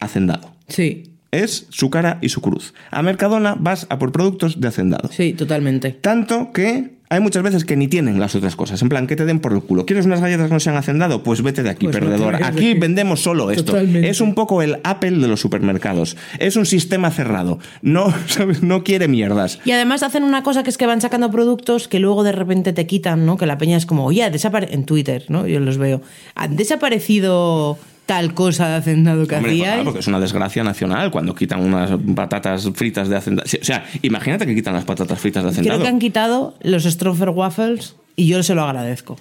[SPEAKER 1] hacendado.
[SPEAKER 2] Sí,
[SPEAKER 1] Es su cara y su cruz. A Mercadona vas a por productos de hacendado.
[SPEAKER 2] sí, totalmente.
[SPEAKER 1] Tanto que hay muchas veces que ni tienen las otras cosas. En plan, que te den por el culo. ¿Quieres unas galletas que no se han hacendado? Pues vete de aquí,
[SPEAKER 2] Pues no te
[SPEAKER 1] perdedora.
[SPEAKER 2] vayas de
[SPEAKER 1] aquí
[SPEAKER 2] aquí.
[SPEAKER 1] vendemos solo esto.
[SPEAKER 2] Totalmente.
[SPEAKER 1] Es un poco el Apple de los supermercados. Es un sistema cerrado. No, ¿sabes? no quiere mierdas.
[SPEAKER 2] Y además hacen una cosa que es que van sacando productos que luego de repente te quitan, ¿no? Que la peña es como, oye, ha desapare-" en Twitter, ¿no? Yo los veo. Han desaparecido tal cosa de hacendado que
[SPEAKER 1] Hombre, claro,
[SPEAKER 2] hacíais.
[SPEAKER 1] porque es una desgracia nacional cuando quitan unas patatas fritas de hacendado. O sea, imagínate que quitan las patatas fritas de hacendado.
[SPEAKER 2] Creo que han quitado los Strofer Waffles y yo se lo agradezco.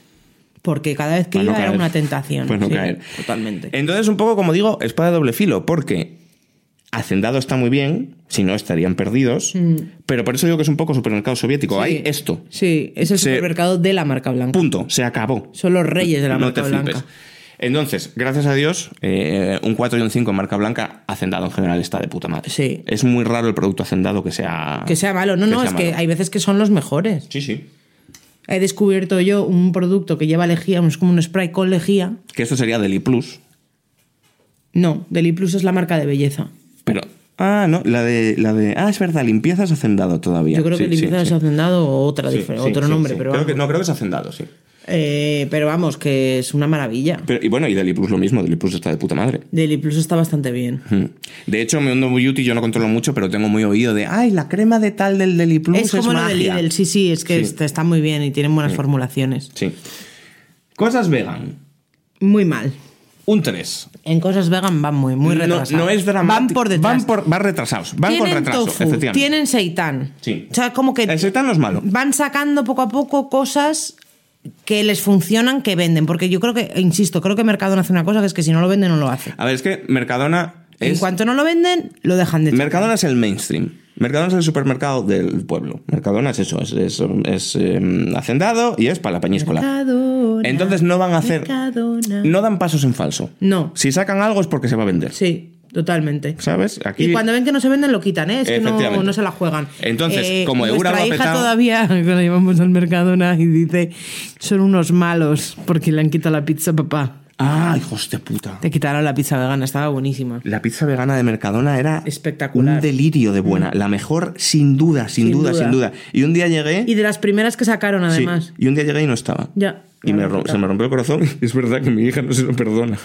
[SPEAKER 2] Porque cada vez que
[SPEAKER 1] Para no
[SPEAKER 2] iba era
[SPEAKER 1] caer.
[SPEAKER 2] una tentación.
[SPEAKER 1] Para no
[SPEAKER 2] sí,
[SPEAKER 1] caer.
[SPEAKER 2] Totalmente.
[SPEAKER 1] Entonces, un poco, como digo, espada de doble filo, porque Hacendado está muy bien, si no estarían perdidos, pero por eso digo que es un poco supermercado soviético.
[SPEAKER 2] Mm. Sí.
[SPEAKER 1] Hay esto.
[SPEAKER 2] Sí, es el
[SPEAKER 1] Se-
[SPEAKER 2] supermercado de la marca blanca.
[SPEAKER 1] Punto. Se acabó.
[SPEAKER 2] Son los reyes de la
[SPEAKER 1] No
[SPEAKER 2] marca
[SPEAKER 1] te flipes.
[SPEAKER 2] blanca.
[SPEAKER 1] Entonces, gracias a Dios, eh, un 4 y un 5 en marca blanca, Hacendado en general está de puta madre.
[SPEAKER 2] Sí.
[SPEAKER 1] Es muy raro el producto Hacendado que sea.
[SPEAKER 2] Que sea malo. No,
[SPEAKER 1] que
[SPEAKER 2] no,
[SPEAKER 1] sea
[SPEAKER 2] es que
[SPEAKER 1] malo.
[SPEAKER 2] hay veces que son los mejores.
[SPEAKER 1] Sí, sí.
[SPEAKER 2] He descubierto yo un producto que lleva lejía, es como un spray con lejía.
[SPEAKER 1] Que esto sería Deli Plus,
[SPEAKER 2] No, Deli Plus es la marca de belleza.
[SPEAKER 1] pero. Ah, no, la de, la de. Ah, es verdad, limpieza es Hacendado todavía.
[SPEAKER 2] Yo creo
[SPEAKER 1] Sí,
[SPEAKER 2] que
[SPEAKER 1] sí,
[SPEAKER 2] limpieza
[SPEAKER 1] sí.
[SPEAKER 2] es hacendado o otra
[SPEAKER 1] Sí,
[SPEAKER 2] difer-
[SPEAKER 1] sí,
[SPEAKER 2] otro
[SPEAKER 1] sí,
[SPEAKER 2] nombre,
[SPEAKER 1] sí.
[SPEAKER 2] pero,
[SPEAKER 1] creo
[SPEAKER 2] vamos,
[SPEAKER 1] que, no creo que es hacendado, sí.
[SPEAKER 2] Eh, pero vamos, que es una maravilla.
[SPEAKER 1] Pero, y bueno, y Deli Plus lo mismo, Deli Plus está de puta madre.
[SPEAKER 2] Deli Plus está bastante bien.
[SPEAKER 1] Mm. De hecho, me hundo beauty, yo no controlo mucho, pero tengo muy oído de, ay, la crema de tal del Deli Plus es,
[SPEAKER 2] es como lo de
[SPEAKER 1] magia".
[SPEAKER 2] Lidl, sí, sí, es que
[SPEAKER 1] Sí.
[SPEAKER 2] Está, está muy bien y tienen buenas formulaciones.
[SPEAKER 1] Sí. Cosas vegan.
[SPEAKER 2] Muy mal.
[SPEAKER 1] Un 3.
[SPEAKER 2] En cosas vegan van muy, muy
[SPEAKER 1] no,
[SPEAKER 2] retrasadas.
[SPEAKER 1] no es dramático.
[SPEAKER 2] Van por detrás.
[SPEAKER 1] Van, por- van retrasados. Van
[SPEAKER 2] tienen
[SPEAKER 1] con retraso,
[SPEAKER 2] tofu,
[SPEAKER 1] efectivamente. Eh,
[SPEAKER 2] tienen seitan.
[SPEAKER 1] Sí.
[SPEAKER 2] O sea, como que
[SPEAKER 1] El seitan no es malo.
[SPEAKER 2] van sacando poco a poco cosas que les funcionan, que venden. Porque yo creo que, insisto, creo que Mercadona hace una cosa que es que si no lo vende, no lo hace.
[SPEAKER 1] A ver, es que Mercadona
[SPEAKER 2] En
[SPEAKER 1] es...
[SPEAKER 2] cuanto no lo venden, lo dejan de echar.
[SPEAKER 1] Mercadona es el mainstream. Mercadona es el supermercado del pueblo. Mercadona es eso, es, es, es, eh, hacendado y es para la pañíscola.
[SPEAKER 2] Mercadona,
[SPEAKER 1] Entonces no van a hacer.
[SPEAKER 2] Mercadona.
[SPEAKER 1] No dan pasos en falso.
[SPEAKER 2] No.
[SPEAKER 1] Si sacan algo es porque se va a vender.
[SPEAKER 2] Sí, totalmente.
[SPEAKER 1] ¿Sabes? Aquí.
[SPEAKER 2] Y cuando ven que no se venden, lo quitan, ¿eh? Es que no,
[SPEAKER 1] Efectivamente.
[SPEAKER 2] no se la juegan. Eh,
[SPEAKER 1] Entonces, como Eura
[SPEAKER 2] nuestra
[SPEAKER 1] lo ha
[SPEAKER 2] hija
[SPEAKER 1] petado-
[SPEAKER 2] todavía, que la llevamos al Mercadona y dice, son unos malos porque le han quitado la pizza a papá.
[SPEAKER 1] ¡Ah, hijos de puta!
[SPEAKER 2] Te quitaron la pizza vegana, estaba buenísima.
[SPEAKER 1] La pizza vegana de Mercadona era.
[SPEAKER 2] Espectacular. Mm.
[SPEAKER 1] Un delirio de buena. La mejor, sin duda, sin,
[SPEAKER 2] Sin
[SPEAKER 1] duda,
[SPEAKER 2] duda.
[SPEAKER 1] sin duda. Y un día llegué.
[SPEAKER 2] Y de las primeras que sacaron,
[SPEAKER 1] sí,
[SPEAKER 2] además.
[SPEAKER 1] y un día llegué y no estaba.
[SPEAKER 2] Ya.
[SPEAKER 1] Y me rom- se me rompió el corazón. Es verdad que mi hija no se lo perdona.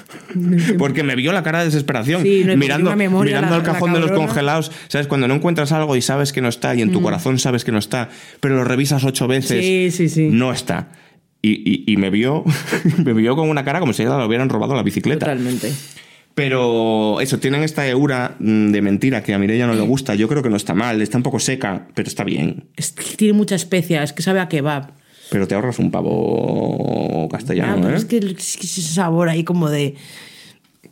[SPEAKER 1] Porque me vio la cara de desesperación.
[SPEAKER 2] Sí, no hay
[SPEAKER 1] mirando
[SPEAKER 2] ninguna memoria,
[SPEAKER 1] mirando
[SPEAKER 2] la-
[SPEAKER 1] al
[SPEAKER 2] la
[SPEAKER 1] cajón de los
[SPEAKER 2] cabrona. Mm.
[SPEAKER 1] congelados. ¿Sabes? Cuando no encuentras algo y sabes que no está, y en tu corazón sabes que no está, pero lo revisas ocho veces.
[SPEAKER 2] Sí, sí, sí.
[SPEAKER 1] No está. Y, y- y me vio me vio con una cara como si ya la hubieran robado la bicicleta.
[SPEAKER 2] Totalmente.
[SPEAKER 1] Pero eso, tienen esta eura mm, de mentira que a Mireia no le gusta. Yo creo que no está mal, está un poco seca, pero está bien.
[SPEAKER 2] Es- tiene mucha especia, es que sabe a kebab.
[SPEAKER 1] Pero te ahorras un pavo
[SPEAKER 2] Ah,
[SPEAKER 1] castellano,
[SPEAKER 2] pero
[SPEAKER 1] ¿eh?
[SPEAKER 2] es, que, es que ese sabor ahí como de...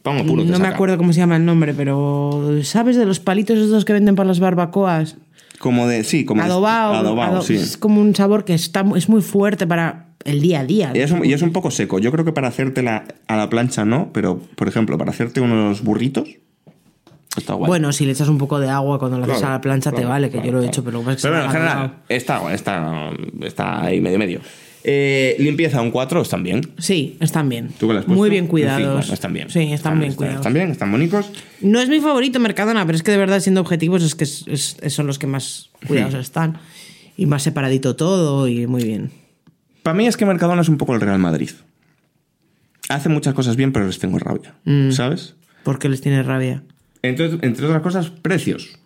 [SPEAKER 1] Pavo puro te
[SPEAKER 2] no me
[SPEAKER 1] saca.
[SPEAKER 2] acuerdo cómo se llama el nombre, pero ¿sabes de los palitos esos que venden para las barbacoas?
[SPEAKER 1] Como de, sí, como de-
[SPEAKER 2] adobado.
[SPEAKER 1] adobado,
[SPEAKER 2] ado-
[SPEAKER 1] sí.
[SPEAKER 2] Es como un sabor que está, mu- es muy fuerte para el día a día.
[SPEAKER 1] Y es, un, y es un poco seco. Yo creo que para hacértela a la plancha no, pero por ejemplo, para hacerte unos burritos, está guay.
[SPEAKER 2] Bueno, si le echas un poco de agua cuando lo haces
[SPEAKER 1] Claro,
[SPEAKER 2] a la plancha te
[SPEAKER 1] claro,
[SPEAKER 2] vale, que
[SPEAKER 1] claro,
[SPEAKER 2] yo lo he
[SPEAKER 1] claro.
[SPEAKER 2] hecho, pero lo que pasa es que
[SPEAKER 1] Pero
[SPEAKER 2] se
[SPEAKER 1] bueno, en
[SPEAKER 2] me ha
[SPEAKER 1] general,
[SPEAKER 2] cansado.
[SPEAKER 1] está, guay, está, está ahí medio medio. Eh, limpieza un 4, están bien.
[SPEAKER 2] Sí, están bien.
[SPEAKER 1] ¿Tú qué le has puesto?
[SPEAKER 2] Muy bien
[SPEAKER 1] Un cinco,
[SPEAKER 2] cuidados.
[SPEAKER 1] bueno, están bien.
[SPEAKER 2] Sí, están, bien cuidados.
[SPEAKER 1] Están bien, están bonitos.
[SPEAKER 2] No es mi favorito Mercadona, pero es que de verdad, siendo objetivos, es que es- es- es- son los que más
[SPEAKER 1] Hmm.
[SPEAKER 2] cuidados están. Y más separadito todo y muy bien.
[SPEAKER 1] Para mí es que Mercadona es un poco el Real Madrid. Hace muchas cosas bien, pero les tengo rabia,
[SPEAKER 2] Mm.
[SPEAKER 1] ¿sabes?
[SPEAKER 2] Porque les tiene rabia.
[SPEAKER 1] Entre, entre otras cosas, precios.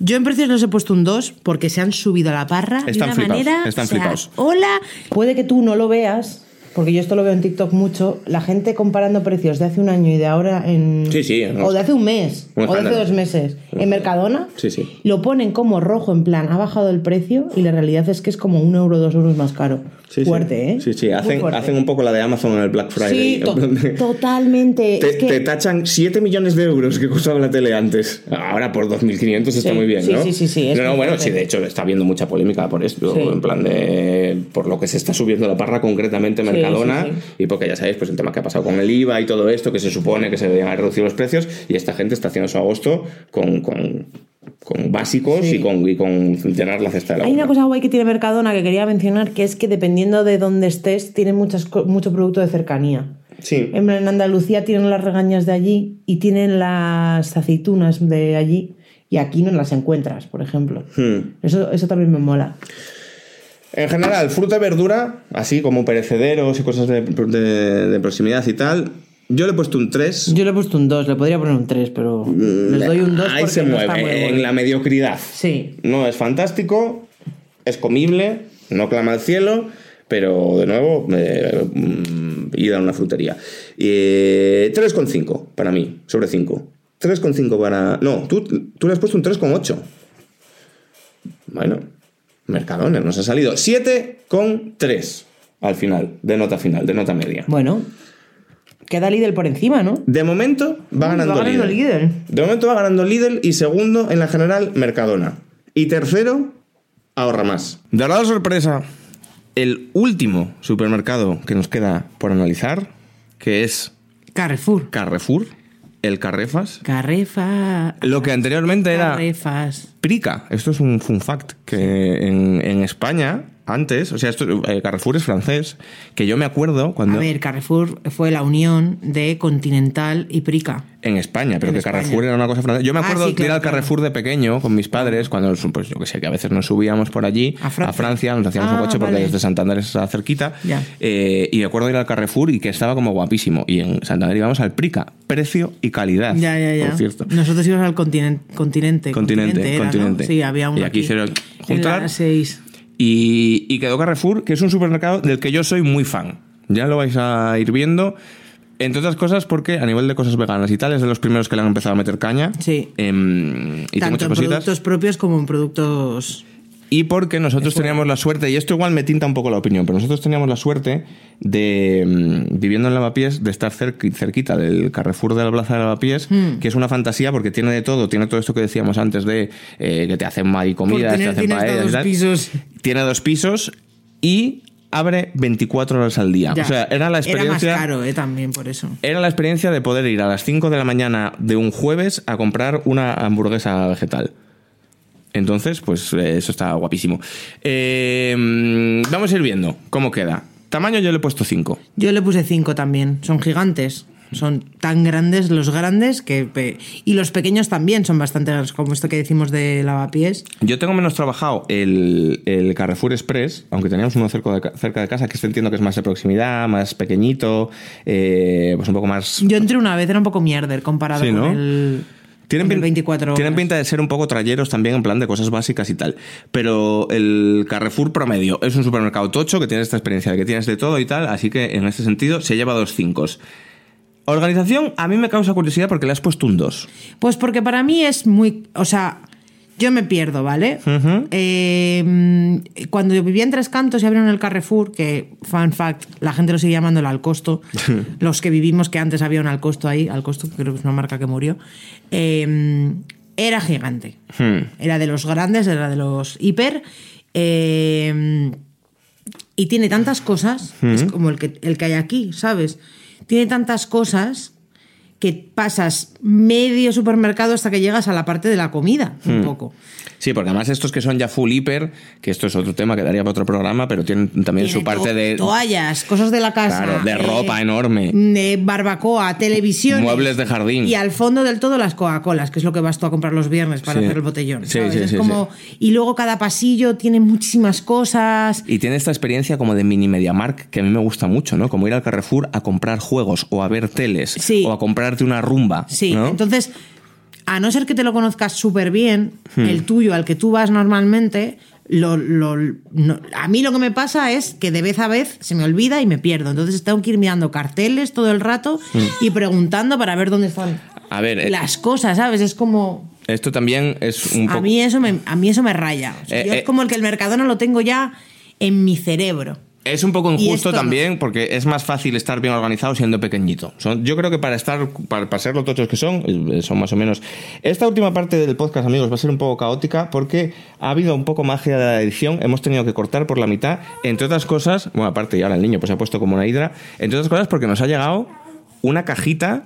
[SPEAKER 2] Yo en precios les he puesto un 2 porque se han subido a la parra de
[SPEAKER 1] Están
[SPEAKER 2] una
[SPEAKER 1] flipaos,
[SPEAKER 2] manera.
[SPEAKER 1] están
[SPEAKER 2] o sea,
[SPEAKER 1] flipaos.
[SPEAKER 2] Hola. Puede que tú no lo veas, porque yo esto lo veo en TikTok mucho. La gente comparando precios de hace un año y de ahora en.
[SPEAKER 1] Sí, sí,
[SPEAKER 2] O de hace un mes.
[SPEAKER 1] Un
[SPEAKER 2] o de hace
[SPEAKER 1] escándalo.
[SPEAKER 2] dos meses. En Mercadona.
[SPEAKER 1] Sí, sí.
[SPEAKER 2] Lo ponen como rojo, en plan, ha bajado el precio y la realidad es que es como un euro, dos euros más caro. fuerte, ¿eh?
[SPEAKER 1] Sí, sí,
[SPEAKER 2] Muy
[SPEAKER 1] hacen,
[SPEAKER 2] fuerte.
[SPEAKER 1] hacen un poco la de Amazon en el Black Friday.
[SPEAKER 2] Sí, to- totalmente.
[SPEAKER 1] Te,
[SPEAKER 2] Es que-
[SPEAKER 1] te tachan 7 millones de euros que costaba la tele antes. Ahora por 2.500 está
[SPEAKER 2] Sí,
[SPEAKER 1] muy bien,
[SPEAKER 2] sí,
[SPEAKER 1] ¿no?
[SPEAKER 2] sí, sí, sí, es
[SPEAKER 1] no, no,
[SPEAKER 2] muy
[SPEAKER 1] bueno,
[SPEAKER 2] fuerte.
[SPEAKER 1] sí, de hecho está habiendo mucha polémica por esto,
[SPEAKER 2] Sí.
[SPEAKER 1] en plan de. por lo que se está subiendo la parra concretamente
[SPEAKER 2] Sí,
[SPEAKER 1] Mercadona
[SPEAKER 2] sí,
[SPEAKER 1] y porque ya sabéis, pues el tema que ha pasado con el IVA y todo esto, que se supone que se debían reducir los precios y esta gente está haciendo su agosto con. con con básicos
[SPEAKER 2] Sí.
[SPEAKER 1] y, con, y con llenar la cesta de la
[SPEAKER 2] Hay una
[SPEAKER 1] compra.
[SPEAKER 2] cosa guay que tiene Mercadona que quería mencionar, que es que dependiendo de dónde estés, tiene muchas, co- mucho producto de cercanía.
[SPEAKER 1] Sí.
[SPEAKER 2] En plan, en Andalucía tienen las regañas de allí y tienen las aceitunas de allí y aquí no las encuentras, por ejemplo.
[SPEAKER 1] Hmm.
[SPEAKER 2] Eso, eso también me mola.
[SPEAKER 1] En general, fruta y verdura, así como perecederos y cosas de, de- de proximidad y tal, yo le he puesto un 3.
[SPEAKER 2] Yo le he puesto un 2, le podría poner un 3, pero les doy un 2
[SPEAKER 1] Mm, Ahí
[SPEAKER 2] porque
[SPEAKER 1] se
[SPEAKER 2] no
[SPEAKER 1] mueve,
[SPEAKER 2] está muy bueno.
[SPEAKER 1] en la mediocridad.
[SPEAKER 2] Sí.
[SPEAKER 1] No es fantástico, es comible, no clama al cielo, pero de nuevo, eh, mm, id a una frutería. Eh, 3,5 para mí, sobre 5. 3,5 para... No, tú, tú le has puesto un 3,8. Bueno, Mercadona, nos ha salido 7,3 al final, de nota final, de nota media.
[SPEAKER 2] Bueno, queda Lidl por encima, ¿no?
[SPEAKER 1] De momento va ganando,
[SPEAKER 2] Mm, Va ganando
[SPEAKER 1] Lidl.
[SPEAKER 2] Lidl.
[SPEAKER 1] De momento va ganando Lidl y segundo en la general Mercadona. Y tercero, ahorra más. Dará la sorpresa. El último supermercado que nos queda por analizar, que es
[SPEAKER 2] Carrefour.
[SPEAKER 1] Carrefour, el Carrefas.
[SPEAKER 2] Carrefa.
[SPEAKER 1] Lo que anteriormente era
[SPEAKER 2] Carrefas.
[SPEAKER 1] Prica. Esto es un fun fact que en, en España, antes, o sea, esto- eh, Carrefour es francés, que yo me acuerdo cuando...
[SPEAKER 2] A ver, Carrefour fue la unión de Continental y Prica.
[SPEAKER 1] En España, pero
[SPEAKER 2] En
[SPEAKER 1] que
[SPEAKER 2] España.
[SPEAKER 1] Carrefour era una cosa francesa. Yo me
[SPEAKER 2] Ah,
[SPEAKER 1] acuerdo
[SPEAKER 2] sí,
[SPEAKER 1] de ir
[SPEAKER 2] claro,
[SPEAKER 1] al Carrefour de pequeño con mis padres, cuando, pues yo que sé, que a veces nos subíamos por allí
[SPEAKER 2] A Francia.
[SPEAKER 1] nos hacíamos un
[SPEAKER 2] Ah,
[SPEAKER 1] coche porque
[SPEAKER 2] vale.
[SPEAKER 1] desde Santander está cerquita.
[SPEAKER 2] Ya.
[SPEAKER 1] Eh, y me acuerdo de ir al Carrefour y que estaba como guapísimo. Y en Santander íbamos al Prica, precio y calidad.
[SPEAKER 2] Ya, ya, ya.
[SPEAKER 1] Ah, Por cierto.
[SPEAKER 2] Nosotros íbamos al continen- continente.
[SPEAKER 1] Continente,
[SPEAKER 2] era, ¿no?
[SPEAKER 1] continente.
[SPEAKER 2] Sí, había uno.
[SPEAKER 1] Y aquí hicieron juntar.
[SPEAKER 2] En la 6.
[SPEAKER 1] Y, y quedó Carrefour, que es un supermercado del que yo soy muy fan. Ya lo vais a ir viendo. Entre otras cosas, porque a nivel de cosas veganas y tal, es de los primeros que le han empezado a meter caña.
[SPEAKER 2] Sí.
[SPEAKER 1] Em, y tiene
[SPEAKER 2] Tanto
[SPEAKER 1] muchas
[SPEAKER 2] en
[SPEAKER 1] cositas.
[SPEAKER 2] productos propios como en productos.
[SPEAKER 1] Y porque nosotros teníamos la suerte, y esto igual me tinta un poco la opinión, pero nosotros teníamos la suerte de, mm, viviendo en Lavapiés, de estar cerqui- cerquita del Carrefour de la Plaza de Lavapiés,
[SPEAKER 2] Hmm.
[SPEAKER 1] que es una fantasía porque tiene de todo, tiene todo esto que decíamos antes de eh, que te hacen ahí comidas, te
[SPEAKER 2] tener-
[SPEAKER 1] hacen
[SPEAKER 2] tienes
[SPEAKER 1] paellas y
[SPEAKER 2] dos
[SPEAKER 1] tal.
[SPEAKER 2] pisos.
[SPEAKER 1] Tiene dos pisos y abre 24 horas al día.
[SPEAKER 2] Ya.
[SPEAKER 1] O sea, era la experiencia...
[SPEAKER 2] más caro, eh, también por eso.
[SPEAKER 1] Era la experiencia de poder ir a las 5 de la mañana de un jueves a comprar una hamburguesa vegetal. Entonces, pues eh, eso está guapísimo. Eh, mm, vamos a ir viendo cómo queda. Tamaño yo le he puesto 5.
[SPEAKER 2] Yo le puse 5 también. Son gigantes. Son tan grandes los grandes que. pe- Y los pequeños también son bastante grandes, como esto que decimos de lavapiés.
[SPEAKER 1] Yo tengo menos trabajado el, el Carrefour Express, aunque teníamos uno cerca de, ca- cerca de casa, que este entiendo que es más de proximidad, más pequeñito, eh, pues un poco más
[SPEAKER 2] Yo entré una vez, era un poco mierder comparado
[SPEAKER 1] Sí,
[SPEAKER 2] con
[SPEAKER 1] ¿no?
[SPEAKER 2] el.
[SPEAKER 1] Tienen,
[SPEAKER 2] con el
[SPEAKER 1] pin-
[SPEAKER 2] 24 horas.
[SPEAKER 1] tienen pinta de ser un poco trayeros también en plan de cosas básicas y tal. Pero el Carrefour promedio es un este supermercado tocho que tiene esta experiencia de que tienes de todo y tal, así que en ese sentido se lleva dos cincos. Organización, a mí me causa curiosidad porque le has puesto un 2.
[SPEAKER 2] Pues porque para mí es muy. O sea, yo me pierdo, ¿vale?
[SPEAKER 1] Ujú.
[SPEAKER 2] Eh, mm, cuando vivía en Tres Cantos y abrieron el Carrefour, que, fun fact, la gente lo sigue llamando el Alcosto. los que vivimos, que antes había un Alcosto ahí, Alcosto, que creo que es una marca que murió. eh, mm, era gigante. Era de los grandes, era de los hiper. eh, y tiene tantas cosas, es como el que, el que hay aquí, ¿sabes? Tiene tantas cosas que pasas medio supermercado hasta que llegas a la parte de la comida, un
[SPEAKER 1] Hmm.
[SPEAKER 2] poco.
[SPEAKER 1] Sí, porque además estos que son ya full hiper, que esto es otro tema que daría para otro programa, pero tienen también su
[SPEAKER 2] Tiene
[SPEAKER 1] parte
[SPEAKER 2] to-
[SPEAKER 1] de,
[SPEAKER 2] Toallas, cosas de la casa. eh,
[SPEAKER 1] Claro, de ropa enorme.
[SPEAKER 2] De barbacoa, televisión.
[SPEAKER 1] Muebles de jardín.
[SPEAKER 2] Y al fondo del todo las Coca-Colas, que es lo que vas tú a comprar los viernes para
[SPEAKER 1] Sí.
[SPEAKER 2] hacer el botellón.
[SPEAKER 1] Sí,
[SPEAKER 2] ¿sabes?
[SPEAKER 1] sí,
[SPEAKER 2] Es
[SPEAKER 1] sí,
[SPEAKER 2] como- Y luego cada pasillo tiene muchísimas cosas.
[SPEAKER 1] Y tiene esta experiencia como de mini MediaMark que a mí me gusta mucho, ¿no? Como ir al Carrefour a comprar juegos o a ver teles
[SPEAKER 2] Sí.
[SPEAKER 1] o a comprarte una rumba.
[SPEAKER 2] Sí,
[SPEAKER 1] ¿no?
[SPEAKER 2] entonces, a no ser que te lo conozcas súper bien,
[SPEAKER 1] Hmm.
[SPEAKER 2] el tuyo al que tú vas normalmente, lo, lo- no- a mí lo que me pasa es que de vez a vez se me olvida y me pierdo. Entonces tengo que ir mirando carteles todo el rato y preguntando para ver dónde están
[SPEAKER 1] A ver, Hmm. eh,
[SPEAKER 2] las cosas, ¿sabes? Es como...
[SPEAKER 1] esto también es un
[SPEAKER 2] Pues A
[SPEAKER 1] poco.
[SPEAKER 2] mí eso me, a mí eso me raya. O sea,
[SPEAKER 1] Eh,
[SPEAKER 2] yo
[SPEAKER 1] eh.
[SPEAKER 2] es como el que el mercado no lo tengo ya en mi cerebro.
[SPEAKER 1] Es un poco
[SPEAKER 2] esto
[SPEAKER 1] injusto
[SPEAKER 2] no.
[SPEAKER 1] también porque es más fácil estar bien organizado siendo pequeñito. Son, yo creo que para estar, para, para ser los tochos que son, eh, son más o menos. Esta última parte del podcast, amigos, va a ser un poco caótica porque ha habido un poco magia de la edición. Hemos tenido que cortar por la mitad, entre otras cosas, bueno, aparte, y ahora el niño pues se ha puesto como una hidra, entre otras cosas porque nos ha llegado una cajita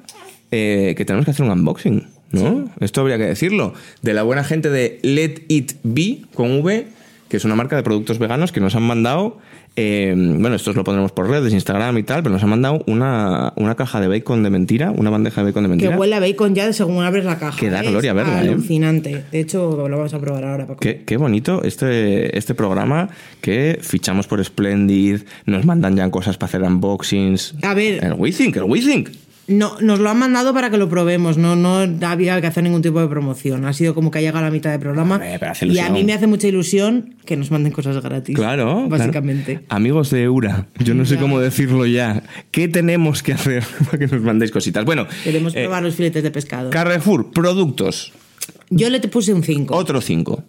[SPEAKER 1] eh, que tenemos que hacer un unboxing, ¿no? Esto habría que decirlo. De la buena gente de Let It Be con V que es una marca de productos veganos que nos han mandado, eh, bueno, estos lo pondremos por redes, Instagram y tal, pero nos han mandado una, una caja de bacon de mentira, una bandeja de bacon de mentira.
[SPEAKER 2] Que huele a bacon ya según abres la caja.
[SPEAKER 1] Que da
[SPEAKER 2] Es
[SPEAKER 1] gloria verla, ¿eh?
[SPEAKER 2] Alucinante. De hecho, lo vamos a probar ahora. Paco.
[SPEAKER 1] Qué, qué bonito este, este programa que fichamos por Splendid, nos mandan ya cosas para hacer unboxings.
[SPEAKER 2] A ver.
[SPEAKER 1] El WeThink, el WeThink.
[SPEAKER 2] No, nos lo han mandado para que lo probemos, no, no había que hacer ningún tipo de promoción. Ha sido como que ha llegado a la mitad de programa.
[SPEAKER 1] Hombre, pero hace
[SPEAKER 2] y a
[SPEAKER 1] ilusión.
[SPEAKER 2] mí me hace mucha ilusión que nos manden cosas gratis.
[SPEAKER 1] Claro. claro.
[SPEAKER 2] Básicamente.
[SPEAKER 1] Amigos de Eura, yo no sé
[SPEAKER 2] Ya.
[SPEAKER 1] cómo decirlo ya. ¿Qué tenemos que hacer para que nos mandéis cositas? Bueno,
[SPEAKER 2] Queremos
[SPEAKER 1] eh,
[SPEAKER 2] probar los filetes de pescado.
[SPEAKER 1] Carrefour, productos.
[SPEAKER 2] Yo le te puse un 5.
[SPEAKER 1] Otro 5.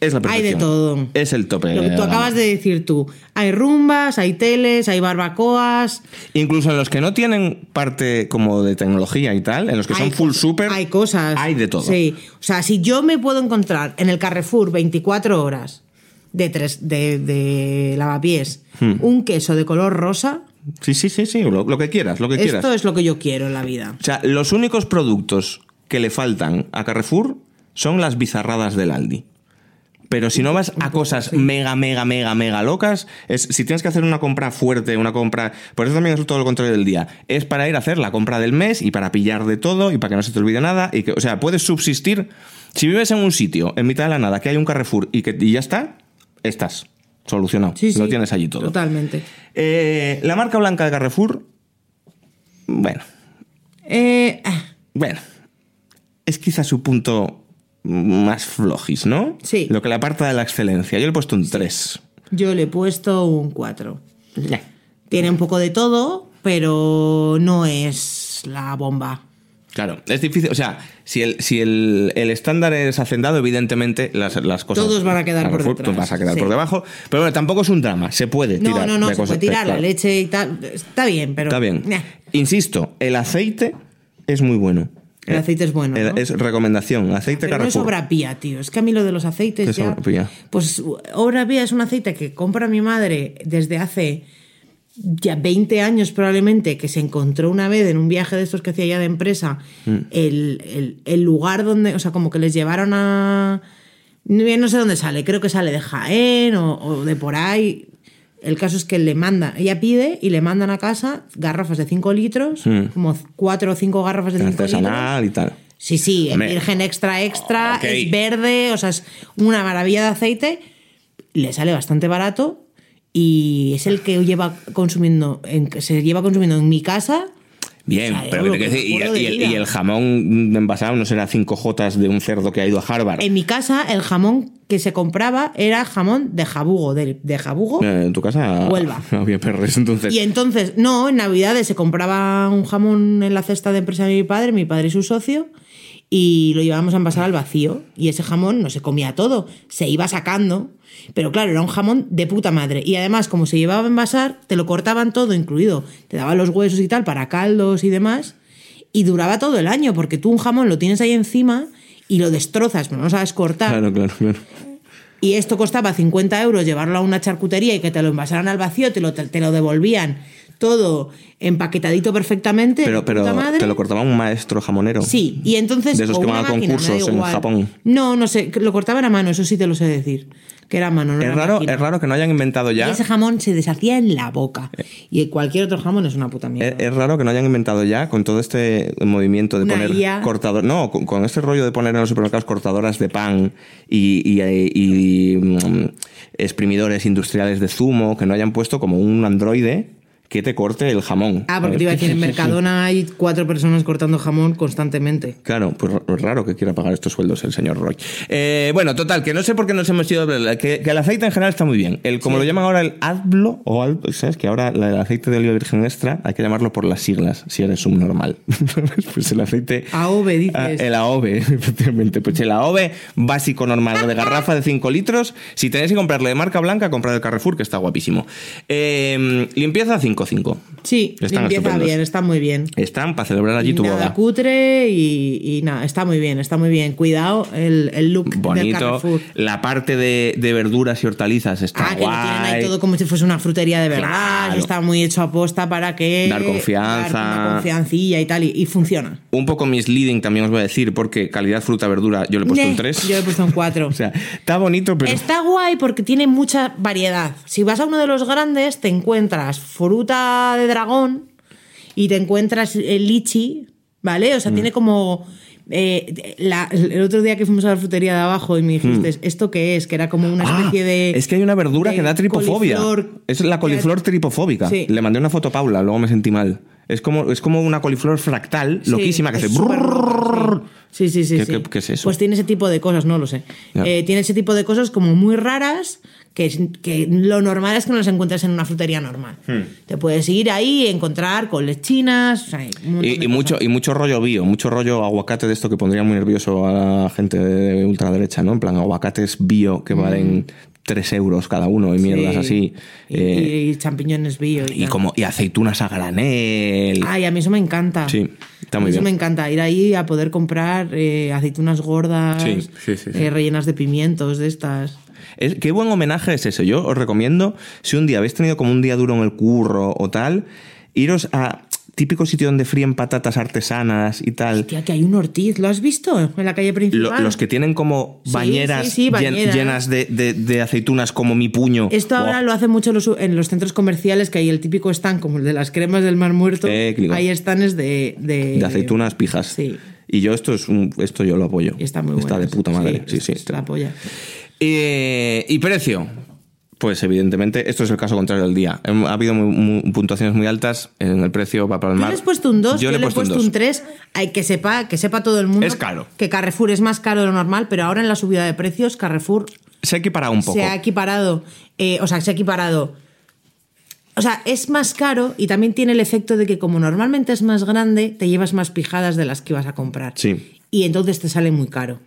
[SPEAKER 1] Es la
[SPEAKER 2] Hay
[SPEAKER 1] perfección.
[SPEAKER 2] de todo.
[SPEAKER 1] Es el tope.
[SPEAKER 2] Lo que
[SPEAKER 1] de
[SPEAKER 2] tú
[SPEAKER 1] la
[SPEAKER 2] acabas
[SPEAKER 1] gama.
[SPEAKER 2] de decir tú. Hay rumbas, hay teles, hay barbacoas.
[SPEAKER 1] Incluso en los que no tienen parte como de tecnología y tal, en los que
[SPEAKER 2] hay
[SPEAKER 1] son full
[SPEAKER 2] cosas-
[SPEAKER 1] super.
[SPEAKER 2] Hay cosas.
[SPEAKER 1] Hay de todo.
[SPEAKER 2] Sí. O sea, si yo me puedo encontrar en el Carrefour 24 horas de, tres, de, de lavapiés
[SPEAKER 1] Hmm.
[SPEAKER 2] un queso de color rosa,
[SPEAKER 1] sí, sí, sí, sí, Lo, lo que quieras, lo que quieras.
[SPEAKER 2] esto es lo que yo quiero en la vida.
[SPEAKER 1] O sea, los únicos productos que le faltan a Carrefour son las bizarradas del Aldi. Pero si no vas a cosas mega, mega, mega, mega locas, es, si tienes que hacer una compra fuerte, una compra... Por eso también es todo lo contrario del día. Es para ir a hacer la compra del mes y para pillar de todo y para que no se te olvide nada. Y que, o sea, puedes subsistir. Si vives en un sitio, en mitad de la nada, que hay un Carrefour y que y ya está, estás solucionado.
[SPEAKER 2] Sí, sí.
[SPEAKER 1] Lo tienes allí todo.
[SPEAKER 2] Totalmente.
[SPEAKER 1] Eh, la marca blanca de Carrefour, bueno,
[SPEAKER 2] Eh, ah,
[SPEAKER 1] bueno, es quizá su punto más flojis, ¿no?
[SPEAKER 2] Sí.
[SPEAKER 1] Lo que le aparta de la excelencia. Yo le he puesto un 3.
[SPEAKER 2] yo le he puesto un 4. Tiene un poco de todo, pero no es la bomba.
[SPEAKER 1] Claro, es difícil. O sea, si el, si el, el estándar es hacendado, evidentemente las, las cosas.
[SPEAKER 2] Todos van a quedar por
[SPEAKER 1] Carrefour,
[SPEAKER 2] detrás,
[SPEAKER 1] Tú vas a quedar
[SPEAKER 2] sí.
[SPEAKER 1] por debajo. Pero bueno, tampoco es un drama. Se puede
[SPEAKER 2] No,
[SPEAKER 1] tirar.
[SPEAKER 2] no, no,
[SPEAKER 1] de
[SPEAKER 2] se
[SPEAKER 1] cosas-
[SPEAKER 2] puede tirar la
[SPEAKER 1] claro.
[SPEAKER 2] leche y tal. Está bien, pero.
[SPEAKER 1] Está bien.
[SPEAKER 2] Nah,
[SPEAKER 1] Insisto, el aceite es muy bueno.
[SPEAKER 2] El aceite es bueno,
[SPEAKER 1] El-
[SPEAKER 2] ¿no?
[SPEAKER 1] Es recomendación. Aceite
[SPEAKER 2] Pero no es
[SPEAKER 1] Carrefour.
[SPEAKER 2] obra pía, tío. Es que a mí lo de los
[SPEAKER 1] ¿Qué
[SPEAKER 2] aceites
[SPEAKER 1] es
[SPEAKER 2] ya...
[SPEAKER 1] obra pía?
[SPEAKER 2] Pues obra pía es un aceite que compra mi madre desde hace ya 20 años probablemente, que se encontró una vez en un viaje de estos que hacía ya de empresa,
[SPEAKER 1] Mm.
[SPEAKER 2] el, el- el lugar donde... O sea, como que les llevaron a... No bien, no sé dónde sale. Creo que sale de Jaén o, o de por ahí. El caso es que le mandan... Ella pide y le mandan a casa garrafas de 5 litros,
[SPEAKER 1] Mm.
[SPEAKER 2] como 4 o 5 garrafas de 5 litros.
[SPEAKER 1] Artesanal y tal.
[SPEAKER 2] Sí, sí, es
[SPEAKER 1] Hombre.
[SPEAKER 2] virgen extra extra,
[SPEAKER 1] Ok.
[SPEAKER 2] es verde, o sea, es una maravilla de aceite, le sale bastante barato y es el que lleva consumiendo, en, que se lleva consumiendo en mi casa
[SPEAKER 1] Bien,
[SPEAKER 2] Ay,
[SPEAKER 1] pero
[SPEAKER 2] lo
[SPEAKER 1] que te quiero
[SPEAKER 2] que
[SPEAKER 1] decir,
[SPEAKER 2] me juro
[SPEAKER 1] y,
[SPEAKER 2] de
[SPEAKER 1] y el,
[SPEAKER 2] vida.
[SPEAKER 1] y el jamón envasado no será 5 jotas de un cerdo que ha ido a Harvard.
[SPEAKER 2] En mi casa, el jamón que se compraba era jamón de jabugo, de, de jabugo.
[SPEAKER 1] Eh, en tu casa
[SPEAKER 2] Huelva.
[SPEAKER 1] había perres, entonces.
[SPEAKER 2] Y entonces, no, en Navidades se compraba un jamón en la cesta de empresa de mi padre, mi padre y su socio, y lo llevábamos a envasar al vacío. Y ese jamón no se comía todo, se iba sacando. Pero claro, era un jamón de puta madre. Y además, como se llevaba a envasar, te lo cortaban todo, incluido. Te daban los huesos y tal para caldos y demás. Y duraba todo el año, porque tú un jamón lo tienes ahí encima y lo destrozas, pero no lo sabes cortar.
[SPEAKER 1] Claro, claro, claro.
[SPEAKER 2] Y esto costaba 50 euros llevarlo a una charcutería y que te lo envasaran al vacío, te lo, te, lo devolvían todo empaquetadito perfectamente.
[SPEAKER 1] Pero,
[SPEAKER 2] de
[SPEAKER 1] pero
[SPEAKER 2] puta madre.
[SPEAKER 1] te lo cortaba un maestro jamonero.
[SPEAKER 2] Sí, y entonces.
[SPEAKER 1] De esos
[SPEAKER 2] o
[SPEAKER 1] que
[SPEAKER 2] una
[SPEAKER 1] van a
[SPEAKER 2] máquina, me da
[SPEAKER 1] concursos en
[SPEAKER 2] igual.
[SPEAKER 1] Japón.
[SPEAKER 2] No, no sé, que lo cortaban a mano, eso sí te lo sé decir. Que era a mano, no
[SPEAKER 1] Es
[SPEAKER 2] era
[SPEAKER 1] raro,
[SPEAKER 2] máquina.
[SPEAKER 1] es raro que no hayan inventado
[SPEAKER 2] Y
[SPEAKER 1] ya. Eh.
[SPEAKER 2] ese jamón se deshacía en la boca. Y cualquier otro jamón es una puta
[SPEAKER 1] Es,
[SPEAKER 2] mierda.
[SPEAKER 1] es raro que no hayan inventado ya con todo este movimiento de
[SPEAKER 2] Una
[SPEAKER 1] poner
[SPEAKER 2] IA.
[SPEAKER 1] cortador. No, con, con este rollo de poner en los supermercados cortadoras de pan y, y- eh, y, mm, exprimidores industriales de zumo, que no hayan puesto como un androide que te corte el jamón.
[SPEAKER 2] ah, porque te iba a
[SPEAKER 1] eh,
[SPEAKER 2] decir, en Mercadona hay cuatro personas cortando jamón constantemente.
[SPEAKER 1] Claro, pues r- raro que quiera pagar estos sueldos el señor Roy. Eh, bueno, total, que no sé por qué nos hemos ido. Que, que el aceite en general está muy bien. El, como lo llaman ahora el AdBlo, o al- ¿sabes? Que ahora la- el aceite de oliva virgen extra hay que llamarlo por las siglas, si eres subnormal. pues el aceite.
[SPEAKER 2] AOVE, dices.
[SPEAKER 1] Ah, el AOVE, efectivamente. Pues el AOVE básico normal de garrafa de 5 litros. Si tenéis que comprarlo de marca blanca, comprad el Carrefour, que está guapísimo. Eh, limpieza 5-5.
[SPEAKER 2] Sí,
[SPEAKER 1] Están
[SPEAKER 2] limpieza
[SPEAKER 1] estupendos.
[SPEAKER 2] bien, está muy bien.
[SPEAKER 1] Están para celebrar allí tu
[SPEAKER 2] nada
[SPEAKER 1] boda.
[SPEAKER 2] cutre y, y nada, está muy bien, está muy bien. Cuidado el, el look del
[SPEAKER 1] bonito.
[SPEAKER 2] Carrefour.
[SPEAKER 1] La parte de, de verduras y hortalizas está
[SPEAKER 2] Ah, que lo
[SPEAKER 1] guay.
[SPEAKER 2] tienen ahí todo como si fuese una frutería de verdad.
[SPEAKER 1] Claro.
[SPEAKER 2] Eso está muy hecho a posta para que...
[SPEAKER 1] Dar confianza.
[SPEAKER 2] dar una confiancilla y tal, y, y funciona.
[SPEAKER 1] Un poco misleading también os voy a decir, porque calidad fruta verdura yo le he puesto
[SPEAKER 2] Eh,
[SPEAKER 1] un 3.
[SPEAKER 2] Yo he puesto un 4.
[SPEAKER 1] O sea, está bonito, pero
[SPEAKER 2] Está guay porque tiene mucha variedad. Si vas a uno de los grandes, te encuentras fruta de dragón y te encuentras el lichi, ¿vale?
[SPEAKER 1] Mm.
[SPEAKER 2] O sea, tiene como. eh, la- el otro día que fuimos a la frutería de abajo y me dijiste, ¿esto qué es? Que era como una
[SPEAKER 1] Mm. Ah,
[SPEAKER 2] especie de.
[SPEAKER 1] es que hay una verdura
[SPEAKER 2] de
[SPEAKER 1] que da tripofobia.
[SPEAKER 2] coliflor.
[SPEAKER 1] es la coliflor tripofóbica.
[SPEAKER 2] Sí.
[SPEAKER 1] Le mandé una foto a Paula, luego me sentí mal. Es como, es como una coliflor fractal,
[SPEAKER 2] Sí,
[SPEAKER 1] loquísima, que
[SPEAKER 2] es
[SPEAKER 1] hace.
[SPEAKER 2] súper
[SPEAKER 1] brrrr.
[SPEAKER 2] loca, Sí, sí, sí.
[SPEAKER 1] ¿Qué-
[SPEAKER 2] sí.
[SPEAKER 1] qué- qué es eso?
[SPEAKER 2] Pues tiene ese tipo de cosas, no lo sé.
[SPEAKER 1] Ya.
[SPEAKER 2] Eh, tiene ese tipo de cosas como muy raras que, es- que lo normal es que no las encuentres en una frutería normal.
[SPEAKER 1] Hmm.
[SPEAKER 2] Te puedes ir ahí y encontrar con lechinas. o sea, hay un montón de
[SPEAKER 1] Y, y
[SPEAKER 2] cosas.
[SPEAKER 1] mucho, y mucho rollo bio, mucho rollo aguacate de esto que pondría muy nervioso a la gente de ultraderecha, ¿no? En plan, aguacates bio que valen 3 euros cada uno y mierdas
[SPEAKER 2] Mm. Sí.
[SPEAKER 1] así.
[SPEAKER 2] Y,
[SPEAKER 1] Eh,
[SPEAKER 2] y champiñones bio. Y,
[SPEAKER 1] y,
[SPEAKER 2] tal.
[SPEAKER 1] como, y aceitunas a granel.
[SPEAKER 2] Ay, a mí eso me encanta.
[SPEAKER 1] Sí, está muy
[SPEAKER 2] A mí Eso
[SPEAKER 1] bien.
[SPEAKER 2] me encanta, ir ahí a poder comprar eh, aceitunas gordas,
[SPEAKER 1] Sí, sí, sí, sí.
[SPEAKER 2] eh, rellenas de pimientos, de estas.
[SPEAKER 1] Es- qué buen homenaje es eso. Yo os recomiendo, si un día habéis tenido como un día duro en el curro o tal, iros a típico sitio donde fríen patatas artesanas y tal.
[SPEAKER 2] Tía, que hay un Ortiz, ¿lo has visto? En la calle
[SPEAKER 1] Lo-
[SPEAKER 2] principal.
[SPEAKER 1] los que tienen como
[SPEAKER 2] Sí,
[SPEAKER 1] bañeras,
[SPEAKER 2] sí, sí,
[SPEAKER 1] llen-
[SPEAKER 2] bañeras.
[SPEAKER 1] llenas de, de- de aceitunas como mi puño.
[SPEAKER 2] Esto ahora
[SPEAKER 1] Buah.
[SPEAKER 2] lo hacen mucho los- en los centros comerciales, que hay el típico stand, como el de las cremas del mar muerto.
[SPEAKER 1] Eh, digo.
[SPEAKER 2] hay stands de, de,
[SPEAKER 1] de aceitunas pijas.
[SPEAKER 2] Eh, sí.
[SPEAKER 1] Y yo esto es un, esto yo lo apoyo.
[SPEAKER 2] Y está muy bueno.
[SPEAKER 1] Está de puta madre. Sí,
[SPEAKER 2] es-
[SPEAKER 1] sí.
[SPEAKER 2] es la polla.
[SPEAKER 1] Eh, y precio. Pues evidentemente, esto es el caso contrario del día. Hem- Ha habido muy- muy- puntuaciones muy altas en el precio va para el
[SPEAKER 2] Tú
[SPEAKER 1] mar.
[SPEAKER 2] le has puesto un 2, yo, le he puesto,
[SPEAKER 1] dos.
[SPEAKER 2] un 3. Hay que sepa, que sepa todo el mundo
[SPEAKER 1] Es caro.
[SPEAKER 2] que Carrefour es más caro de lo normal, pero ahora en la subida de precios, Carrefour
[SPEAKER 1] Se ha equiparado un poco.
[SPEAKER 2] se ha equiparado. eh, o sea, se ha equiparado. O sea, es más caro y también tiene el efecto de que como normalmente es más grande, te llevas más pijadas de las que ibas a comprar.
[SPEAKER 1] Sí. Hmm.
[SPEAKER 2] Y entonces te sale muy caro.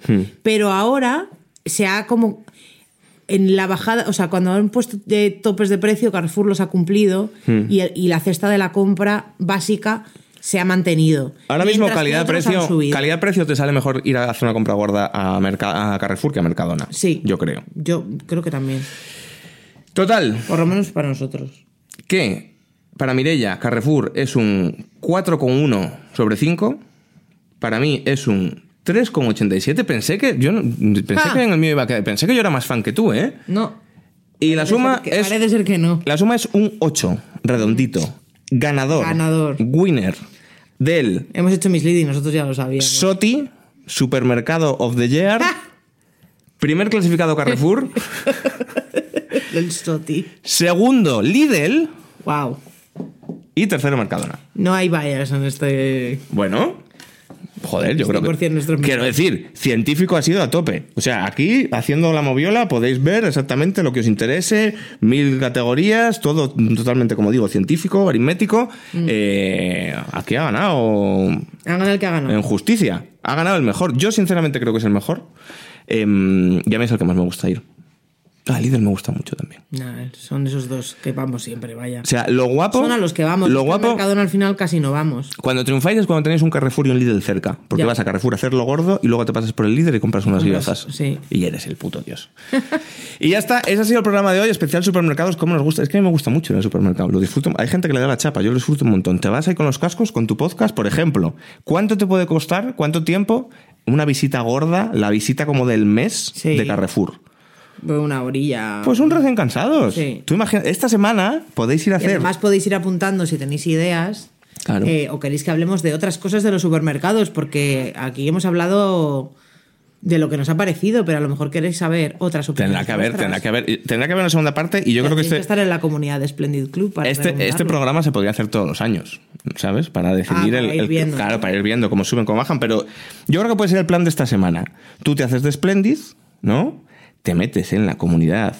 [SPEAKER 2] Pero ahora se ha como... En la bajada, o sea, cuando han puesto de topes de precio, Carrefour los ha cumplido
[SPEAKER 1] Hmm.
[SPEAKER 2] y, el- y la cesta de la compra básica se ha mantenido.
[SPEAKER 1] Ahora
[SPEAKER 2] Mientras
[SPEAKER 1] mismo
[SPEAKER 2] que otros han
[SPEAKER 1] calidad-precio
[SPEAKER 2] subido.
[SPEAKER 1] calidad-precio te sale mejor ir a hacer una compra gorda a, Merca- a Carrefour que a Mercadona.
[SPEAKER 2] Sí.
[SPEAKER 1] Yo creo.
[SPEAKER 2] Yo creo que también.
[SPEAKER 1] Total,
[SPEAKER 2] Por lo menos para nosotros.
[SPEAKER 1] que para Mirella Carrefour es un 4,1 sobre 5. Para mí es un 3,87. Pensé que yo no- pensé
[SPEAKER 2] Ah.
[SPEAKER 1] que en el mío iba a quedar. Pensé que yo era más fan que tú, ¿eh?
[SPEAKER 2] No,
[SPEAKER 1] Y la suma
[SPEAKER 2] Parece ser que-
[SPEAKER 1] es
[SPEAKER 2] Parece ser que no.
[SPEAKER 1] la suma es un 8 redondito. Ganador.
[SPEAKER 2] Ganador.
[SPEAKER 1] Winner del
[SPEAKER 2] Hemos hecho misleading, nosotros ya lo sabíamos.
[SPEAKER 1] Soti Supermercado of the Year.
[SPEAKER 2] Ah.
[SPEAKER 1] Primer clasificado Carrefour,
[SPEAKER 2] El Soti.
[SPEAKER 1] segundo Lidl
[SPEAKER 2] Wow.
[SPEAKER 1] Y tercero, Mercadona.
[SPEAKER 2] No hay bias en este.
[SPEAKER 1] Bueno, joder, yo creo
[SPEAKER 2] 100%
[SPEAKER 1] que.
[SPEAKER 2] nuestros
[SPEAKER 1] Quiero decir, científico ha sido a tope. O sea, aquí, haciendo la moviola, podéis ver exactamente lo que os interese, mil categorías, todo totalmente, como digo, científico, aritmético.
[SPEAKER 2] Mm.
[SPEAKER 1] Eh, aquí ha ganado
[SPEAKER 2] Ha ganado el que ha ganado.
[SPEAKER 1] en justicia. Ha ganado el mejor. Yo, sinceramente, creo que es el mejor. Em, ya me es el que más me gusta ir. Ah, líder me gusta mucho también.
[SPEAKER 2] Nah, son esos dos que vamos siempre, vaya.
[SPEAKER 1] O sea, lo guapo.
[SPEAKER 2] son a los que vamos.
[SPEAKER 1] Lo
[SPEAKER 2] Es que al
[SPEAKER 1] guapo.
[SPEAKER 2] Mercadona al final casi no vamos.
[SPEAKER 1] Cuando triunfáis es cuando tenéis un Carrefour y un Lidl cerca. Porque
[SPEAKER 2] Ya.
[SPEAKER 1] vas a Carrefour a hacerlo gordo y luego te pasas por el líder y compras unas
[SPEAKER 2] Compras,
[SPEAKER 1] guiozas.
[SPEAKER 2] sí.
[SPEAKER 1] Y eres el puto dios. y ya está. Ese ha sido el programa de hoy. Especial supermercados. ¿Cómo nos gusta? Es que a mí me gusta mucho ir al supermercado. Lo disfruto. Hay gente que le da la chapa. Yo lo disfruto un montón. Te vas ahí con los cascos, con tu podcast, por ejemplo. ¿Cuánto te puede costar? ¿Cuánto tiempo? Una visita gorda, la visita como del mes
[SPEAKER 2] Sí.
[SPEAKER 1] de Carrefour.
[SPEAKER 2] Voy una orilla.
[SPEAKER 1] Pues un recién cansados.
[SPEAKER 2] Sí.
[SPEAKER 1] Tú imagina, esta semana podéis ir a
[SPEAKER 2] Y
[SPEAKER 1] hacer.
[SPEAKER 2] además podéis ir apuntando si tenéis ideas.
[SPEAKER 1] Claro.
[SPEAKER 2] eh, o queréis que hablemos de otras cosas de los supermercados, porque aquí hemos hablado de lo que nos ha parecido, pero a lo mejor queréis saber otras opiniones.
[SPEAKER 1] Tendrá que haber, tendrá
[SPEAKER 2] vuestras.
[SPEAKER 1] que haber, tendrá que haber una segunda parte y yo creo que
[SPEAKER 2] Tenéis
[SPEAKER 1] este,
[SPEAKER 2] estar en la comunidad de Splendid Club para
[SPEAKER 1] Este, este
[SPEAKER 2] preguntarlo. Ah,
[SPEAKER 1] programa se podría hacer todos los años, ¿sabes? Para decidir
[SPEAKER 2] para
[SPEAKER 1] el,
[SPEAKER 2] ir
[SPEAKER 1] el-
[SPEAKER 2] viendo.
[SPEAKER 1] Claro, para ir viendo cómo suben, cómo bajan. Pero yo creo que puede ser el plan de esta semana. Tú te haces de Splendid, ¿no? Te metes en la comunidad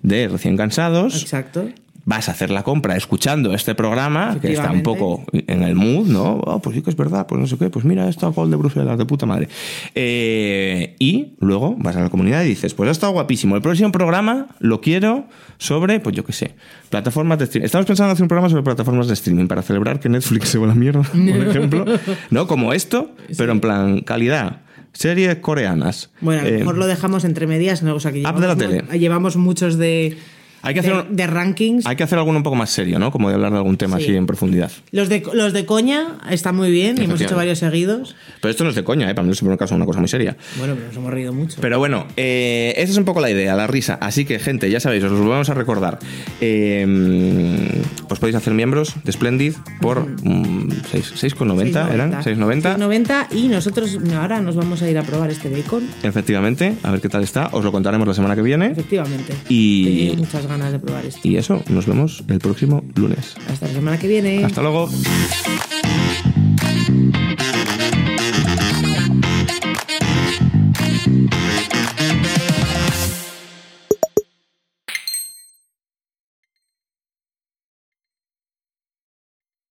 [SPEAKER 1] de recién cansados.
[SPEAKER 2] Exacto.
[SPEAKER 1] Vas a hacer la compra escuchando este programa, que está un
[SPEAKER 2] Efectivamente.
[SPEAKER 1] poco en el mood, ¿no? Ah, pues sí que es verdad, pues no sé qué, pues mira, ha estado gol de Bruselas, de puta madre. Eh, y luego vas a la comunidad y dices, pues ha estado guapísimo. El próximo programa lo quiero sobre, pues yo qué sé, plataformas de streaming. Estamos pensando en hacer un programa sobre plataformas de streaming para celebrar que Netflix se va a la mierda, por ejemplo. ¿No? Como esto, pero en plan calidad. Series coreanas.
[SPEAKER 2] Bueno, a lo
[SPEAKER 1] Eh,
[SPEAKER 2] mejor lo dejamos entre medias, ¿no? O sea, que
[SPEAKER 1] App de la
[SPEAKER 2] llevamos, mu- llevamos muchos de,
[SPEAKER 1] Hay que
[SPEAKER 2] de,
[SPEAKER 1] hacer un-
[SPEAKER 2] de rankings.
[SPEAKER 1] hay que hacer alguno un poco más serio, ¿no? Como de hablar de algún tema
[SPEAKER 2] Sí.
[SPEAKER 1] así en profundidad.
[SPEAKER 2] Los, de, los de coña están muy bien, y hemos
[SPEAKER 1] Efectivamente.
[SPEAKER 2] hecho varios seguidos.
[SPEAKER 1] Pero esto no es de coña, ¿eh? Para mí los supermercados son una cosa muy seria.
[SPEAKER 2] Bueno, pero nos hemos reído mucho.
[SPEAKER 1] Pero bueno, eh, esa es un poco la idea, la risa. Así que, gente, ya sabéis, os lo vamos a recordar. Eh, os podéis hacer miembros de Splendid por mm, seis- 6,90, eran 6,90.
[SPEAKER 2] 6,90 y nosotros ahora nos vamos a ir a probar este bacon,
[SPEAKER 1] Efectivamente, a ver qué tal está. Os lo contaremos la semana que viene.
[SPEAKER 2] efectivamente.
[SPEAKER 1] Y-
[SPEAKER 2] Tenía muchas ganas de probar esto.
[SPEAKER 1] Y eso, nos vemos el próximo lunes.
[SPEAKER 2] Hasta la semana que viene.
[SPEAKER 1] Hasta luego.